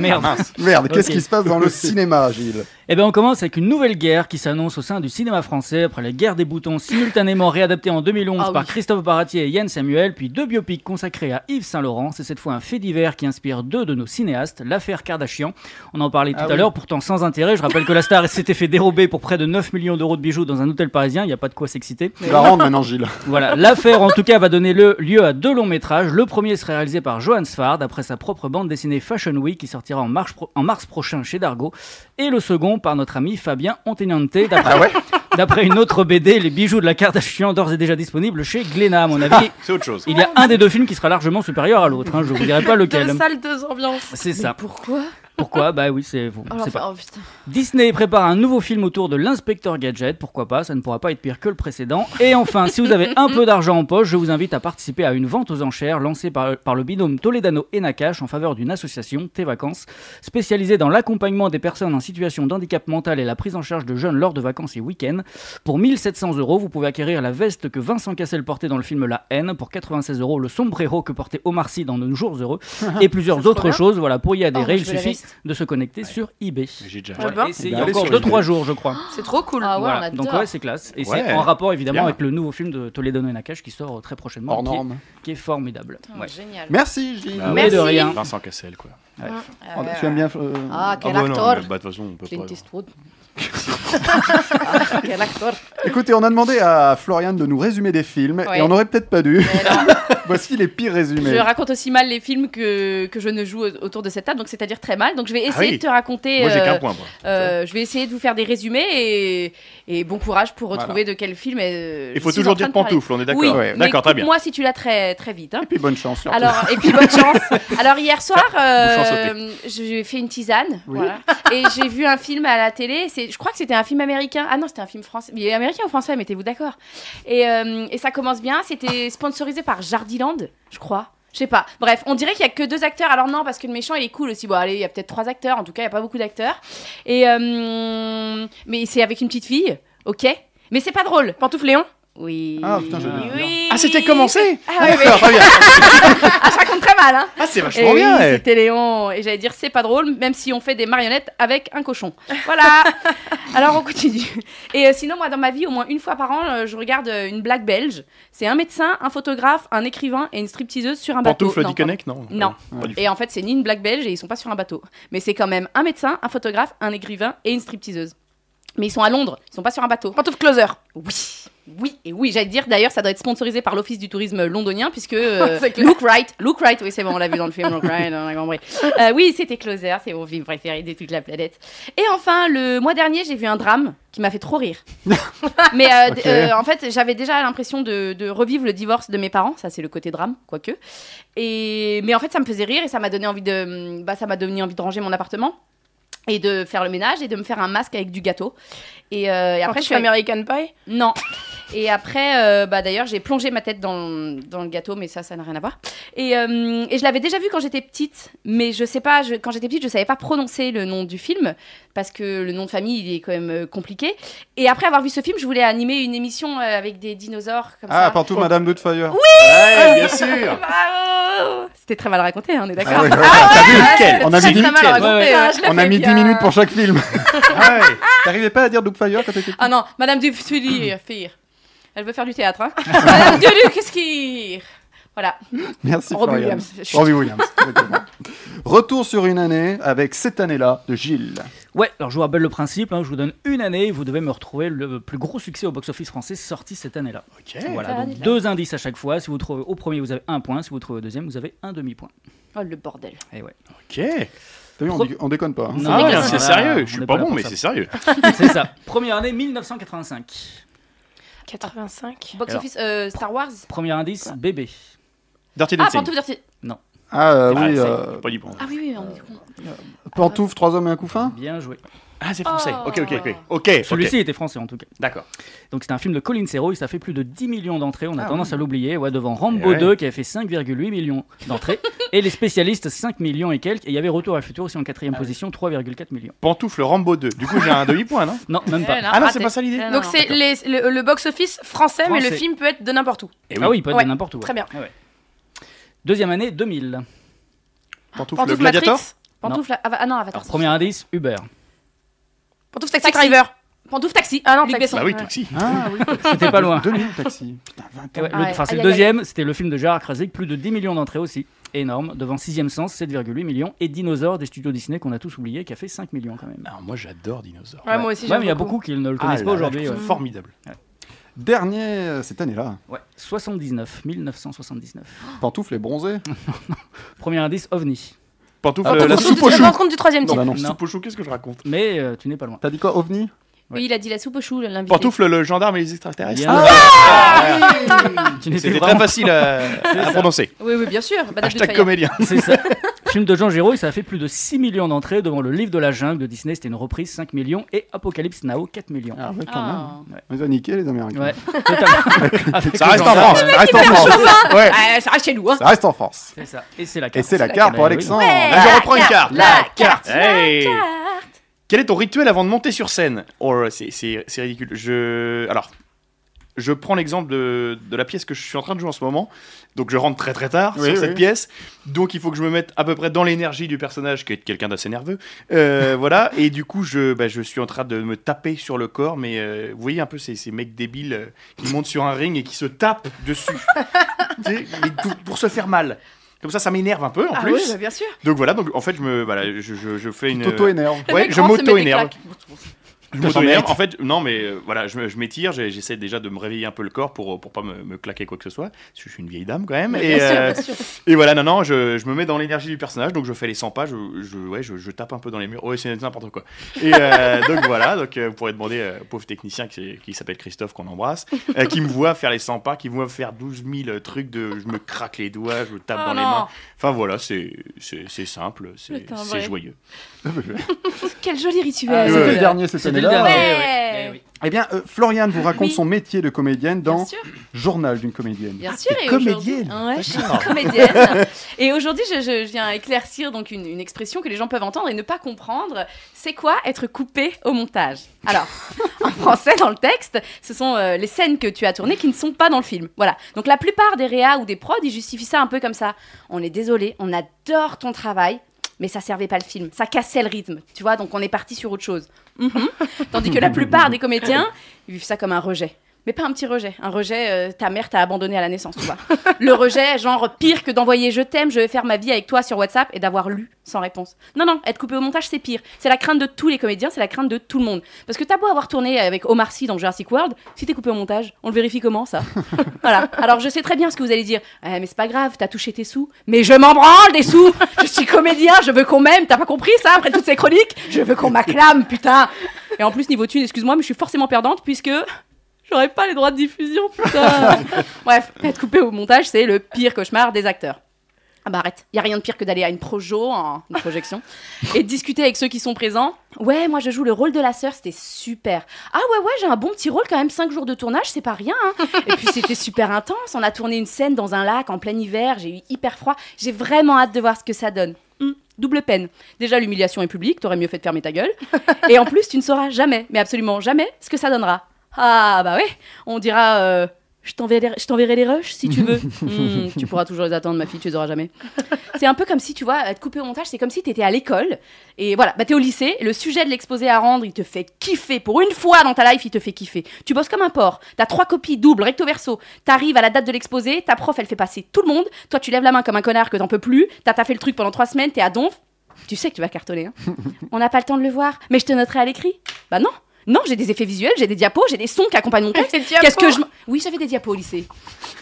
Speaker 4: Merde.
Speaker 2: Merde, qu'est-ce
Speaker 4: Ok.
Speaker 2: qui se
Speaker 4: (laughs)
Speaker 2: passe dans le cinéma, Gilles
Speaker 4: Eh bien, on commence avec une nouvelle guerre qui s'annonce au sein du cinéma français après la guerre des boutons, simultanément réadaptée en 2011
Speaker 3: Ah
Speaker 4: par
Speaker 3: oui.
Speaker 4: Christophe Baratier et Yann Samuel, puis deux biopics consacrés à Yves Saint-Laurent. C'est cette fois un fait divers qui inspire deux de nos cinéastes, l'affaire Kardashian. On en parlait tout
Speaker 3: Ah
Speaker 4: à
Speaker 3: oui.
Speaker 4: l'heure, pourtant sans intérêt. Je rappelle que la star (laughs) s'était fait dérober pour près de 9 millions d'euros de bijoux dans un hôtel parisien. Il n'y a pas de quoi s'exciter.
Speaker 2: Tu la rends maintenant, Gilles.
Speaker 4: Voilà, l'affaire en tout cas va donner le lieu à deux longs métrages. Le premier serait réalisé par Johan Sfard après sa propre bande dessinée Fashion Week qui sortira en mars, pro- en mars prochain chez Dargo. Et le second par notre ami Fabien Ontenante
Speaker 5: Ah
Speaker 4: d'après d'après une autre BD, Les bijoux de la Kardashian, d'ores et déjà disponible chez Glénat à mon avis.
Speaker 5: Ah, C'est autre chose.
Speaker 4: Il y a un des deux films qui sera largement supérieur à l'autre, hein, je vous dirai pas lequel.
Speaker 6: Deux salles, deux ambiances.
Speaker 4: C'est ça.
Speaker 6: Pourquoi
Speaker 4: Pourquoi Bah oui, c'est vous.
Speaker 6: Alors,
Speaker 4: c'est pas.
Speaker 6: enfin, oh, putain.
Speaker 4: Disney prépare un nouveau film autour de l'inspecteur Gadget, pourquoi pas, ça ne pourra pas être pire que le précédent. Et enfin, si vous avez un peu d'argent en poche, je vous invite à participer à une vente aux enchères lancée par, par le binôme Toledano et Nakash en faveur d'une association, Tes Vacances, spécialisée dans l'accompagnement des personnes en situation d'handicap mental et la prise en charge de jeunes lors de vacances et week-ends. Pour 1700 euros, vous pouvez acquérir la veste que Vincent Cassel portait dans le film La haine, pour 96 euros, le sombrero que portait Omar Sy dans Nos Jours
Speaker 5: (laughs)
Speaker 4: Heureux, et plusieurs
Speaker 5: C'est trop
Speaker 4: autres
Speaker 5: bien.
Speaker 4: choses. Voilà, pour y adhérer,
Speaker 5: Oh,
Speaker 4: il
Speaker 5: je veux la
Speaker 4: suffit
Speaker 5: veste.
Speaker 4: de se connecter sur eBay.
Speaker 5: J'ai déjà
Speaker 4: Voilà,
Speaker 5: acheté.
Speaker 4: et c'est il
Speaker 5: Eh
Speaker 4: y
Speaker 5: ben,
Speaker 4: a
Speaker 5: allez
Speaker 4: encore
Speaker 5: sur
Speaker 4: 2-3
Speaker 5: eBay.
Speaker 4: jours, je (gasps) crois.
Speaker 6: C'est trop cool. Ah
Speaker 4: Voilà. Donc ouais, c'est classe. Et c'est
Speaker 5: Ouais.
Speaker 4: en rapport évidemment
Speaker 5: Bien.
Speaker 4: avec le nouveau film de Toledo et Nakash qui sort euh, très prochainement,
Speaker 5: Hors
Speaker 4: qui, est-
Speaker 5: norme.
Speaker 4: qui est formidable. Ouais.
Speaker 6: Génial.
Speaker 2: Merci, Gilles.
Speaker 5: Ah ouais.
Speaker 4: Mais de rien.
Speaker 5: Vincent Cassel, quoi.
Speaker 4: Ouais.
Speaker 2: Oh, tu aimes bien. euh,
Speaker 6: Ah, quel
Speaker 5: bah non,
Speaker 6: acteur
Speaker 5: mais bah, de toute façon, on peut
Speaker 6: Clint
Speaker 5: pas.
Speaker 6: Eastwood.
Speaker 3: (laughs)
Speaker 6: Ah, quel acteur
Speaker 2: Écoutez, on a demandé à Florian de nous résumer des films
Speaker 3: Ouais.
Speaker 2: et on n'aurait peut-être pas dû. (laughs) Voici les pires résumés.
Speaker 3: Je raconte aussi mal les films que, que je ne joue au- autour de cette table, donc c'est-à-dire très mal. Donc je vais
Speaker 2: Ah
Speaker 3: essayer
Speaker 2: oui.
Speaker 3: de te raconter.
Speaker 2: Moi, j'ai
Speaker 3: euh,
Speaker 2: qu'un point, moi.
Speaker 3: euh, je vais essayer de vous faire des résumés et, et bon courage pour retrouver de quel film. euh,
Speaker 5: Il faut
Speaker 3: je suis
Speaker 5: toujours
Speaker 3: en train
Speaker 5: dire
Speaker 3: de parler.
Speaker 5: pantoufle, on est d'accord.
Speaker 3: Oui,
Speaker 5: Ouais.
Speaker 3: mais
Speaker 5: D'accord, très bien.
Speaker 3: Moi, si tu l'as très très vite. hein.
Speaker 2: Et puis bonne chance. surtout.
Speaker 3: Alors, et puis bonne chance. Alors, hier soir,
Speaker 2: Bonne chance
Speaker 3: euh, j'ai fait une tisane.
Speaker 2: Oui.
Speaker 3: voilà, et j'ai vu un film à la télé. C'est, je crois que c'était un film américain. Ah non, c'était un film français. Mais américain ou français, mettez-vous d'accord. Et, euh, et ça commence bien. C'était sponsorisé par Jardiland, je crois. Je sais pas. Bref, on dirait qu'il y a que deux acteurs. Alors non, parce que le méchant il est cool aussi. Bon, allez, il y a peut-être trois acteurs. En tout cas, il y a pas beaucoup d'acteurs. Et euh, mais c'est avec une petite fille, ok. Mais c'est pas drôle. Pantoufle Léon. Oui.
Speaker 2: Ah putain, je
Speaker 3: Oui.
Speaker 5: Ah, c'était commencé
Speaker 3: Ah, ouais,
Speaker 5: D'accord,
Speaker 3: ouais.
Speaker 5: très bien.
Speaker 3: (laughs) Ah, je raconte très mal, hein
Speaker 5: Ah, c'est vachement
Speaker 3: Eh
Speaker 5: bien,
Speaker 3: oui,
Speaker 5: eh.
Speaker 3: C'était Léon, et j'allais dire c'est pas drôle, même si on fait des marionnettes avec un cochon.
Speaker 5: (laughs)
Speaker 3: Voilà. Alors on continue. Et euh, sinon, moi, dans ma vie, au moins une fois par an, euh, je regarde euh, une blague belge. C'est un médecin, un photographe, un écrivain et une stripteaseuse sur un bateau.
Speaker 5: Pantoufle
Speaker 3: Non,
Speaker 5: Dickeneck, non
Speaker 3: Non.
Speaker 5: Pas du tout.
Speaker 3: Et en fait, c'est ni une blague belge et ils sont pas sur un bateau. Mais c'est quand même un médecin, un photographe, un écrivain et une stripteaseuse. Mais ils sont à Londres, ils sont pas sur un bateau. Pantoufle Closer. Oui. Oui, et oui, j'allais dire d'ailleurs, ça doit être sponsorisé par l'Office du tourisme londonien, puisque euh,
Speaker 6: C'est clair.
Speaker 3: Look Right, Look Right, oui, c'est bon, on l'a vu dans le film Look Right, on a compris. Euh, oui, c'était Closer, c'est mon film préféré de toute la planète. Et enfin, le mois dernier, j'ai vu un drame qui m'a fait trop rire. (laughs) Mais euh, d-
Speaker 6: Ok.
Speaker 3: euh, en fait, j'avais déjà l'impression de, de revivre le divorce de mes parents. Ça, c'est le côté drame, quoique. Et mais en fait, ça me faisait rire et ça m'a donné envie de, bah, ça m'a donné envie de ranger mon appartement et de faire le ménage et de me faire un masque avec du gâteau. Et, euh, et
Speaker 6: Pantoufle
Speaker 3: après, je suis American Pie. Non. Et après, euh, bah d'ailleurs, j'ai plongé ma tête dans, dans le gâteau, mais ça, ça n'a rien à voir. Et, euh, et je l'avais déjà vu quand j'étais petite, mais je sais pas, je- quand j'étais petite, je savais pas prononcer le nom du film, parce que le nom de famille, il est quand même euh, compliqué. Et après avoir vu ce film, je voulais animer une émission euh, avec des dinosaures, comme
Speaker 2: Ah,
Speaker 3: ça.
Speaker 2: partout, Madame Doubtfire. Oui
Speaker 3: Ouais,
Speaker 5: bien sûr.
Speaker 3: Bravo C'était très mal raconté, hein, on est d'accord
Speaker 2: Ah ouais, ouais,
Speaker 3: Ah ouais,
Speaker 2: ouais,
Speaker 3: ouais,
Speaker 2: t'as vu
Speaker 3: c'était
Speaker 2: On a
Speaker 3: très,
Speaker 2: mis,
Speaker 3: très
Speaker 2: 10,
Speaker 3: mal raconté, hein, je l'ai
Speaker 2: on a
Speaker 3: fait
Speaker 2: mis 10
Speaker 3: bien.
Speaker 2: minutes pour chaque film. Ah ouais. T'arrivais pas à dire Doubtfire quand t'étais
Speaker 3: Ah non, Madame Dufulir, Fir. Elle veut faire du théâtre, hein (laughs) Madame Dulu, qu'est-ce qui... Voilà.
Speaker 2: Merci
Speaker 3: Robbie
Speaker 2: Florian.
Speaker 3: Williams. Je suis-
Speaker 2: Robbie Williams. exactement. Retour sur une année avec cette année-là de Gilles.
Speaker 4: Ouais, alors je vous rappelle le principe, hein, je vous donne une année et vous devez me retrouver le plus gros succès au box-office français sorti cette année-là.
Speaker 5: Ok.
Speaker 4: Voilà,
Speaker 3: Ça va,
Speaker 4: donc
Speaker 3: dites-le.
Speaker 4: deux indices à chaque fois. Si vous trouvez au premier, vous avez un point. Si vous trouvez au deuxième, vous avez un demi-point.
Speaker 3: (laughs) Oh, le bordel.
Speaker 4: Et ouais.
Speaker 5: Ok.
Speaker 2: T'as vu, on, dé- on déconne pas. hein.
Speaker 4: Non,
Speaker 5: Ah ouais,
Speaker 4: voilà,
Speaker 5: c'est sérieux,
Speaker 4: on
Speaker 5: je suis
Speaker 4: n'est
Speaker 5: pas
Speaker 4: là
Speaker 5: bon,
Speaker 4: pour
Speaker 5: mais
Speaker 4: ça.
Speaker 5: c'est sérieux.
Speaker 4: (laughs) c'est ça. Première année 1985.
Speaker 6: 85.
Speaker 3: Box office euh, Star Wars
Speaker 4: Premier indice, bébé.
Speaker 5: Dirty
Speaker 3: Ah, Pantoufle Dirty.
Speaker 4: Non.
Speaker 2: Ah euh, oui,
Speaker 5: ça y est,
Speaker 2: euh,
Speaker 5: pas du bon.
Speaker 3: Ah oui, oui, on
Speaker 2: pantoufle, trois hommes et un couffin
Speaker 4: Bien joué.
Speaker 5: Ah, c'est français.
Speaker 2: Oh.
Speaker 5: Ok, ok, ok.
Speaker 3: Oh.
Speaker 4: Ok. Celui-ci était français en tout cas.
Speaker 5: D'accord.
Speaker 4: Donc c'est un film de Colin Serrault, ça fait plus de 10 millions d'entrées, on a
Speaker 5: Ah
Speaker 4: tendance
Speaker 5: oui. Eh
Speaker 4: à l'oublier, ouais, devant Rambo
Speaker 5: ouais.
Speaker 4: 2 qui avait fait 5,8 millions
Speaker 5: (laughs)
Speaker 4: d'entrées, et les spécialistes 5 millions et quelques, et il y avait Retour à le futur aussi en quatrième position, 3,4 millions.
Speaker 5: Ah Pantoufle Rambo 2. Du coup, j'ai un demi-point, non
Speaker 4: (laughs) Non, même
Speaker 6: Eh
Speaker 4: pas.
Speaker 5: Ah non, c'est pas ça l'idée
Speaker 6: Donc c'est les- le, le box-office français, mais le
Speaker 4: Français.
Speaker 6: film peut être de n'importe où.
Speaker 4: Eh oui. Ah oui, il peut être de n'importe où,
Speaker 6: Très bien.
Speaker 4: ouais. Deuxième année, 2000.
Speaker 5: Pantoufle,
Speaker 6: Pantoufle
Speaker 4: Gladiator
Speaker 6: Matrix Pantoufle. Ava- Ah non, Avatar.
Speaker 4: Alors, premier indice, Uber.
Speaker 6: Pantoufle Taxi, Driver.
Speaker 3: Pantoufle Taxi. Ah non, Luc Besson.
Speaker 4: (laughs)
Speaker 2: Ah oui,
Speaker 4: C'était pas loin.
Speaker 2: 2000 taxis. Putain, 20
Speaker 4: Et
Speaker 2: ans.
Speaker 4: ouais, le-
Speaker 3: Ouais.
Speaker 4: Enfin, c'est le
Speaker 3: Aïe, aïe, aïe.
Speaker 4: deuxième, c'était le film de Gérard Krasik, plus de 10 millions d'entrées aussi. Énorme, devant Sixième Sens, 7,8 millions, et Dinosaure des studios Disney qu'on a tous oublié, qui a fait 5 millions quand même.
Speaker 5: Alors moi j'adore Dinosaure.
Speaker 6: Ouais, moi aussi,
Speaker 4: Ouais,
Speaker 6: j'aime
Speaker 4: mais il y a
Speaker 6: beaucoup.
Speaker 4: beaucoup qui ne le
Speaker 5: Ah
Speaker 4: connaissent
Speaker 5: là
Speaker 4: pas
Speaker 5: là,
Speaker 4: aujourd'hui.
Speaker 5: je trouve
Speaker 4: ouais.
Speaker 5: formidable.
Speaker 4: Ouais.
Speaker 2: Dernier euh, cette année-là.
Speaker 4: Ouais, 79, 1979.
Speaker 2: Pantoufle et bronzé.
Speaker 4: (laughs) Premier indice, OVNI.
Speaker 5: Pantoufle,
Speaker 2: Ah, euh, la pantoufle, soupe tu aux te choux. rends compte du troisième titre. Non.
Speaker 5: qu'est-ce que je raconte
Speaker 4: bah Mais euh, tu n'es pas loin.
Speaker 2: T'as dit quoi, OVNI
Speaker 3: Oui, il a dit la soupe au chou, l'invité.
Speaker 5: Pantoufle, le gendarme et les extraterrestres.
Speaker 4: Bien.
Speaker 5: Ah
Speaker 4: Tu
Speaker 5: C'était
Speaker 4: n'étais
Speaker 5: très
Speaker 4: vraiment-
Speaker 5: facile euh. à-
Speaker 4: C'est
Speaker 5: à
Speaker 4: ça. (laughs)
Speaker 5: prononcer.
Speaker 3: Oui, oui, bien sûr.
Speaker 6: Bah,
Speaker 3: Madame de
Speaker 5: Hashtag
Speaker 3: Fayard.
Speaker 5: comédien.
Speaker 6: (laughs)
Speaker 4: C'est ça. Film de Jean Giraud, et ça a fait plus de 6 millions d'entrées devant le livre de la jungle de Disney, c'était une reprise 5 millions, et Apocalypse Now 4 millions.
Speaker 2: Ah ouais, quand
Speaker 3: Ah.
Speaker 2: même. Ils ont niqué les Américains. (laughs)
Speaker 4: Ouais, totalement. Avec
Speaker 2: ça
Speaker 4: le
Speaker 2: reste en
Speaker 4: gendarme.
Speaker 2: France. Ça reste en France. Ouais.
Speaker 3: Ah, ça reste chez nous. Hein.
Speaker 2: Ça reste en France.
Speaker 4: C'est ça. Et c'est la
Speaker 2: Et
Speaker 4: carte.
Speaker 2: c'est la carte pour
Speaker 4: Ouais, oui.
Speaker 2: Alexandre.
Speaker 5: Je reprends une carte.
Speaker 4: La carte.
Speaker 5: Hey. Quel est ton rituel avant de monter sur scène Oh, c'est- c'est c'est ridicule. Je alors. Je prends l'exemple de, de la pièce que je suis en train de jouer en ce moment. Donc je rentre très très tard
Speaker 2: Oui,
Speaker 5: sur
Speaker 2: oui.
Speaker 5: cette pièce. Donc il faut que je me mette à peu près dans l'énergie du personnage, qui est quelqu'un d'assez nerveux. Euh, voilà. Et du coup, je, bah, je suis en train de me taper sur le corps. Mais euh, vous voyez un peu ces, ces mecs débiles euh, qui montent sur un ring et qui se tapent
Speaker 4: (laughs)
Speaker 5: dessus. Tu sais, mais pour, pour se faire mal. Comme ça, ça m'énerve un peu en
Speaker 6: Ah
Speaker 5: plus.
Speaker 6: oui, bah, bien sûr.
Speaker 5: Donc voilà, donc en fait, je me, voilà, je, je, je fais une.
Speaker 2: t'auto-énerves. Le
Speaker 5: Ouais,
Speaker 2: mec
Speaker 5: je
Speaker 2: rentre, se met des
Speaker 5: m'auto-énerve.
Speaker 2: claques.
Speaker 5: Je
Speaker 2: Putain,
Speaker 5: m'auto-énerve.
Speaker 2: merde.
Speaker 5: En fait, non, mais euh, voilà, je, me- je m'étire, j'ai- j'essaie déjà de me réveiller un peu le corps pour, euh, pour pas me, me claquer quoi que ce soit. Parce que je suis une vieille dame quand même.
Speaker 2: Ouais,
Speaker 5: et, euh,
Speaker 2: bien sûr, bien sûr.
Speaker 5: et voilà, non, non, je, je me mets dans l'énergie du personnage, donc je fais les 100 pas, je, je, ouais, je, je tape un peu dans les murs. Ouais, c'est n'importe quoi. Et euh, donc voilà, donc, euh, vous pourrez demander euh, au pauvre technicien qui, qui s'appelle Christophe, qu'on embrasse, euh, qui me voit faire les 100 pas, qui me voit faire 12 000 trucs de. Je me craque les doigts, je me tape
Speaker 6: Oh
Speaker 5: dans les
Speaker 6: non.
Speaker 5: mains. Enfin voilà, c'est c'est- c'est simple, c'est
Speaker 6: Putain,
Speaker 5: c'est
Speaker 6: ouais.
Speaker 5: joyeux.
Speaker 6: Quel joli rituel.
Speaker 2: Ah, C'était
Speaker 5: ouais.
Speaker 2: le dernier cette
Speaker 5: C'était le
Speaker 2: année-là.
Speaker 5: dernier,
Speaker 6: Ouais. ouais.
Speaker 2: Eh bien, euh, Floriane vous raconte
Speaker 6: Oui.
Speaker 2: son métier de comédienne dans
Speaker 3: sûr.
Speaker 2: Journal d'une comédienne.
Speaker 3: Bien sûr,
Speaker 2: Ah, t'es
Speaker 3: et aujourd'hui- hein,
Speaker 2: comédienne.
Speaker 3: Ouais, je suis
Speaker 2: D'accord.
Speaker 3: comédienne. Et aujourd'hui, je, je- je viens éclaircir donc une, une expression que les gens peuvent entendre et ne pas comprendre. C'est quoi être coupé au montage Alors, (laughs) en français, dans le texte, ce sont euh, les scènes que tu as tournées qui ne sont pas dans le film. Voilà. Donc la plupart des réas ou des prods, ils justifient ça un peu comme ça. On est désolé, on adore ton travail. Mais ça servait pas le film, ça cassait le rythme, tu vois, donc on est parti sur autre chose. Mhm. Tandis que la plupart des comédiens, ils vivent ça comme un rejet. Mais pas un petit rejet. Un rejet, euh, ta mère t'a abandonné à la naissance, tu vois. Le rejet, genre pire que d'envoyer je t'aime, je vais faire ma vie avec toi sur WhatsApp et d'avoir lu sans réponse. Non, non, être coupé au montage, c'est pire. C'est la crainte de tous les comédiens, c'est la crainte de tout le monde. Parce que t'as beau avoir tourné avec Omar Sy dans Jurassic World, si t'es coupé au montage, on le vérifie comment ça Voilà. Alors je sais très bien ce que vous allez dire. Eh, mais c'est pas grave, t'as touché tes sous. Mais je m'en branle des sous Je suis comédien, je veux qu'on m'aime, t'as pas compris ça après toutes ces chroniques Je veux qu'on m'acclame, putain Et en plus, niveau thune, excuse-moi, mais je suis forcément perdante puisque. J'aurais pas les droits de diffusion, putain Bref, être coupé au montage, c'est le pire cauchemar des acteurs. Ah bah arrête, y a rien de pire que d'aller à une projo, en une projection, (laughs) et de discuter avec ceux qui sont présents. Ouais, moi je joue le rôle de la sœur, c'était super. Ah ouais ouais, j'ai un bon petit rôle quand même, 5 jours de tournage, c'est pas rien. hein. Et puis c'était super intense, on a tourné une scène dans un lac en plein hiver, j'ai eu hyper froid, j'ai vraiment hâte de voir ce que ça donne. Hum, double peine. Déjà l'humiliation est publique, t'aurais mieux fait de fermer ta gueule. Et en plus, tu ne sauras jamais, mais absolument jamais, ce que ça donnera. Ah bah ouais, on dira euh, je t'enverrai je t'enverrai les rushs si tu veux. Hmm, tu pourras toujours les attendre, ma fille, tu les auras jamais.
Speaker 6: (laughs)
Speaker 3: C'est un peu comme si, tu vois, être coupé au montage, c'est comme si t'étais à l'école et voilà, bah t'es au lycée, et le sujet de l'exposé à rendre, il te fait kiffer. Pour une fois dans ta life, il te fait kiffer. Tu bosses comme un porc, t'as trois copies doubles, recto verso. T'arrives à la date de l'exposé, ta prof, elle fait passer tout le monde. Toi, tu lèves la main comme un connard que t'en peux plus. T'as taffé le truc pendant trois semaines, t'es à donf. Tu sais que tu vas cartonner, hein. On n'a pas le temps de le voir, mais je te noterai à l'écrit. Bah non. Non, j'ai des effets visuels, j'ai des diapos, j'ai des sons qui
Speaker 6: (laughs)
Speaker 3: accompagnent mon texte.
Speaker 6: diapos.
Speaker 3: Qu'est-ce que je m- Oui, j'avais des diapos au lycée.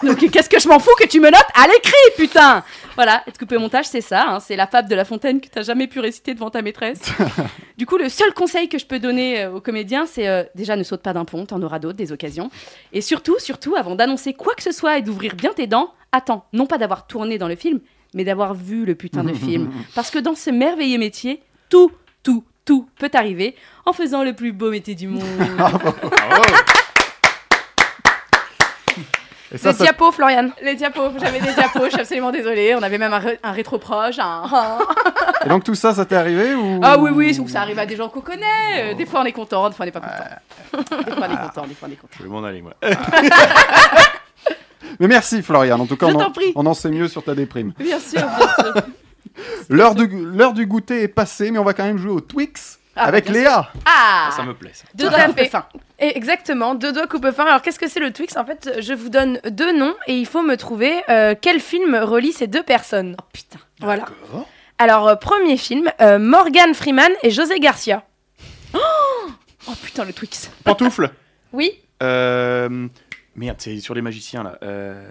Speaker 3: Donc qu'est-ce que je m'en fous que tu me notes à l'écrit, putain Voilà, être coupé au montage, c'est ça, hein, c'est la fable de La Fontaine que t'as jamais pu réciter devant ta maîtresse.
Speaker 2: (laughs)
Speaker 3: du coup, le seul conseil que je peux donner euh, aux comédiens, c'est euh, déjà ne saute pas d'un pont, t'en auras d'autres, des occasions. Et surtout, surtout, avant d'annoncer quoi que ce soit et d'ouvrir bien tes dents, attends, non pas d'avoir tourné dans le film, mais d'avoir vu le putain de
Speaker 2: (laughs)
Speaker 3: film. Parce que dans ce merveilleux métier, tout, tout, tout peut arriver en faisant le plus beau métier du
Speaker 2: (laughs)
Speaker 3: monde.
Speaker 2: Ah, Et
Speaker 3: Les
Speaker 2: ça,
Speaker 5: (laughs)
Speaker 2: ça-
Speaker 3: diapos, Florian. Les diapos, j'avais des diapos, je suis absolument désolée. On avait même un, ré- un rétroproche. un-
Speaker 2: Et donc tout ça, ça t'est arrivé ou...
Speaker 3: Ah oui, oui, ou ça arrive à des gens qu'on connaît. Euh, Des fois on est content, des fois on n'est pas content. (laughs) Des fois
Speaker 2: Ah.
Speaker 3: on est content, des fois on est content.
Speaker 5: Je vais m'en aller, moi.
Speaker 2: Mais merci Florian, en tout cas,
Speaker 3: Je
Speaker 2: on, en,
Speaker 3: t'en prie.
Speaker 2: on en sait mieux sur ta déprime.
Speaker 3: Bien sûr, bien sûr.
Speaker 2: L'heure du, l'heure du goûter est passée, mais on va quand même jouer au Twix
Speaker 6: Ah,
Speaker 2: avec
Speaker 6: bien sûr.
Speaker 2: Léa.
Speaker 6: Ah
Speaker 5: Ça me plaît, ça.
Speaker 6: Deux doigts coupe fin. Eh, Exactement, deux doigts coupe fin. Alors qu'est-ce que c'est le Twix En fait, je vous donne deux noms et il faut me trouver euh, quel film relie ces deux personnes. Oh putain. Voilà.
Speaker 5: Ah
Speaker 6: Alors euh, premier film, euh, Morgan Freeman et José Garcia.
Speaker 3: Oh putain le Twix.
Speaker 5: Pantoufle
Speaker 6: Oui.
Speaker 5: Euh, Merde, c'est sur les magiciens, là. Euh,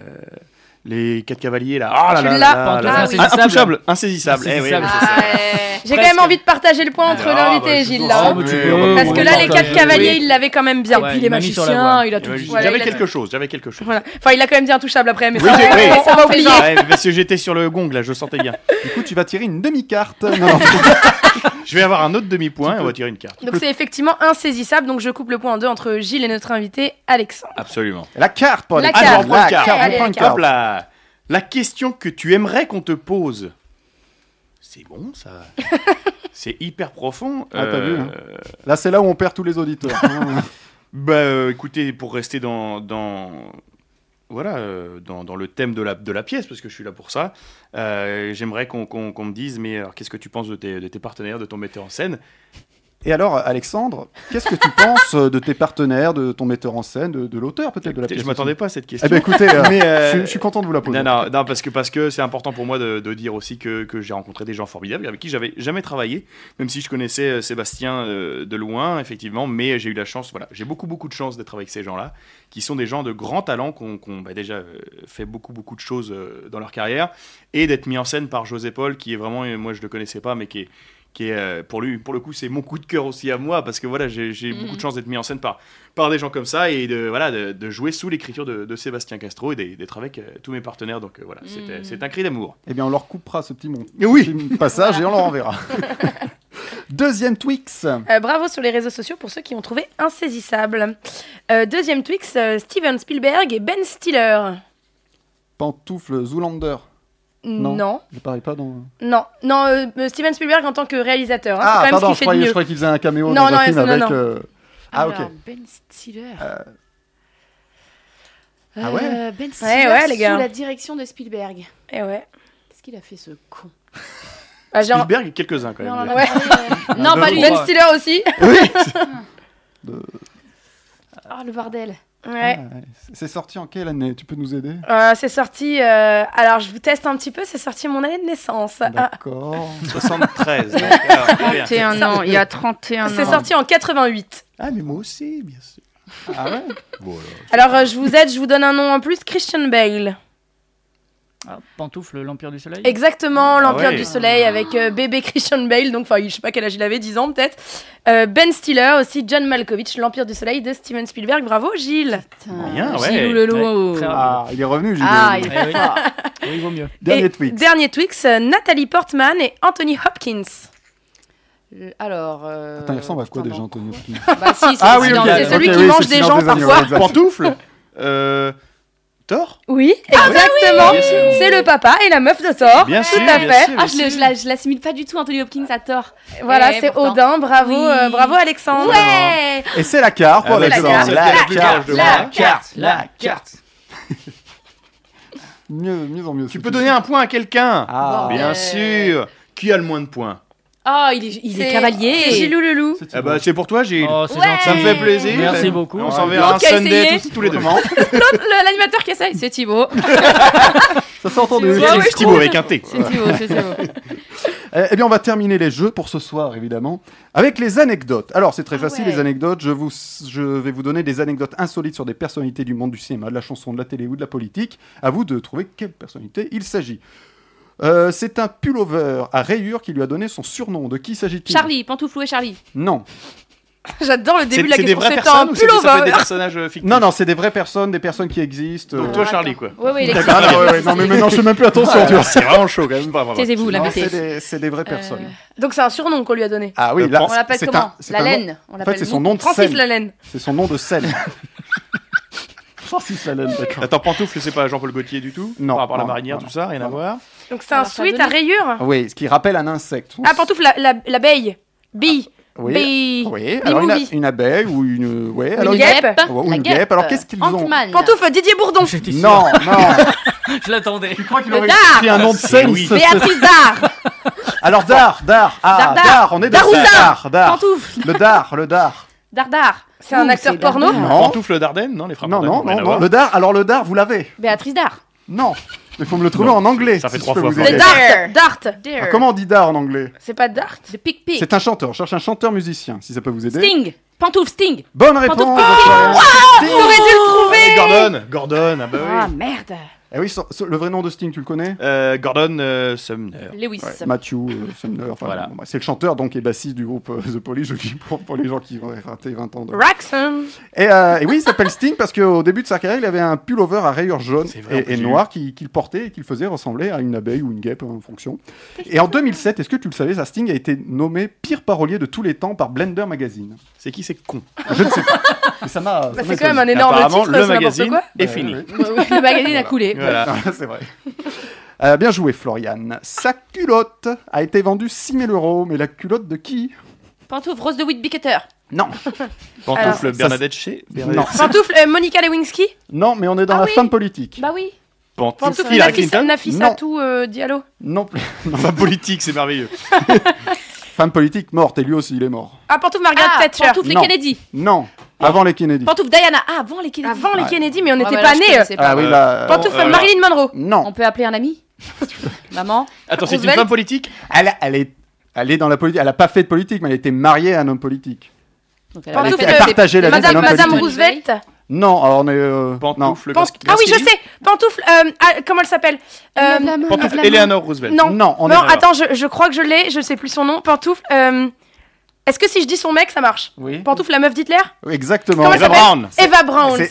Speaker 5: Les quatre cavaliers, là. Ah là
Speaker 6: Tu
Speaker 5: là
Speaker 6: l'as,
Speaker 5: là
Speaker 6: Pantoufle.
Speaker 5: là là.
Speaker 6: Insaisissable.
Speaker 5: Ah, Intouchable, insaisissable. Eh oui,
Speaker 6: Insaisissable,
Speaker 5: oui, c'est ça.
Speaker 6: J'ai quand même envie de partager le point entre
Speaker 5: Ah,
Speaker 6: l'invité
Speaker 5: bah,
Speaker 6: et
Speaker 5: je
Speaker 6: Gilles
Speaker 5: dois
Speaker 6: là.
Speaker 5: savoir, mais oui,
Speaker 6: Parce
Speaker 5: oui,
Speaker 6: que
Speaker 5: oui,
Speaker 6: là,
Speaker 5: oui,
Speaker 6: les quatre
Speaker 5: oui.
Speaker 6: cavaliers, il l'avait quand même bien.
Speaker 5: Ouais,
Speaker 6: Puis
Speaker 5: il
Speaker 6: les
Speaker 5: m'a mis sur la
Speaker 6: magiciens,
Speaker 5: voie.
Speaker 6: il a tout dit.
Speaker 5: J'avais
Speaker 6: Voilà, il a
Speaker 5: quelque
Speaker 6: tout dit.
Speaker 5: chose, j'avais quelque chose.
Speaker 6: Voilà. Enfin, il a quand même dit intouchable après, mais
Speaker 5: Oui,
Speaker 6: ça,
Speaker 5: j'ai- oui.
Speaker 6: on va oublier.
Speaker 5: Ouais, parce que j'étais sur le gong, là, je sentais bien.
Speaker 2: Du coup, tu vas tirer une demi-carte.
Speaker 6: (laughs)
Speaker 2: Non, non.
Speaker 5: Je vais avoir un autre demi-point et on va tirer une carte.
Speaker 6: Donc c'est effectivement insaisissable, donc je coupe le point en deux entre Gilles et notre invité Alexandre.
Speaker 5: Absolument.
Speaker 2: La carte, Paul.
Speaker 6: La
Speaker 5: Attends,
Speaker 6: carte.
Speaker 5: on prend une
Speaker 6: La
Speaker 5: carte.
Speaker 6: carte. Allez,
Speaker 5: On prend
Speaker 6: la
Speaker 5: une
Speaker 6: carte.
Speaker 5: carte. Hop là. La question que tu aimerais qu'on te pose. C'est bon,
Speaker 6: (laughs)
Speaker 5: ça. C'est hyper profond.
Speaker 2: Ah, t'as
Speaker 5: Euh,
Speaker 2: vu, hein. Là, c'est là où on perd tous
Speaker 6: (laughs)
Speaker 2: les auditeurs.
Speaker 5: Bah euh, écoutez, pour rester dans, dans voilà, euh, dans, dans le thème de la, de la pièce, parce que je suis là pour ça, euh, j'aimerais qu'on qu'on- qu'on me dise, mais alors, qu'est-ce que tu penses de tes, de tes partenaires, de ton metteur en scène
Speaker 2: Et alors, Alexandre, qu'est-ce que tu penses de tes partenaires, de ton metteur en scène, de, de l'auteur peut-être de la
Speaker 5: Écoutez,
Speaker 2: pièce
Speaker 5: je m'attendais
Speaker 2: aussi
Speaker 5: pas à cette question.
Speaker 2: Eh ben écoutez, euh,
Speaker 5: (laughs) Mais, euh,
Speaker 2: je, suis- je suis content de vous la poser.
Speaker 5: Non, non, non, parce que parce que c'est important pour moi de, de dire aussi que, que j'ai rencontré des gens formidables avec qui j'avais jamais travaillé, même si je connaissais euh, Sébastien euh, de loin, effectivement, mais j'ai eu la chance, voilà, j'ai beaucoup beaucoup de chance d'être avec ces gens-là, qui sont des gens de grand talent, qui ont déjà euh, fait beaucoup beaucoup de choses euh, dans leur carrière, et d'être mis en scène par José Paul, qui est vraiment, euh, moi je le connaissais pas, mais qui est qui est euh, pour lui pour le coup c'est mon coup de cœur aussi à moi parce que voilà j'ai j'ai
Speaker 15: Mhm.
Speaker 5: beaucoup
Speaker 6: Mm.
Speaker 5: de chance d'être mis en scène par par des gens comme ça et de voilà de, de jouer sous l'écriture de, de Sébastien Castro et d'être d'être avec euh, tous mes partenaires donc euh, voilà
Speaker 6: Mm.
Speaker 5: c'était- c'est un cri d'amour
Speaker 2: Eh bien, on leur coupera ce petit, mon...
Speaker 5: oui.
Speaker 2: ce petit passage et on leur
Speaker 6: (laughs)
Speaker 2: enverra. (laughs) Deuxième Twix.
Speaker 6: Euh, bravo sur les réseaux sociaux pour ceux qui ont trouvé insaisissable. Euh, deuxième Twix, euh, Steven Spielberg et Ben Stiller.
Speaker 2: Pantoufle Zoolander.
Speaker 6: Non.
Speaker 2: Je parie pas dans.
Speaker 6: Non, non, euh, euh, Steven Spielberg en tant que réalisateur. hein,
Speaker 2: Ah,
Speaker 6: c'est quand même
Speaker 2: pardon,
Speaker 6: ce
Speaker 2: je
Speaker 6: qu'il fait
Speaker 2: croyais,
Speaker 6: de
Speaker 2: je
Speaker 6: mieux.
Speaker 2: croyais qu'ils faisaient un caméo
Speaker 6: Non,
Speaker 2: dans
Speaker 6: non,
Speaker 2: un film
Speaker 6: non, non,
Speaker 2: avec.
Speaker 6: non.
Speaker 2: euh, Ah, ok.
Speaker 3: Alors, Ben Stiller.
Speaker 2: Euh,
Speaker 3: Euh,
Speaker 2: Ah ouais
Speaker 3: Ben
Speaker 6: Ouais,
Speaker 3: Stiller
Speaker 6: ouais, les gars.
Speaker 3: sous la direction de Spielberg.
Speaker 6: Eh ouais.
Speaker 3: Qu'est-ce qu'il a fait ce con
Speaker 6: Ah, j'ai en-
Speaker 5: Spielberg et quelques-uns quand
Speaker 3: Non,
Speaker 5: même
Speaker 3: non,
Speaker 2: (laughs)
Speaker 3: non,
Speaker 2: Ah,
Speaker 6: Ouais.
Speaker 3: non, pas lui.
Speaker 6: Ben Stiller aussi.
Speaker 3: Ah, le bordel.
Speaker 6: Ouais.
Speaker 2: Ah, ouais. C'est sorti en quelle année Tu peux nous aider
Speaker 6: Euh, c'est sorti. euh, alors, je vous teste un petit peu. C'est sorti mon année de naissance. Ah.
Speaker 5: (laughs)
Speaker 2: D'accord.
Speaker 5: 73
Speaker 6: (laughs) C'est sorti- C'est sorti en 88.
Speaker 5: Ah, mais moi aussi, bien sûr.
Speaker 2: Ah ouais
Speaker 6: Alors, euh, je vous aide, je vous donne un nom en plus Christian Bale.
Speaker 4: Ah, pantoufle, l'Empire du Soleil
Speaker 6: Exactement,
Speaker 2: Ah
Speaker 6: l'Empire
Speaker 4: ouais.
Speaker 6: du Soleil avec euh, bébé Christian Bale, donc enfin, je sais pas quel âge il avait, 10 ans peut-être. Euh, ben Stiller aussi, John Malkovich, l'Empire du Soleil de Steven Spielberg. Bravo Gilles.
Speaker 5: Bien, ouais.
Speaker 3: Gilou le loup.
Speaker 5: Ouais, très
Speaker 2: Ah, il est revenu, Gilles.
Speaker 3: Ah, il est
Speaker 5: oui.
Speaker 3: fort.
Speaker 4: Oui, il vaut mieux.
Speaker 2: (laughs) Dernier
Speaker 6: Et
Speaker 2: Twix.
Speaker 6: Dernier Twix, euh, Nathalie Portman et Anthony Hopkins.
Speaker 3: Le- Alors. euh,
Speaker 2: Putain, il ressemble à quoi déjà, Antonio Hopkins
Speaker 3: Bah
Speaker 6: (laughs)
Speaker 3: si, c'est
Speaker 2: Ah
Speaker 3: le
Speaker 2: oui,
Speaker 3: silence.
Speaker 2: ok,
Speaker 3: C'est celui
Speaker 2: ok,
Speaker 3: qui
Speaker 2: oui,
Speaker 3: mange
Speaker 2: c'est le
Speaker 3: des
Speaker 2: silence
Speaker 3: gens
Speaker 2: agneaux,
Speaker 3: parfois.
Speaker 2: exact.
Speaker 5: Pantoufle euh, Thor
Speaker 6: Oui,
Speaker 5: Ah bah oui,
Speaker 6: exactement.
Speaker 5: bien sûr.
Speaker 6: c'est le papa et la meuf de Thor.
Speaker 5: Bien
Speaker 6: tout
Speaker 5: sûr,
Speaker 6: à
Speaker 5: bien
Speaker 6: fait.
Speaker 5: sûr,
Speaker 3: Ah, je le- je la- je l'assimile pas du tout, Anthony Hopkins à tort.
Speaker 6: Voilà,
Speaker 3: Eh,
Speaker 6: c'est
Speaker 3: pourtant.
Speaker 6: Odin. Bravo,
Speaker 3: Oui.
Speaker 6: euh, bravo Alexandre.
Speaker 3: Ouais
Speaker 2: Et c'est la carte pour
Speaker 5: Ah, bah,
Speaker 2: Alexandre.
Speaker 5: c'est la carte, la carte, la
Speaker 4: carte.
Speaker 2: Mieux, mieux en mieux.
Speaker 5: tu peux donner un point à quelqu'un
Speaker 2: Ah.
Speaker 5: bien
Speaker 6: euh,
Speaker 2: Bordel.
Speaker 5: sûr qui a le moins de points
Speaker 3: Ah, il est, il est
Speaker 6: C'est-
Speaker 3: cavalier.
Speaker 6: C'est Gilou le loup.
Speaker 5: Eh ben, c'est pour toi Gilles
Speaker 4: Oh, c'est
Speaker 3: Ouais. gentil.
Speaker 5: ça me fait plaisir
Speaker 4: Merci beaucoup.
Speaker 5: on s'enverra un
Speaker 3: L'autre qui a
Speaker 5: Sunday
Speaker 3: essayé.
Speaker 5: tous, tous les deux
Speaker 3: L'autre, le- l'animateur qui essaye, c'est
Speaker 5: (laughs)
Speaker 3: Thibaut.
Speaker 2: Ça s'est entendu.
Speaker 3: Ouais, ouais, je
Speaker 5: C'est Thibaut
Speaker 3: trouve.
Speaker 5: avec un T.
Speaker 3: C'est Thibaut, c'est Thibaut.
Speaker 2: Euh, (laughs) Eh bien, on va terminer les jeux pour ce soir, évidemment, avec les anecdotes. Alors, c'est très facile, les anecdotes. Je, vous, je vais vous donner des anecdotes insolites sur des personnalités du monde du cinéma, de la chanson, de la télé ou de la politique. À vous de trouver quelle personnalité il s'agit. Euh, c'est un pullover à rayures qui lui a donné son surnom. De qui s'agit-il
Speaker 3: Charlie, Pantouflou et Charlie.
Speaker 2: Non.
Speaker 6: (laughs) J'adore le début de la
Speaker 5: c'est des
Speaker 6: question.
Speaker 5: vraies
Speaker 6: C'était un
Speaker 5: personnes ou c'est- ça
Speaker 6: pullover.
Speaker 5: fait des personnages euh, fictifs
Speaker 2: Non, non, c'est des vraies personnes, des personnes qui existent. euh.
Speaker 5: Donc toi, Charlie, quoi.
Speaker 6: Ouais, ouais, il
Speaker 2: D'accord,
Speaker 5: existe.
Speaker 2: ah, ouais, ouais, Non, mais maintenant, je fais même plus attention,
Speaker 5: Ouais,
Speaker 2: tu vois.
Speaker 5: c'est vraiment chaud, quand même. Bravo, bravo.
Speaker 6: Taisez-vous, la
Speaker 2: Non,
Speaker 6: vérité.
Speaker 2: C'est des, c'est des
Speaker 6: Euh.
Speaker 2: vraies personnes.
Speaker 6: Donc c'est un surnom qu'on lui a donné.
Speaker 2: Ah oui, là,
Speaker 6: Euh, on l'appelle
Speaker 2: c'est
Speaker 6: comment
Speaker 2: un- c'est
Speaker 6: La
Speaker 2: un nom-
Speaker 6: laine. On
Speaker 2: En fait,
Speaker 6: l'appelle-
Speaker 2: c'est son nom de
Speaker 6: Francis
Speaker 2: scène.
Speaker 6: la laine.
Speaker 2: C'est son nom de scène.
Speaker 5: (laughs) Oh,
Speaker 2: Francis Lalanne, d'accord.
Speaker 5: Attends, pantoufle, c'est pas Jean-Paul Gaultier du tout
Speaker 2: Non,
Speaker 5: Par rapport à la
Speaker 2: non,
Speaker 5: marinière,
Speaker 2: non,
Speaker 5: tout ça, rien à voir.
Speaker 6: Donc c'est un sweat à rayures.
Speaker 2: Oui, ce qui rappelle un insecte.
Speaker 6: Ah, pantoufle, la- la- l'abeille. Bee.
Speaker 2: Oui.
Speaker 6: Bee.
Speaker 2: Oui,
Speaker 6: Bee
Speaker 2: alors une, a-
Speaker 6: Ah, movie.
Speaker 2: une abeille ou une. Ouais,
Speaker 6: Une
Speaker 2: Eh, alors
Speaker 6: guêpe.
Speaker 2: Ouais, ou
Speaker 6: La
Speaker 2: une
Speaker 6: guêpe. euh,
Speaker 2: guêpe. Alors qu'est-ce qu'ils ont
Speaker 6: Pantoufle, Didier Bourdon.
Speaker 2: (laughs) Non, non.
Speaker 4: Je l'attendais. Tu crois
Speaker 2: qu'il aurait écrit un nom de scène ce-
Speaker 6: Béatrice Dard.
Speaker 2: Alors Dar, Dar, ah,
Speaker 6: Dar, Dar.
Speaker 2: Dar, on est dans
Speaker 6: Dar ou Dar
Speaker 2: Dar, Dar.
Speaker 6: Pantoufle.
Speaker 2: Le Dar, le Dar.
Speaker 6: Dardar. C'est un
Speaker 5: Ouh,
Speaker 6: acteur
Speaker 5: c'est
Speaker 6: porno.
Speaker 2: Non.
Speaker 5: Pantoufle d'Ardenne Non, les frappes
Speaker 2: Non,
Speaker 5: d'Ardenne,
Speaker 2: non, non,
Speaker 5: rien à
Speaker 2: non.
Speaker 5: voir.
Speaker 2: Le Dar, alors le Dar, vous l'avez.
Speaker 6: Béatrice Dard.
Speaker 2: Non. Il faut me le trouver en anglais.
Speaker 5: Ça fait
Speaker 2: si
Speaker 5: trois
Speaker 2: je peux
Speaker 5: fois,
Speaker 2: vous
Speaker 5: pardon.
Speaker 2: aider.
Speaker 6: Dart. Dart.
Speaker 2: Ah, Comment on dit Dar en anglais
Speaker 6: C'est pas Dart. C'est Pic Pic.
Speaker 2: C'est un chanteur. Je cherche un chanteur musicien, si ça peut vous aider.
Speaker 6: Sting. Ah, Pantoufle Sting.
Speaker 2: Bonne réponse.
Speaker 6: Pantoufle
Speaker 2: Florian.
Speaker 6: Sting. Waouh, T'aurais dû le trouver.
Speaker 5: Gordon Gordon, ah bah
Speaker 6: Ah
Speaker 5: oui.
Speaker 6: merde.
Speaker 2: Eh oui, so- so- le vrai nom de Sting, tu le connais
Speaker 5: Euh, Gordon euh, Sumner.
Speaker 6: Lewis.
Speaker 2: Ouais, Matthew euh, Sumner, enfin,
Speaker 5: Voilà.
Speaker 2: bon, bah, c'est le chanteur donc et bassiste du groupe euh, The Police, je le dis pour, pour les gens qui ont raté 20 ans. De...
Speaker 6: Raxon.
Speaker 2: Et, euh, et oui, il s'appelle Sting parce qu'au début de sa carrière, il avait un pullover à rayures jaunes
Speaker 5: vrai, en
Speaker 2: et,
Speaker 5: plus,
Speaker 2: et
Speaker 5: j'ai
Speaker 2: noires qui- qu'il portait et qu'il faisait ressembler à une abeille ou une guêpe en fonction. Et en 2007, est-ce que tu le savais, ça, Sting a été nommé pire parolier de tous les temps par Blender Magazine.
Speaker 5: C'est qui ces cons
Speaker 2: Je ne sais pas. Mais ça m'a. ça
Speaker 6: Bah,
Speaker 2: m'a
Speaker 6: c'est quand même un
Speaker 2: étonné.
Speaker 6: énorme titre. c'est n'importe quoi.
Speaker 3: (laughs)
Speaker 5: est fini.
Speaker 6: Le magazine a coulé.
Speaker 5: Voilà.
Speaker 2: (laughs) c'est vrai. Euh, bien joué, Florian. Sa culotte a été vendue 6000 euros, mais la culotte de qui
Speaker 6: Pantoufle Rose de Whitbicketer.
Speaker 2: Non.
Speaker 5: Pantoufle
Speaker 2: Alors-
Speaker 5: Bernadette Chez
Speaker 2: Non.
Speaker 6: Pantoufle euh, Monica Lewinsky. Ah
Speaker 2: non, mais on est dans la femme politique.
Speaker 6: Bah oui.
Speaker 5: Pantoufle
Speaker 6: Pantoufle
Speaker 5: Hillary
Speaker 6: Nafis-
Speaker 5: Clinton
Speaker 6: Nafisatou euh, Diallo.
Speaker 2: Non
Speaker 5: (laughs)
Speaker 2: plus.
Speaker 5: Femme politique, c'est merveilleux.
Speaker 2: (laughs) Femme politique morte, et lui aussi, il est mort.
Speaker 6: Ah, pantoufle Margaret
Speaker 3: Ah,
Speaker 6: Thatcher.
Speaker 3: pantoufle les
Speaker 2: Non.
Speaker 3: Kennedy.
Speaker 2: Non, avant les Kennedy.
Speaker 3: Pantoufle Diana. Ah, avant les Kennedy.
Speaker 6: Avant les
Speaker 2: Ouais.
Speaker 6: Kennedy, mais on
Speaker 3: Ah,
Speaker 6: n'était pas
Speaker 3: bah là, je
Speaker 6: nés. euh.
Speaker 3: connaissais pas.
Speaker 2: Ah oui, là.
Speaker 6: Pantoufle
Speaker 2: euh,
Speaker 6: Marilyn Monroe.
Speaker 2: Non.
Speaker 3: On peut appeler un
Speaker 5: (laughs)
Speaker 3: ami Maman
Speaker 5: Attends, c'est une
Speaker 3: Roosevelt
Speaker 5: femme politique
Speaker 2: Elle, a- elle est, elle est dans la politique. Elle a pas fait de politique, mais elle était mariée à un homme politique.
Speaker 3: Donc
Speaker 2: Elle
Speaker 6: Pantoufle,
Speaker 2: était- elle partageait
Speaker 6: euh,
Speaker 2: la vie d'un
Speaker 6: Madame,
Speaker 2: homme
Speaker 6: Madame
Speaker 2: politique.
Speaker 6: Roosevelt.
Speaker 2: Non, alors on est. euh, non.
Speaker 6: Pant- Ah oui, je sais. Pantoufle. euh, ah, comment elle s'appelle Euh,
Speaker 5: Pantoufle Eleanor Roosevelt.
Speaker 6: Non.
Speaker 2: Non, on est
Speaker 6: non
Speaker 2: d'accord.
Speaker 6: attends, je, je crois que je l'ai. Je sais plus son nom. Pantoufle. euh, Est-ce que si je dis son mec, ça marche
Speaker 2: Oui.
Speaker 6: Pantoufle, la meuf d'Hitler
Speaker 2: Exactement.
Speaker 6: Comment elle s'appelle Eva Brown.
Speaker 2: C'est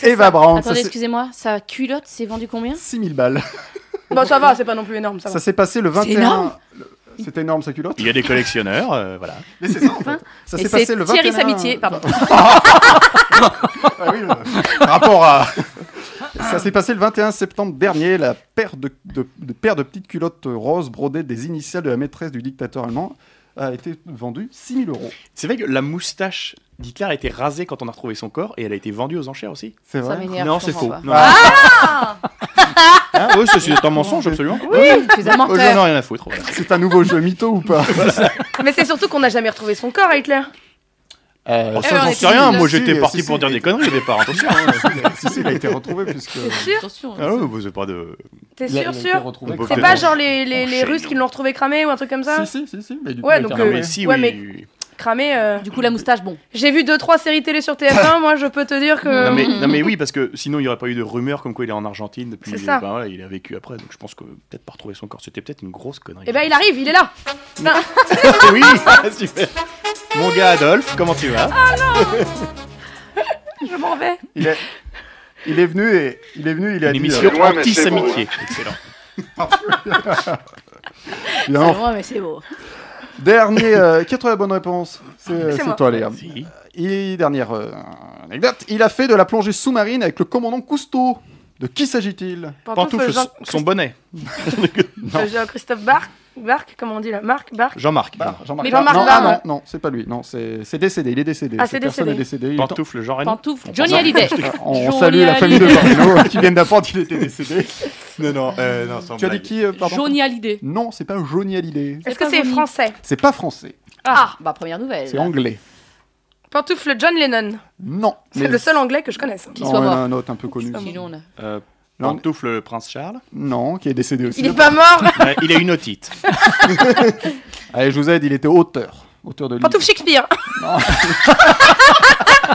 Speaker 6: ça.
Speaker 2: Eva Brown.
Speaker 3: Attendez,
Speaker 2: ça, c'est
Speaker 3: excusez-moi, sa culotte s'est vendue combien
Speaker 2: 6000 balles. (laughs)
Speaker 6: Bon, Bah, ça va, c'est pas non plus énorme. Ça,
Speaker 2: Ça
Speaker 6: va.
Speaker 2: s'est passé le 21.
Speaker 5: (laughs)
Speaker 6: énorme.
Speaker 2: le- C'était énorme sa culotte.
Speaker 5: Il y a des collectionneurs, euh, voilà.
Speaker 2: Mais c'est ça en fait. Ça
Speaker 3: Et
Speaker 2: s'est
Speaker 3: c'est
Speaker 2: passé le 21.
Speaker 3: Thierry Samitier, pardon.
Speaker 2: (laughs) Ah oui, le- rapport
Speaker 5: (laughs)
Speaker 2: à. Ça s'est passé le 21 septembre dernier. La paire de, de- de- paire de petites culottes roses brodées des initiales de la maîtresse du dictateur allemand a été vendue 6 000 euros.
Speaker 5: C'est vrai que la moustache d'Hitler a été rasée quand on a retrouvé son corps et elle a été vendue aux enchères aussi.
Speaker 2: C'est vrai Ah
Speaker 3: m'énerve,
Speaker 5: Non,
Speaker 3: je
Speaker 5: c'est faux.
Speaker 3: comprends pas.
Speaker 5: Non. Hein, oui, c'est- c'est un mensonge absolument.
Speaker 6: Oui, tu es un
Speaker 5: Oh, j'en ai
Speaker 6: menteur.
Speaker 5: rien à foutre. voilà.
Speaker 2: C'est un nouveau jeu mytho ou
Speaker 5: (laughs)
Speaker 2: pas
Speaker 6: Mais c'est surtout qu'on n'a jamais retrouvé son corps à Hitler.
Speaker 2: ben,
Speaker 5: Oh,
Speaker 6: Eh,
Speaker 5: ça,
Speaker 6: on
Speaker 5: j'en
Speaker 6: est
Speaker 5: sais rien.
Speaker 6: tous
Speaker 5: Moi,
Speaker 2: dessus,
Speaker 5: j'étais
Speaker 2: si,
Speaker 5: parti
Speaker 2: si,
Speaker 5: pour dire
Speaker 2: si.
Speaker 5: des conneries, mais pas attention. (laughs) hein.
Speaker 2: Si, si, il a été retrouvé puisque.
Speaker 3: Attention.
Speaker 5: Ah ouais, vous avez pas de.
Speaker 6: hein. T'es
Speaker 2: Il a- il a
Speaker 6: sûr,
Speaker 2: été
Speaker 6: sûr
Speaker 2: retrouvé
Speaker 5: On peut
Speaker 6: C'est
Speaker 5: peut-être-
Speaker 6: pas genre les, les, les
Speaker 5: Enchaîne.
Speaker 6: Russes qui l'ont retrouvé cramé ou un truc comme ça
Speaker 2: Si, si, si, si. Mais du coup,
Speaker 6: Ouais,
Speaker 2: il a
Speaker 6: donc, euh,
Speaker 2: été
Speaker 5: Non,
Speaker 2: ramené.
Speaker 5: Ah, mais si,
Speaker 6: ouais,
Speaker 5: oui,
Speaker 6: mais-
Speaker 5: oui.
Speaker 6: Cramé. euh,
Speaker 3: Du coup, la moustache, bon.
Speaker 6: J'ai vu 2-3 séries télé sur TF1, moi je peux te dire que.
Speaker 5: Non mais, non, mais oui, parce que sinon il n'y aurait pas eu de rumeur comme quoi il est en Argentine depuis.
Speaker 6: C'est ça.
Speaker 5: ben voilà, il a vécu après, donc je pense que peut-être pas retrouver son corps. C'était peut-être une grosse connerie.
Speaker 6: Eh ben il arrive, il est là
Speaker 2: (laughs)
Speaker 6: Putain.
Speaker 3: (laughs)
Speaker 5: oui, Ah, super. Mon gars Adolphe, comment tu vas
Speaker 6: Ah Je m'en vais
Speaker 2: Il est... il est venu et il est venu, il a
Speaker 5: Une
Speaker 2: dit.
Speaker 5: émission
Speaker 2: euh,
Speaker 5: anti-samitié. Excellent.
Speaker 3: C'est
Speaker 2: Évidemment,
Speaker 3: loin, mais c'est beau.
Speaker 2: Dernier, euh, qui a trouvé la bonne réponse C'est euh,
Speaker 6: C'est
Speaker 2: c'est
Speaker 6: moi.
Speaker 2: toi, Léa.
Speaker 5: Si.
Speaker 2: Et dernière euh, anecdote, il a fait de la plongée sous-marine avec le commandant Cousteau. De qui s'agit-il
Speaker 5: Pantoufle,
Speaker 6: Jean-
Speaker 5: son bonnet.
Speaker 6: euh, Jean- Christophe Barc, Barc, comment on dit là Marc, Barc
Speaker 5: Jean-Marc.
Speaker 2: Bah, Jean-Marc
Speaker 6: Mais
Speaker 2: Jarre.
Speaker 6: Jean-Marc
Speaker 2: non,
Speaker 6: Jarre,
Speaker 2: ah
Speaker 6: ouais.
Speaker 2: non, non, c'est pas lui. Non, c'est c'est décédé. Il est décédé.
Speaker 6: Ah,
Speaker 2: Cette
Speaker 6: c'est
Speaker 2: personne
Speaker 6: décédé.
Speaker 2: est décédée. Il est en-
Speaker 5: Pantoufle, Jean bah, Reno.
Speaker 3: Pantoufle. Johnny Hallyday.
Speaker 2: (laughs) On
Speaker 3: Johnny
Speaker 2: salue la famille de
Speaker 3: Hallyday.
Speaker 2: Jean qui viennent d'apprendre qu'il était décédé.
Speaker 5: Non, non, euh, non, sans
Speaker 2: Tu as dit
Speaker 5: blague.
Speaker 2: qui, euh, pardon
Speaker 3: Johnny Hallyday.
Speaker 2: Non, c'est pas Johnny Hallyday.
Speaker 6: Est-ce que c'est
Speaker 3: Johnny.
Speaker 6: français
Speaker 2: C'est pas
Speaker 5: (laughs)
Speaker 2: français.
Speaker 3: Ah, bah première nouvelle.
Speaker 2: C'est anglais.
Speaker 6: Pantoufle John Lennon.
Speaker 2: Non.
Speaker 6: C'est
Speaker 2: mais-
Speaker 6: le seul anglais que je connaisse. hein.
Speaker 3: Qui
Speaker 2: Non,
Speaker 3: soit
Speaker 2: il y en a
Speaker 3: mort.
Speaker 2: un autre un peu connu.
Speaker 3: Sinon, on a-
Speaker 5: Euh,
Speaker 2: Non.
Speaker 5: Pantoufle, le prince Charles.
Speaker 2: Non, qui est décédé aussi.
Speaker 6: Il est pas mort
Speaker 2: (laughs)
Speaker 5: Euh, il a une otite.
Speaker 2: Allez, je vous aide. Il était auteur. Auteur de livres.
Speaker 6: Pantoufle
Speaker 3: (laughs)
Speaker 6: Shakespeare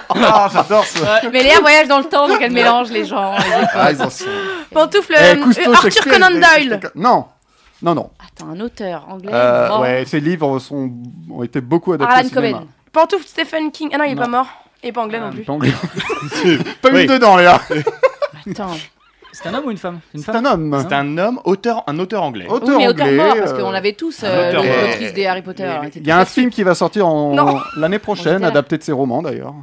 Speaker 2: Ah, j'adore ce.
Speaker 3: (laughs) Mais Léa voyage dans le temps, donc elle mélange les gens. les-
Speaker 2: Ah, ils en sont.
Speaker 6: (laughs) Pantoufle
Speaker 2: Eh,
Speaker 6: euh,
Speaker 2: Cousteau,
Speaker 6: euh, Arthur
Speaker 2: Shakespeare,
Speaker 6: Conan
Speaker 2: il-
Speaker 6: Doyle
Speaker 2: Non, non, non.
Speaker 3: Attends, un auteur anglais.
Speaker 2: Euh,
Speaker 3: Ah, mort.
Speaker 2: ouais, ses livres sont, ont été beaucoup adaptés
Speaker 3: Harlan
Speaker 2: au cinéma.
Speaker 3: Coben.
Speaker 6: Pantoufle Stephen King. Ah non, il est pas mort. Il est pas anglais non plus.
Speaker 5: (laughs)
Speaker 2: Pas eu dedans, les gars.
Speaker 6: Attends.
Speaker 4: C'est un homme ou une femme
Speaker 2: C'est un homme. Oh,
Speaker 5: C'est un homme, auteur, un auteur anglais.
Speaker 3: Oui, mais auteur mort, parce qu'on avait tous euh,
Speaker 2: auteur mort.
Speaker 3: l'autrice des Harry Potter. elle était
Speaker 2: Il y a un film qui va sortir en-
Speaker 3: Non.
Speaker 2: l'année
Speaker 3: Bon, je
Speaker 2: prochaine,
Speaker 3: dirais.
Speaker 2: adapté de ses romans d'ailleurs.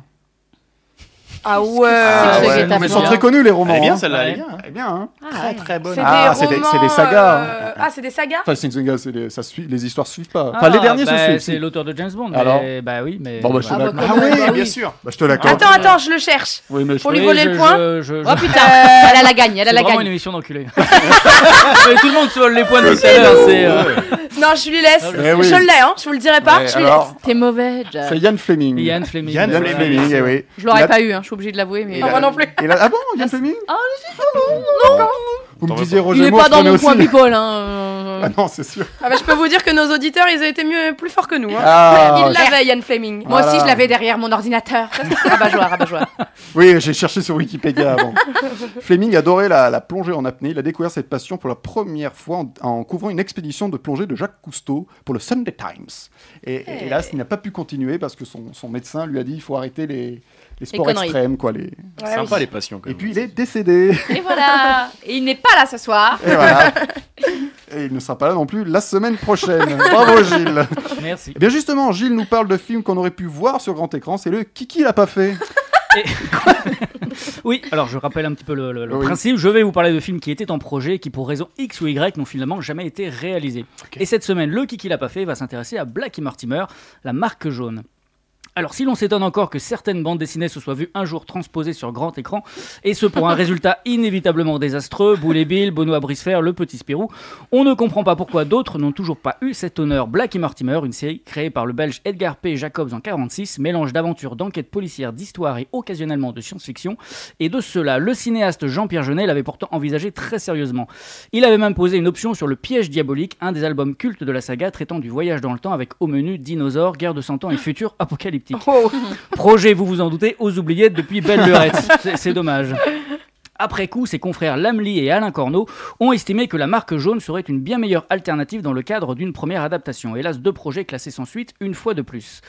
Speaker 6: Ah ouais.
Speaker 2: Ah ouais, mais ils sont très connus les romans.
Speaker 5: Elle est bien,
Speaker 2: hein.
Speaker 5: celle-là, elle est
Speaker 2: Ouais.
Speaker 5: bien, hein.
Speaker 2: Elle est bien. hein.
Speaker 6: Très très bonne.
Speaker 2: Ah, c'est des, c'est des sagas. hein.
Speaker 6: Ah, c'est des sagas
Speaker 2: Enfin, c'est une saga, c'est des- ça suit, les histoires suivent pas. Enfin,
Speaker 4: Ah,
Speaker 2: les derniers
Speaker 4: bah,
Speaker 2: se suivent.
Speaker 4: C'est
Speaker 2: si.
Speaker 4: l'auteur de James Bond.
Speaker 2: Alors
Speaker 4: mais- bah oui, mais.
Speaker 2: Bon, bah, je te
Speaker 4: Ah,
Speaker 2: l'accorde.
Speaker 4: bah, comment- bah oui.
Speaker 2: Bah, je te l'accorde.
Speaker 6: Attends, attends, je le cherche.
Speaker 2: Oui, mais je
Speaker 6: Pour
Speaker 2: te-
Speaker 6: lui voler
Speaker 2: je-
Speaker 6: le point.
Speaker 4: je- je-
Speaker 6: Oh
Speaker 4: je-
Speaker 6: putain,
Speaker 4: (laughs)
Speaker 3: Euh, elle a la gagne, elle a la
Speaker 4: C'est (laughs) vraiment
Speaker 3: gagne.
Speaker 4: une émission d'enculé. tout le monde se vole les points de tout à l'heure, c'est, euh,
Speaker 6: Non, je lui laisse.
Speaker 4: Ah,
Speaker 2: je- Eh oui.
Speaker 6: Je l'ai, hein. Je vous le dirai pas.
Speaker 2: Ouais,
Speaker 6: je lui
Speaker 2: alors.
Speaker 6: laisse.
Speaker 3: T'es mauvais, Jack.
Speaker 2: C'est Yann Fleming.
Speaker 4: Yann Fleming.
Speaker 2: Yann
Speaker 4: Yann Fleming,
Speaker 2: Fleming, eh oui.
Speaker 3: Je l'aurais
Speaker 2: Il a-
Speaker 3: pas eu, hein, je suis obligé de l'avouer. Mais...
Speaker 2: il a- il a- Ah bon, Yann Fleming
Speaker 3: Ah, non, non.
Speaker 2: Vous me disiez
Speaker 3: Il
Speaker 2: Roger
Speaker 3: est
Speaker 2: Moore,
Speaker 3: pas
Speaker 2: je
Speaker 3: dans
Speaker 2: connais
Speaker 3: mon point
Speaker 2: aussi.
Speaker 3: people.
Speaker 2: (laughs)
Speaker 3: Hein.
Speaker 2: Ah non, c'est sûr.
Speaker 6: Ah bah, je peux vous dire que nos auditeurs, ils ont été mieux, plus forts que nous. Hein.
Speaker 2: Ah.
Speaker 6: ils l'avaient, Yann Fleming.
Speaker 3: Moi aussi,
Speaker 2: Voilà.
Speaker 3: je l'avais derrière
Speaker 6: (laughs)
Speaker 3: mon ordinateur. Rabat-joie, rabat-joie.
Speaker 2: Oui, j'ai cherché sur Wikipédia avant. (laughs) Fleming adorait la, la plongée en apnée. Il a découvert cette passion pour la première fois en, en couvrant une expédition de plongée de Jacques Cousteau pour le Sunday Times. Et, et hélas, il n'a pas pu continuer parce que son, son médecin lui a dit il faut arrêter les, les sports
Speaker 3: conneries.
Speaker 2: extrêmes. Quoi, les...
Speaker 3: Ouais, Sympa, oui.
Speaker 5: les passions.
Speaker 2: Et puis il est décédé. (laughs)
Speaker 3: Et voilà. Et il n'est pas là ce soir. (laughs)
Speaker 2: Et voilà. Et il ne sera pas là non plus la semaine
Speaker 5: (laughs)
Speaker 2: prochaine. Bravo Gilles.
Speaker 4: Merci.
Speaker 2: Eh bien justement, Gilles nous parle de films qu'on aurait pu voir sur grand écran. C'est le Kiki l'a pas
Speaker 5: (laughs)
Speaker 2: fait.
Speaker 4: (laughs) Oui, alors je rappelle un petit peu le, le- le
Speaker 2: Oui.
Speaker 4: principe. Je vais vous parler de films qui étaient en projet et qui, pour raison X ou Y, n'ont finalement jamais été réalisés. Et cette semaine, le Kiki l'a pas fait va s'intéresser à Blackie Mortimer, la marque jaune. Alors, si l'on s'étonne encore que certaines bandes dessinées se soient vues un jour transposées sur grand écran, et ce pour un résultat inévitablement désastreux, Boulet Bill, Benoît Brisfer, Le Petit Spirou, on ne comprend pas pourquoi d'autres n'ont toujours pas eu cet honneur. Black et Mortimer, une série créée par le belge Edgar P. Jacobs en 46, mélange d'aventures, d'enquêtes policières, d'histoire et occasionnellement de science-fiction, et de cela, le cinéaste Jean-Pierre Jeunet l'avait pourtant envisagé très sérieusement. Il avait même posé une option sur Le Piège Diabolique, un des albums cultes de la saga traitant du voyage dans le temps avec au menu dinosaures, guerre de 100 ans et futur apocalyptique. Projet, vous vous en doutez, aux oubliettes depuis Belle Lurette. C'est- C'est dommage. Après coup, ses confrères Lamely et Alain Corneau ont estimé que la marque jaune serait une bien meilleure alternative dans le cadre d'une première adaptation. Hélas, deux projets classés sans suite, une fois de plus.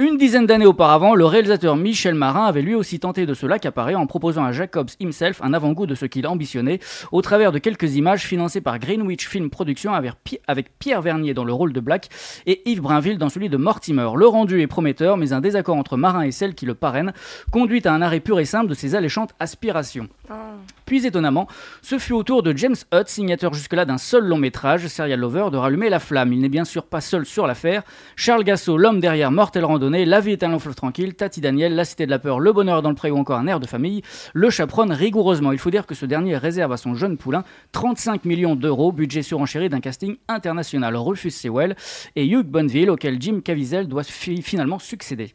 Speaker 4: Une dizaine d'années auparavant, le réalisateur Michel Marin avait lui aussi tenté de cela qu'apparaît en proposant à Jacobs himself un avant-goût de ce qu'il ambitionnait au travers de quelques images financées par Greenwich Film Productions avec, Pi- avec Pierre Vernier dans le rôle de Black et Yves Brinville dans celui de Mortimer. Le rendu est prometteur, mais un désaccord entre Marin et celle qui le parraine conduit à un arrêt pur et simple de ses alléchantes aspirations. Puis étonnamment, ce fut au tour de James Hutt, signateur jusque-là d'un seul long métrage, Serial Lover, de rallumer la flamme. Il n'est bien sûr pas seul sur l'affaire. Charles Gassot, l'homme derrière Mortel Randonnée, La vie est un long fleuve tranquille, Tati Daniel, La cité de la peur, Le bonheur dans le pré ou encore un air de famille, le chaperonne rigoureusement. Il faut dire que ce dernier réserve à son jeune poulain 35 millions d'euros, budget surenchéri d'un casting international. Rufus Sewell et Hugh Bonneville, auquel Jim Caviezel doit fi- finalement succéder.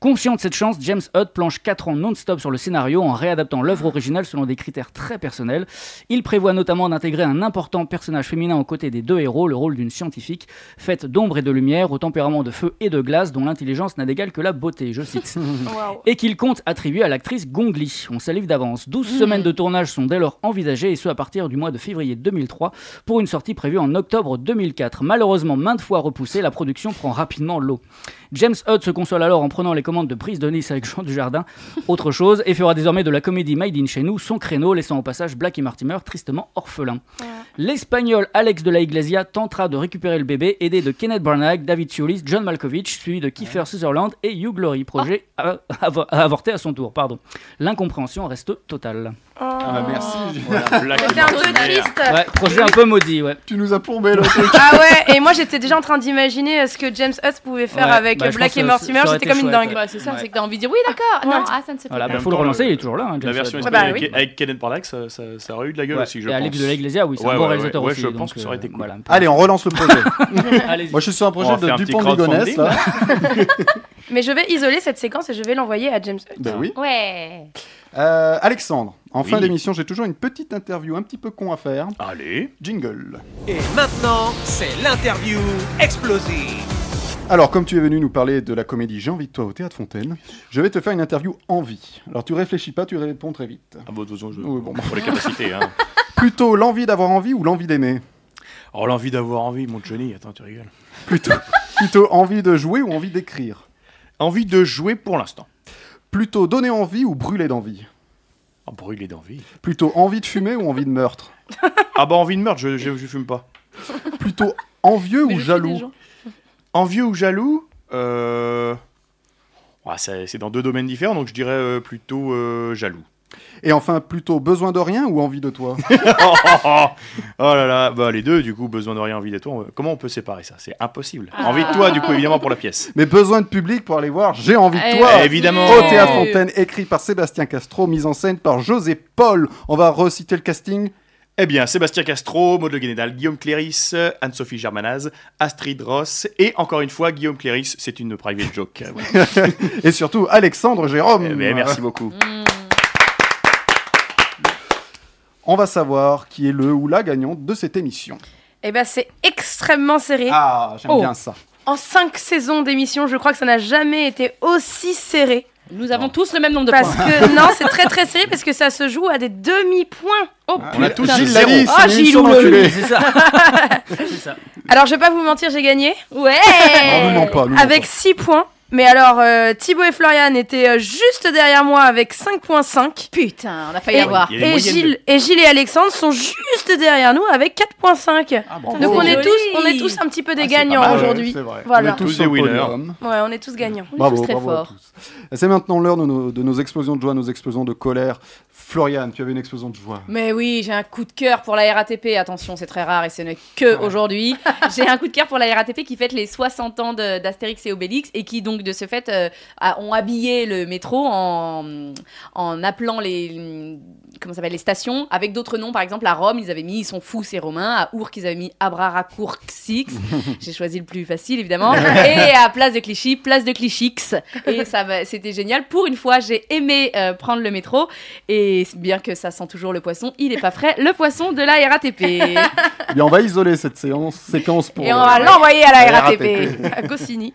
Speaker 4: Conscient de cette chance, James Hutt planche 4 ans non-stop sur le scénario en réadaptant l'œuvre originale selon des critères très personnels. Il prévoit notamment d'intégrer un important personnage féminin aux côtés des deux héros, le rôle d'une scientifique, faite d'ombre et de lumière, au tempérament de feu et de glace, dont l'intelligence n'a d'égal que la beauté, je cite. Et qu'il compte attribuer à l'actrice Gong Li. On salive d'avance. 12
Speaker 1: Mm.
Speaker 4: semaines de tournage sont dès lors envisagées, et ce à partir du mois de février 2003, pour une sortie prévue en octobre 2004. Malheureusement maintes fois repoussée, la production prend rapidement l'eau. James Hutt se console alors en prenant les commandes de prise de Nice avec Jean Dujardin, autre chose, et fera désormais de la comédie Made in chez nous son créneau, laissant au passage Black et Mortimer tristement orphelins. L'espagnol Alex de la Iglesia tentera de récupérer le bébé, aidé de Kenneth Branagh, David Hewlett, John Malkovich, suivi de Kiefer Sutherland et Hugh Glory, projet à- avo- à avorté à son tour. Pardon. L'incompréhension reste totale.
Speaker 2: Ah, merci. (laughs)
Speaker 4: Voilà, Black
Speaker 6: C'était un peu triste.
Speaker 4: Ouais, projet un peu maudit, ouais.
Speaker 2: Tu nous as plombé le
Speaker 6: Ah ouais, et moi j'étais déjà en train d'imaginer euh, ce que James Hutt pouvait faire
Speaker 4: Ouais,
Speaker 6: avec
Speaker 4: bah, je
Speaker 6: Black
Speaker 4: pense
Speaker 6: et
Speaker 4: que
Speaker 6: Mortimer,
Speaker 4: ça aurait
Speaker 6: j'étais
Speaker 4: été
Speaker 6: comme une
Speaker 4: chouette,
Speaker 6: dingue.
Speaker 4: ouais.
Speaker 3: C'est ça, c'est que t'as envie de dire oui, d'accord. Non, ah, ça ne se fait
Speaker 4: Voilà,
Speaker 3: pas.
Speaker 4: bah, faut le relancer, il est toujours là. hein,
Speaker 5: La
Speaker 4: James
Speaker 5: version
Speaker 4: Hutt.
Speaker 5: espagnole avec- avec Kenneth Branagh, ça, ça, ça aurait eu de la gueule
Speaker 4: Ouais.
Speaker 5: aussi, je
Speaker 4: Et
Speaker 5: pense.
Speaker 4: Alex de la Iglesia, oui, c'est un
Speaker 5: Ouais,
Speaker 4: bon
Speaker 5: ouais,
Speaker 4: réalisateur
Speaker 5: ouais, ouais,
Speaker 4: aussi,
Speaker 5: je
Speaker 4: donc, euh,
Speaker 5: pense que ça aurait été cool.
Speaker 4: voilà.
Speaker 2: Allez, on relance le projet.
Speaker 4: (laughs) Allez-y.
Speaker 2: Moi, je suis sur un projet
Speaker 5: On va
Speaker 2: de
Speaker 5: faire un petit
Speaker 2: Dupont de Ligonnès.
Speaker 5: crowdfunding,
Speaker 2: là.
Speaker 6: (laughs) Mais je vais isoler cette séquence et je vais l'envoyer à James Hutt.
Speaker 2: Ben oui.
Speaker 6: Ouais.
Speaker 2: Euh, Alexandre, en fin
Speaker 5: Oui.
Speaker 2: d'émission, j'ai toujours une petite interview un petit peu con à faire.
Speaker 5: Allez.
Speaker 2: Jingle.
Speaker 1: Et maintenant, c'est l'interview explosive.
Speaker 2: Alors, comme tu es venu nous parler de la comédie J'ai envie de toi au Théâtre Fontaine, je vais te faire une interview envie. Alors, tu réfléchis pas, tu réponds très vite.
Speaker 5: Ah bon, de toute façon, je...
Speaker 2: Oui, bon, bah.
Speaker 5: pour les capacités.
Speaker 2: (laughs)
Speaker 5: Hein.
Speaker 2: Plutôt l'envie d'avoir envie ou l'envie d'aimer (laughs)
Speaker 5: Oh, l'envie d'avoir envie, mon Johnny, attends, tu rigoles.
Speaker 2: Plutôt envie de jouer ou envie d'écrire
Speaker 5: envie de jouer pour l'instant
Speaker 2: Plutôt donner envie ou brûler d'envie
Speaker 5: Ah, Brûler d'envie.
Speaker 2: Plutôt envie de fumer ou envie de meurtre
Speaker 5: (laughs) Ah bah envie de meurtre, je, je, je fume pas.
Speaker 2: Plutôt envieux ou jaloux
Speaker 5: Envieux ou jaloux Euh, ouah, ça- C'est dans deux domaines différents, donc je dirais euh, plutôt euh, jaloux. (laughs)
Speaker 2: Et enfin, plutôt besoin de rien ou envie de toi (laughs)
Speaker 5: oh, oh, oh. Oh là là, bah les deux, du coup, besoin de rien, envie de toi. on- Comment on peut séparer ça C'est impossible. Envie de toi, du coup, évidemment, pour la pièce.
Speaker 2: Mais besoin de public pour aller voir J'ai envie
Speaker 5: Eh
Speaker 2: de toi.
Speaker 5: oui. Évidemment.
Speaker 2: Au Théâtre Fontaine, écrit par Sébastien Castro, mise en scène par José Paul. On va reciter le
Speaker 5: (laughs)
Speaker 2: casting.
Speaker 5: Eh bien, Sébastien Castro, Maud Le Guénédal, Guillaume Cléris, euh, Anne-Sophie Germanaz, Astrid Ross, et encore une fois, Guillaume Cléris, c'est une private joke. Euh, voilà.
Speaker 2: Et surtout Alexandre Jérôme.
Speaker 5: Eh ben, merci beaucoup.
Speaker 2: On va savoir qui est le ou la gagnante de cette émission.
Speaker 6: Eh ben, c'est extrêmement serré.
Speaker 2: Ah, j'aime
Speaker 6: Oh.
Speaker 2: bien ça.
Speaker 6: En cinq saisons d'émission, je crois que ça n'a jamais été aussi serré.
Speaker 3: Nous avons tous le même nombre de
Speaker 6: parce
Speaker 3: points. (laughs)
Speaker 6: Que, non, c'est très très serré parce que ça se joue à des demi-points. Oh,
Speaker 5: On a tous
Speaker 6: putain,
Speaker 5: Gilles
Speaker 6: zéro.
Speaker 5: Lalisse,
Speaker 6: Ah,
Speaker 5: une
Speaker 6: Gilles
Speaker 5: sourde
Speaker 6: ou le-
Speaker 5: enculée.
Speaker 4: C'est ça.
Speaker 6: (laughs) Alors, je vais pas vous mentir, j'ai gagné. Ouais
Speaker 2: Ah, nous non pas, nous non
Speaker 6: Avec 6 points. Mais alors, euh, Thibaut et Florian étaient euh, juste derrière moi avec 5.5.
Speaker 3: Putain, on a failli avoir. Il y a des
Speaker 6: Et
Speaker 3: moyennes
Speaker 6: Gilles, et Gilles et Alexandre sont juste derrière nous avec 4.5. Donc on est,
Speaker 3: Ah Oh, Joli. Ah,
Speaker 6: tous, on est tous un petit peu des gagnants
Speaker 2: Ah, mal,
Speaker 6: aujourd'hui.
Speaker 2: c'est vrai.
Speaker 6: Voilà.
Speaker 2: On est tous Tous sur des le winners. podium.
Speaker 6: Ouais, on est tous gagnants.
Speaker 2: Bravo, bravo à tous. C'est maintenant l'heure de nos, de nos explosions de joie, nos explosions de colère. Florian, tu avais une explosion de
Speaker 3: (laughs)
Speaker 2: joie.
Speaker 3: Mais oui, j'ai un coup de cœur pour la RATP. Attention, c'est très rare et ce n'est que aujourd'hui. J'ai un coup de cœur pour la RATP qui fête les 60 ans de- d'Astérix et Obélix et qui donc de ce fait euh, a- ont habillé le métro en, en appelant les comment ça s'appelle les stations avec d'autres noms. Par exemple, à Rome, ils avaient mis ils sont fous ces Romains. À Our, ils avaient mis
Speaker 2: (laughs)
Speaker 3: Abraracourxix. J'ai choisi le plus facile (laughs) évidemment. Et à Place de Clichy, Place de Clichix. Et ça, va- c'était génial. Pour une fois, j'ai aimé euh, prendre le métro. Et bien que ça sent toujours le poisson, il est pas frais. Le poisson de la RATP.
Speaker 2: Eh Bien, on va isoler cette séance, séquence pour.
Speaker 3: Et on
Speaker 2: euh,
Speaker 3: va l'envoyer à la
Speaker 2: (laughs)
Speaker 3: RATP.
Speaker 6: À Goscinny.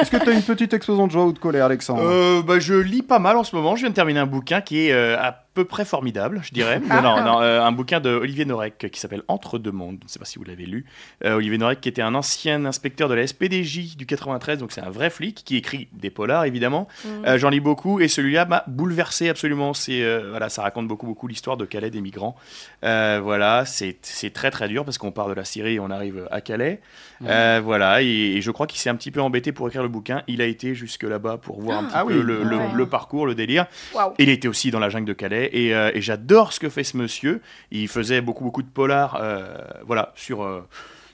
Speaker 2: Est-ce que tu as une petite explosion de joie ou de colère, Alexandre
Speaker 5: Euh, bah, je lis pas mal en ce moment. Je viens de terminer un bouquin qui est euh, à peu près formidable, je dirais. Non, non, non, euh, un bouquin de Olivier Norek qui s'appelle Entre deux mondes. Je ne sais pas si vous l'avez lu. Euh, Olivier Norek, qui était un ancien inspecteur de la SPDJ du 93, donc c'est un vrai flic qui écrit des polars évidemment.
Speaker 15: Mhm.
Speaker 5: Euh, J'en lis beaucoup et celui-là m'a bouleversé absolument. C'est euh, voilà, ça raconte beaucoup beaucoup l'histoire de Calais des migrants. Euh, voilà, c'est c'est très très dur parce qu'on part de la Syrie et on arrive à Calais. Euh, voilà, et, et je crois qu'il s'est un petit peu embêté pour écrire le bouquin. Il a été jusque là-bas pour voir un petit
Speaker 2: Ah
Speaker 5: peu
Speaker 2: oui.
Speaker 5: le, le-
Speaker 2: Ouais.
Speaker 5: le parcours, le délire.
Speaker 2: Waouh.
Speaker 5: Il était aussi dans la jungle de Calais et, euh, et j'adore ce que fait ce monsieur. Il faisait beaucoup beaucoup de polars, euh, voilà, sur euh,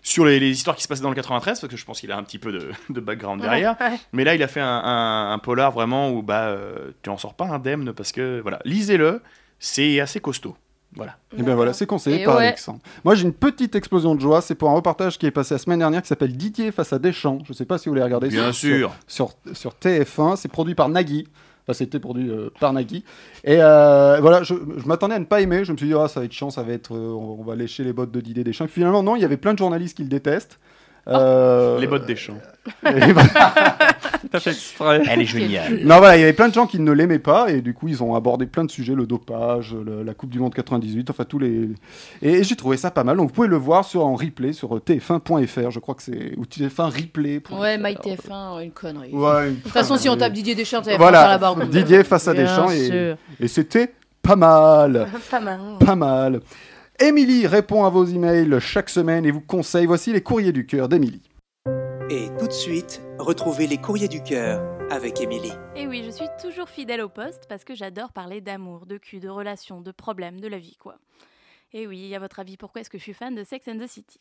Speaker 5: sur les, les histoires qui se passaient dans le 93 parce que je pense qu'il a un petit peu de, de background
Speaker 15: Ouais,
Speaker 5: derrière.
Speaker 15: ouais.
Speaker 5: Mais là, il a fait un, un- un polar vraiment où bah euh, tu en sors pas indemne parce que voilà, lisez-le, c'est assez costaud. Voilà.
Speaker 2: Et bien Eh ben voilà, c'est conseillé
Speaker 5: Et
Speaker 2: par
Speaker 5: ouais.
Speaker 2: Alexandre. Moi j'ai une petite explosion de joie, c'est pour un reportage qui est passé la semaine dernière qui s'appelle Didier face à Deschamps. Je sais pas si vous l'avez regardé.
Speaker 5: Bien
Speaker 2: sur,
Speaker 5: sûr.
Speaker 2: Sur, sur TF1, c'est produit par Nagui. Enfin, c'était produit euh, par Nagui. Et euh, voilà, je, je m'attendais à ne pas aimer. Je me suis dit, ah, ça va être chiant, ça va être, euh, on, on va lécher les bottes de Didier Deschamps. Et finalement, non, il y avait plein de journalistes qui le détestent.
Speaker 5: Ah.
Speaker 2: Euh,
Speaker 5: Les bottes des champs.
Speaker 2: (laughs) les bottes- T'as fait exprès.
Speaker 5: Elle est géniale.
Speaker 2: Non, voilà, il y avait plein de gens qui ne l'aimaient pas, et du coup, ils ont abordé plein de sujets, le dopage, le- la Coupe du Monde 98, enfin tous les. Et j'ai trouvé ça pas mal, donc vous pouvez le voir sur, en replay sur euh, tf1.fr, je crois que c'est. Ou tf1 replay.
Speaker 3: (laughs) Ouais, MyTF1, oh, une connerie.
Speaker 2: (laughs) Ouais, une
Speaker 3: de toute façon, si on
Speaker 2: connerie.
Speaker 3: tape Didier Deschamps, ça va faire la
Speaker 2: Voilà,
Speaker 3: barre.
Speaker 2: Didier face à
Speaker 3: Bien
Speaker 2: Deschamps,
Speaker 3: sûr.
Speaker 2: et, et c'était pas mal.
Speaker 6: Pas mal.
Speaker 2: Pas mal. Émilie répond à vos emails chaque semaine et vous conseille. Voici les courriers du cœur d'Émilie.
Speaker 17: Et tout de suite, retrouvez les courriers du cœur avec Émilie.
Speaker 19: Et oui, je suis toujours fidèle au poste parce que j'adore parler d'amour, de cul, de relations, de problèmes, de la vie, quoi. Et oui, à votre avis, pourquoi est-ce que je suis fan de Sex and the City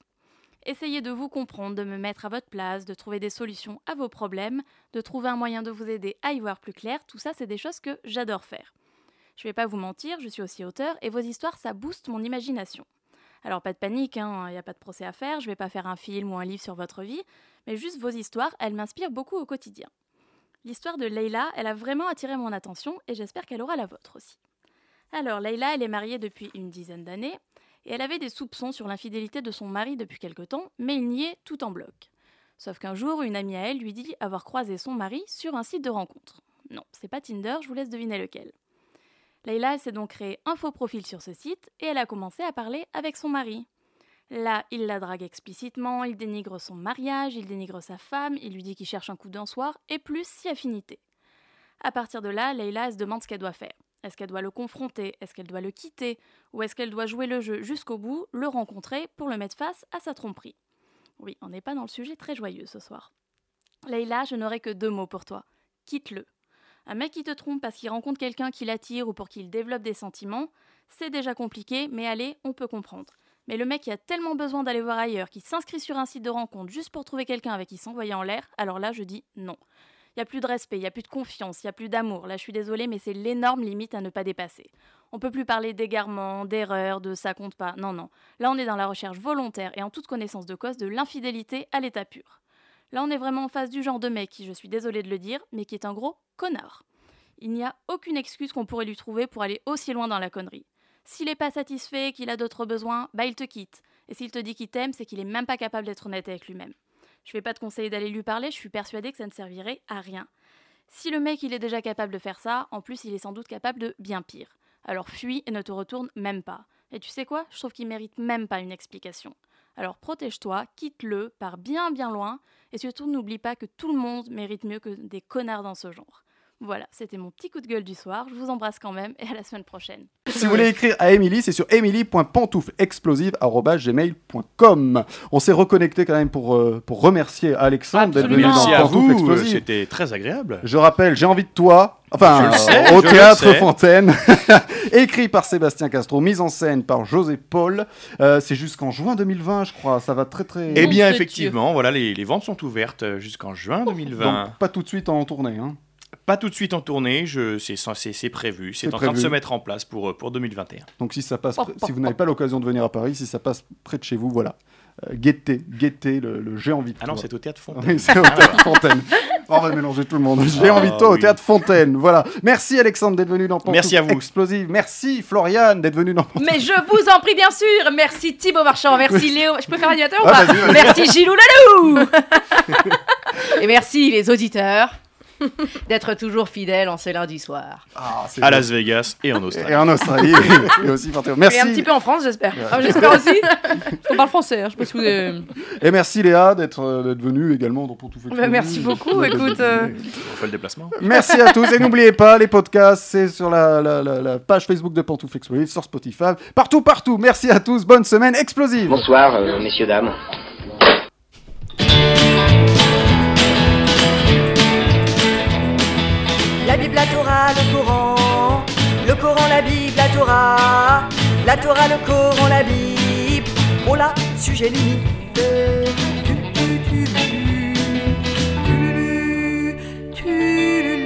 Speaker 19: Essayez de vous comprendre, de me mettre à votre place, de trouver des solutions à vos problèmes, de trouver un moyen de vous aider à y voir plus clair, tout ça, c'est des choses que j'adore faire. Je vais pas vous mentir, je suis aussi auteur et vos histoires, ça booste mon imagination. Alors pas de panique, il n'y a pas de procès à faire, je vais pas faire un film ou un livre sur votre vie, mais juste vos histoires, elles m'inspirent beaucoup au quotidien. L'histoire de Leila, elle a vraiment attiré mon attention et j'espère qu'elle aura la vôtre aussi. Alors, Leila, elle est mariée depuis une dizaine d'années et elle avait des soupçons sur l'infidélité de son mari depuis quelque temps, mais il niait tout en bloc. Sauf qu'un jour, une amie à elle lui dit avoir croisé son mari sur un site de rencontre. Non, c'est pas Tinder, je vous laisse deviner lequel. Leila, elle s'est donc créé un faux profil sur ce site et elle a commencé à parler avec son mari. Là, il la drague explicitement, il dénigre son mariage, il dénigre sa femme, il lui dit qu'il cherche un coup d'un soir, et plus si affinité. À partir de là, Leila elle se demande ce qu'elle doit faire. Est-ce qu'elle doit le confronter Est-ce qu'elle doit le quitter Ou est-ce qu'elle doit jouer le jeu jusqu'au bout, le rencontrer pour le mettre face à sa tromperie Oui, on n'est pas dans le sujet très joyeux ce soir. Leïla, je n'aurai que deux mots pour toi. Quitte-le. Un mec qui te trompe parce qu'il rencontre quelqu'un qui l'attire ou pour qu'il développe des sentiments, c'est déjà compliqué, mais allez, on peut comprendre. Mais le mec qui a tellement besoin d'aller voir ailleurs, qui s'inscrit sur un site de rencontre juste pour trouver quelqu'un avec qui s'envoyer en l'air, alors là, je dis non. Il n'y a plus de respect, il n'y a plus de confiance, il n'y a plus d'amour. Là, je suis désolée, mais c'est l'énorme limite à ne pas dépasser. On peut plus parler d'égarement, d'erreur, de ça compte pas. Non, non. Là, on est dans la recherche volontaire et en toute connaissance de cause de l'infidélité à l'état pur. Là, on est vraiment en face du genre de mec qui, je suis désolée de le dire, mais qui est un gros connard. Il n'y a aucune excuse qu'on pourrait lui trouver pour aller aussi loin dans la connerie. S'il n'est pas satisfait, qu'il a d'autres besoins, bah il te quitte. Et s'il te dit qu'il t'aime, c'est qu'il est même pas capable d'être honnête avec lui-même. Je vais pas te conseiller d'aller lui parler, je suis persuadée que ça ne servirait à rien. Si le mec il est déjà capable de faire ça, en plus il est sans doute capable de bien pire. Alors fuis et ne te retourne même pas. Et tu sais quoi Je trouve qu'il mérite même pas une explication. Alors protège-toi, quitte-le, pars bien bien loin, et surtout n'oublie pas que tout le monde mérite mieux que des connards dans ce genre. Voilà, c'était mon petit coup de gueule du soir, je vous embrasse quand même, et à la semaine prochaine.
Speaker 2: Si vous voulez écrire à Emily, c'est sur emily.pantouflexplosive.gmail.com. On s'est reconnecté quand même pour, euh, pour remercier Alexandre d'être venu dans
Speaker 5: Merci à
Speaker 2: Pantoufles
Speaker 5: vous, euh,
Speaker 2: Explosives.
Speaker 5: c'était très agréable.
Speaker 2: Je rappelle, j'ai envie de toi. Enfin,
Speaker 5: Je le
Speaker 2: euh,
Speaker 5: sais,
Speaker 2: au
Speaker 5: je le
Speaker 2: théâtre
Speaker 5: sais.
Speaker 2: Fontaine, (laughs) écrit par Sébastien Castro, mise en scène par José Paul. Euh, c'est jusqu'en juin 2020, je crois. Ça va très très.
Speaker 5: Eh bien, effectivement, voilà, les, les ventes sont ouvertes euh, jusqu'en juin 2020.
Speaker 2: Donc, pas tout de suite en tournée. hein.
Speaker 5: pas tout de suite en tournée, je, c'est, c'est, c'est prévu, c'est,
Speaker 2: C'est
Speaker 5: en train de
Speaker 2: prévu.
Speaker 5: se mettre en place pour, euh, pour 2021.
Speaker 2: Donc si ça passe,
Speaker 5: Oh,
Speaker 2: près-
Speaker 5: oh,
Speaker 2: si vous n'avez pas l'occasion de venir à Paris, si ça passe près de chez vous, voilà. Euh, guettez, guettez le, le J'ai envie de
Speaker 5: Ah non,
Speaker 2: toi.
Speaker 5: c'est au Théâtre Fontaine.
Speaker 2: Oui, c'est au Théâtre Fontaine. On va mélanger tout le monde. J'ai
Speaker 5: Ah,
Speaker 2: envie de toi au
Speaker 5: oui.
Speaker 2: Théâtre Fontaine. Voilà. Merci Alexandre d'être venu dans Pantoufles
Speaker 5: Merci à vous.
Speaker 2: Explosive. Merci Floriane d'être venu dans Pantoufles
Speaker 3: Mais je vous en prie, bien sûr. Merci Thibaut Marchand, merci Léo. Je peux faire l'animateur ou
Speaker 2: Ah,
Speaker 3: pas
Speaker 2: vas-y, vas-y.
Speaker 3: Merci Gilou Lalou. (laughs) Et merci les auditeurs
Speaker 2: (laughs)
Speaker 3: d'être toujours fidèles en ce lundi soir.
Speaker 2: c'est
Speaker 5: à
Speaker 2: vrai.
Speaker 5: Las Vegas et en Australie.
Speaker 2: et en Australie. et aussi Pantoufles. Merci.
Speaker 6: Et un petit peu en France, j'espère.
Speaker 2: Ouais.
Speaker 6: Ah,
Speaker 3: J'espère
Speaker 2: (laughs)
Speaker 3: aussi. Parce qu'on parle français. hein, Je peux
Speaker 2: Et merci Léa d'être euh, d'être venue également dans Pantoufles
Speaker 6: Bah,
Speaker 2: Explosive.
Speaker 6: merci
Speaker 2: (laughs)
Speaker 6: beaucoup, écoute. euh,
Speaker 5: On fait le déplacement.
Speaker 2: Merci à tous et n'oubliez pas les podcasts, c'est sur la, la- la- la page Facebook de Pantoufles Explosive, sur Spotify, partout, partout. Merci à tous, bonne semaine explosive.
Speaker 9: Bonsoir, euh, messieurs, dames.
Speaker 20: La Bible, la Torah, le Coran. Le Coran, la Bible, la Torah. La Torah, le Coran, la Bible. Oh là, sujet limite. Tu, tu, tu, tu, tu, tu, tu, tu.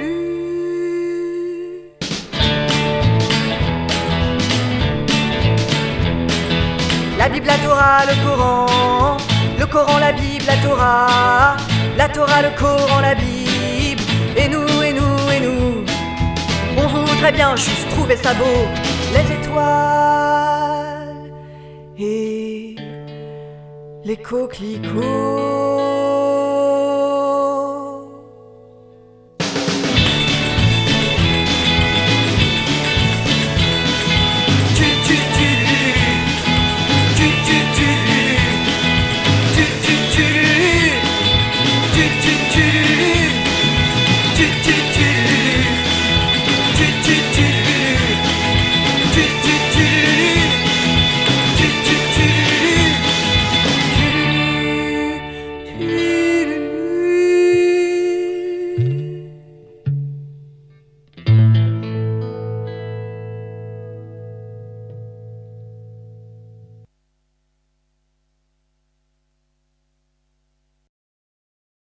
Speaker 20: La Bible, la Torah, le Coran. Le Coran, la Bible, la Torah. La Torah, le Coran, la Bible. Et nous, et nous, et nous. On voudrait bien juste trouver ça beau. Les étoiles et les coquelicots.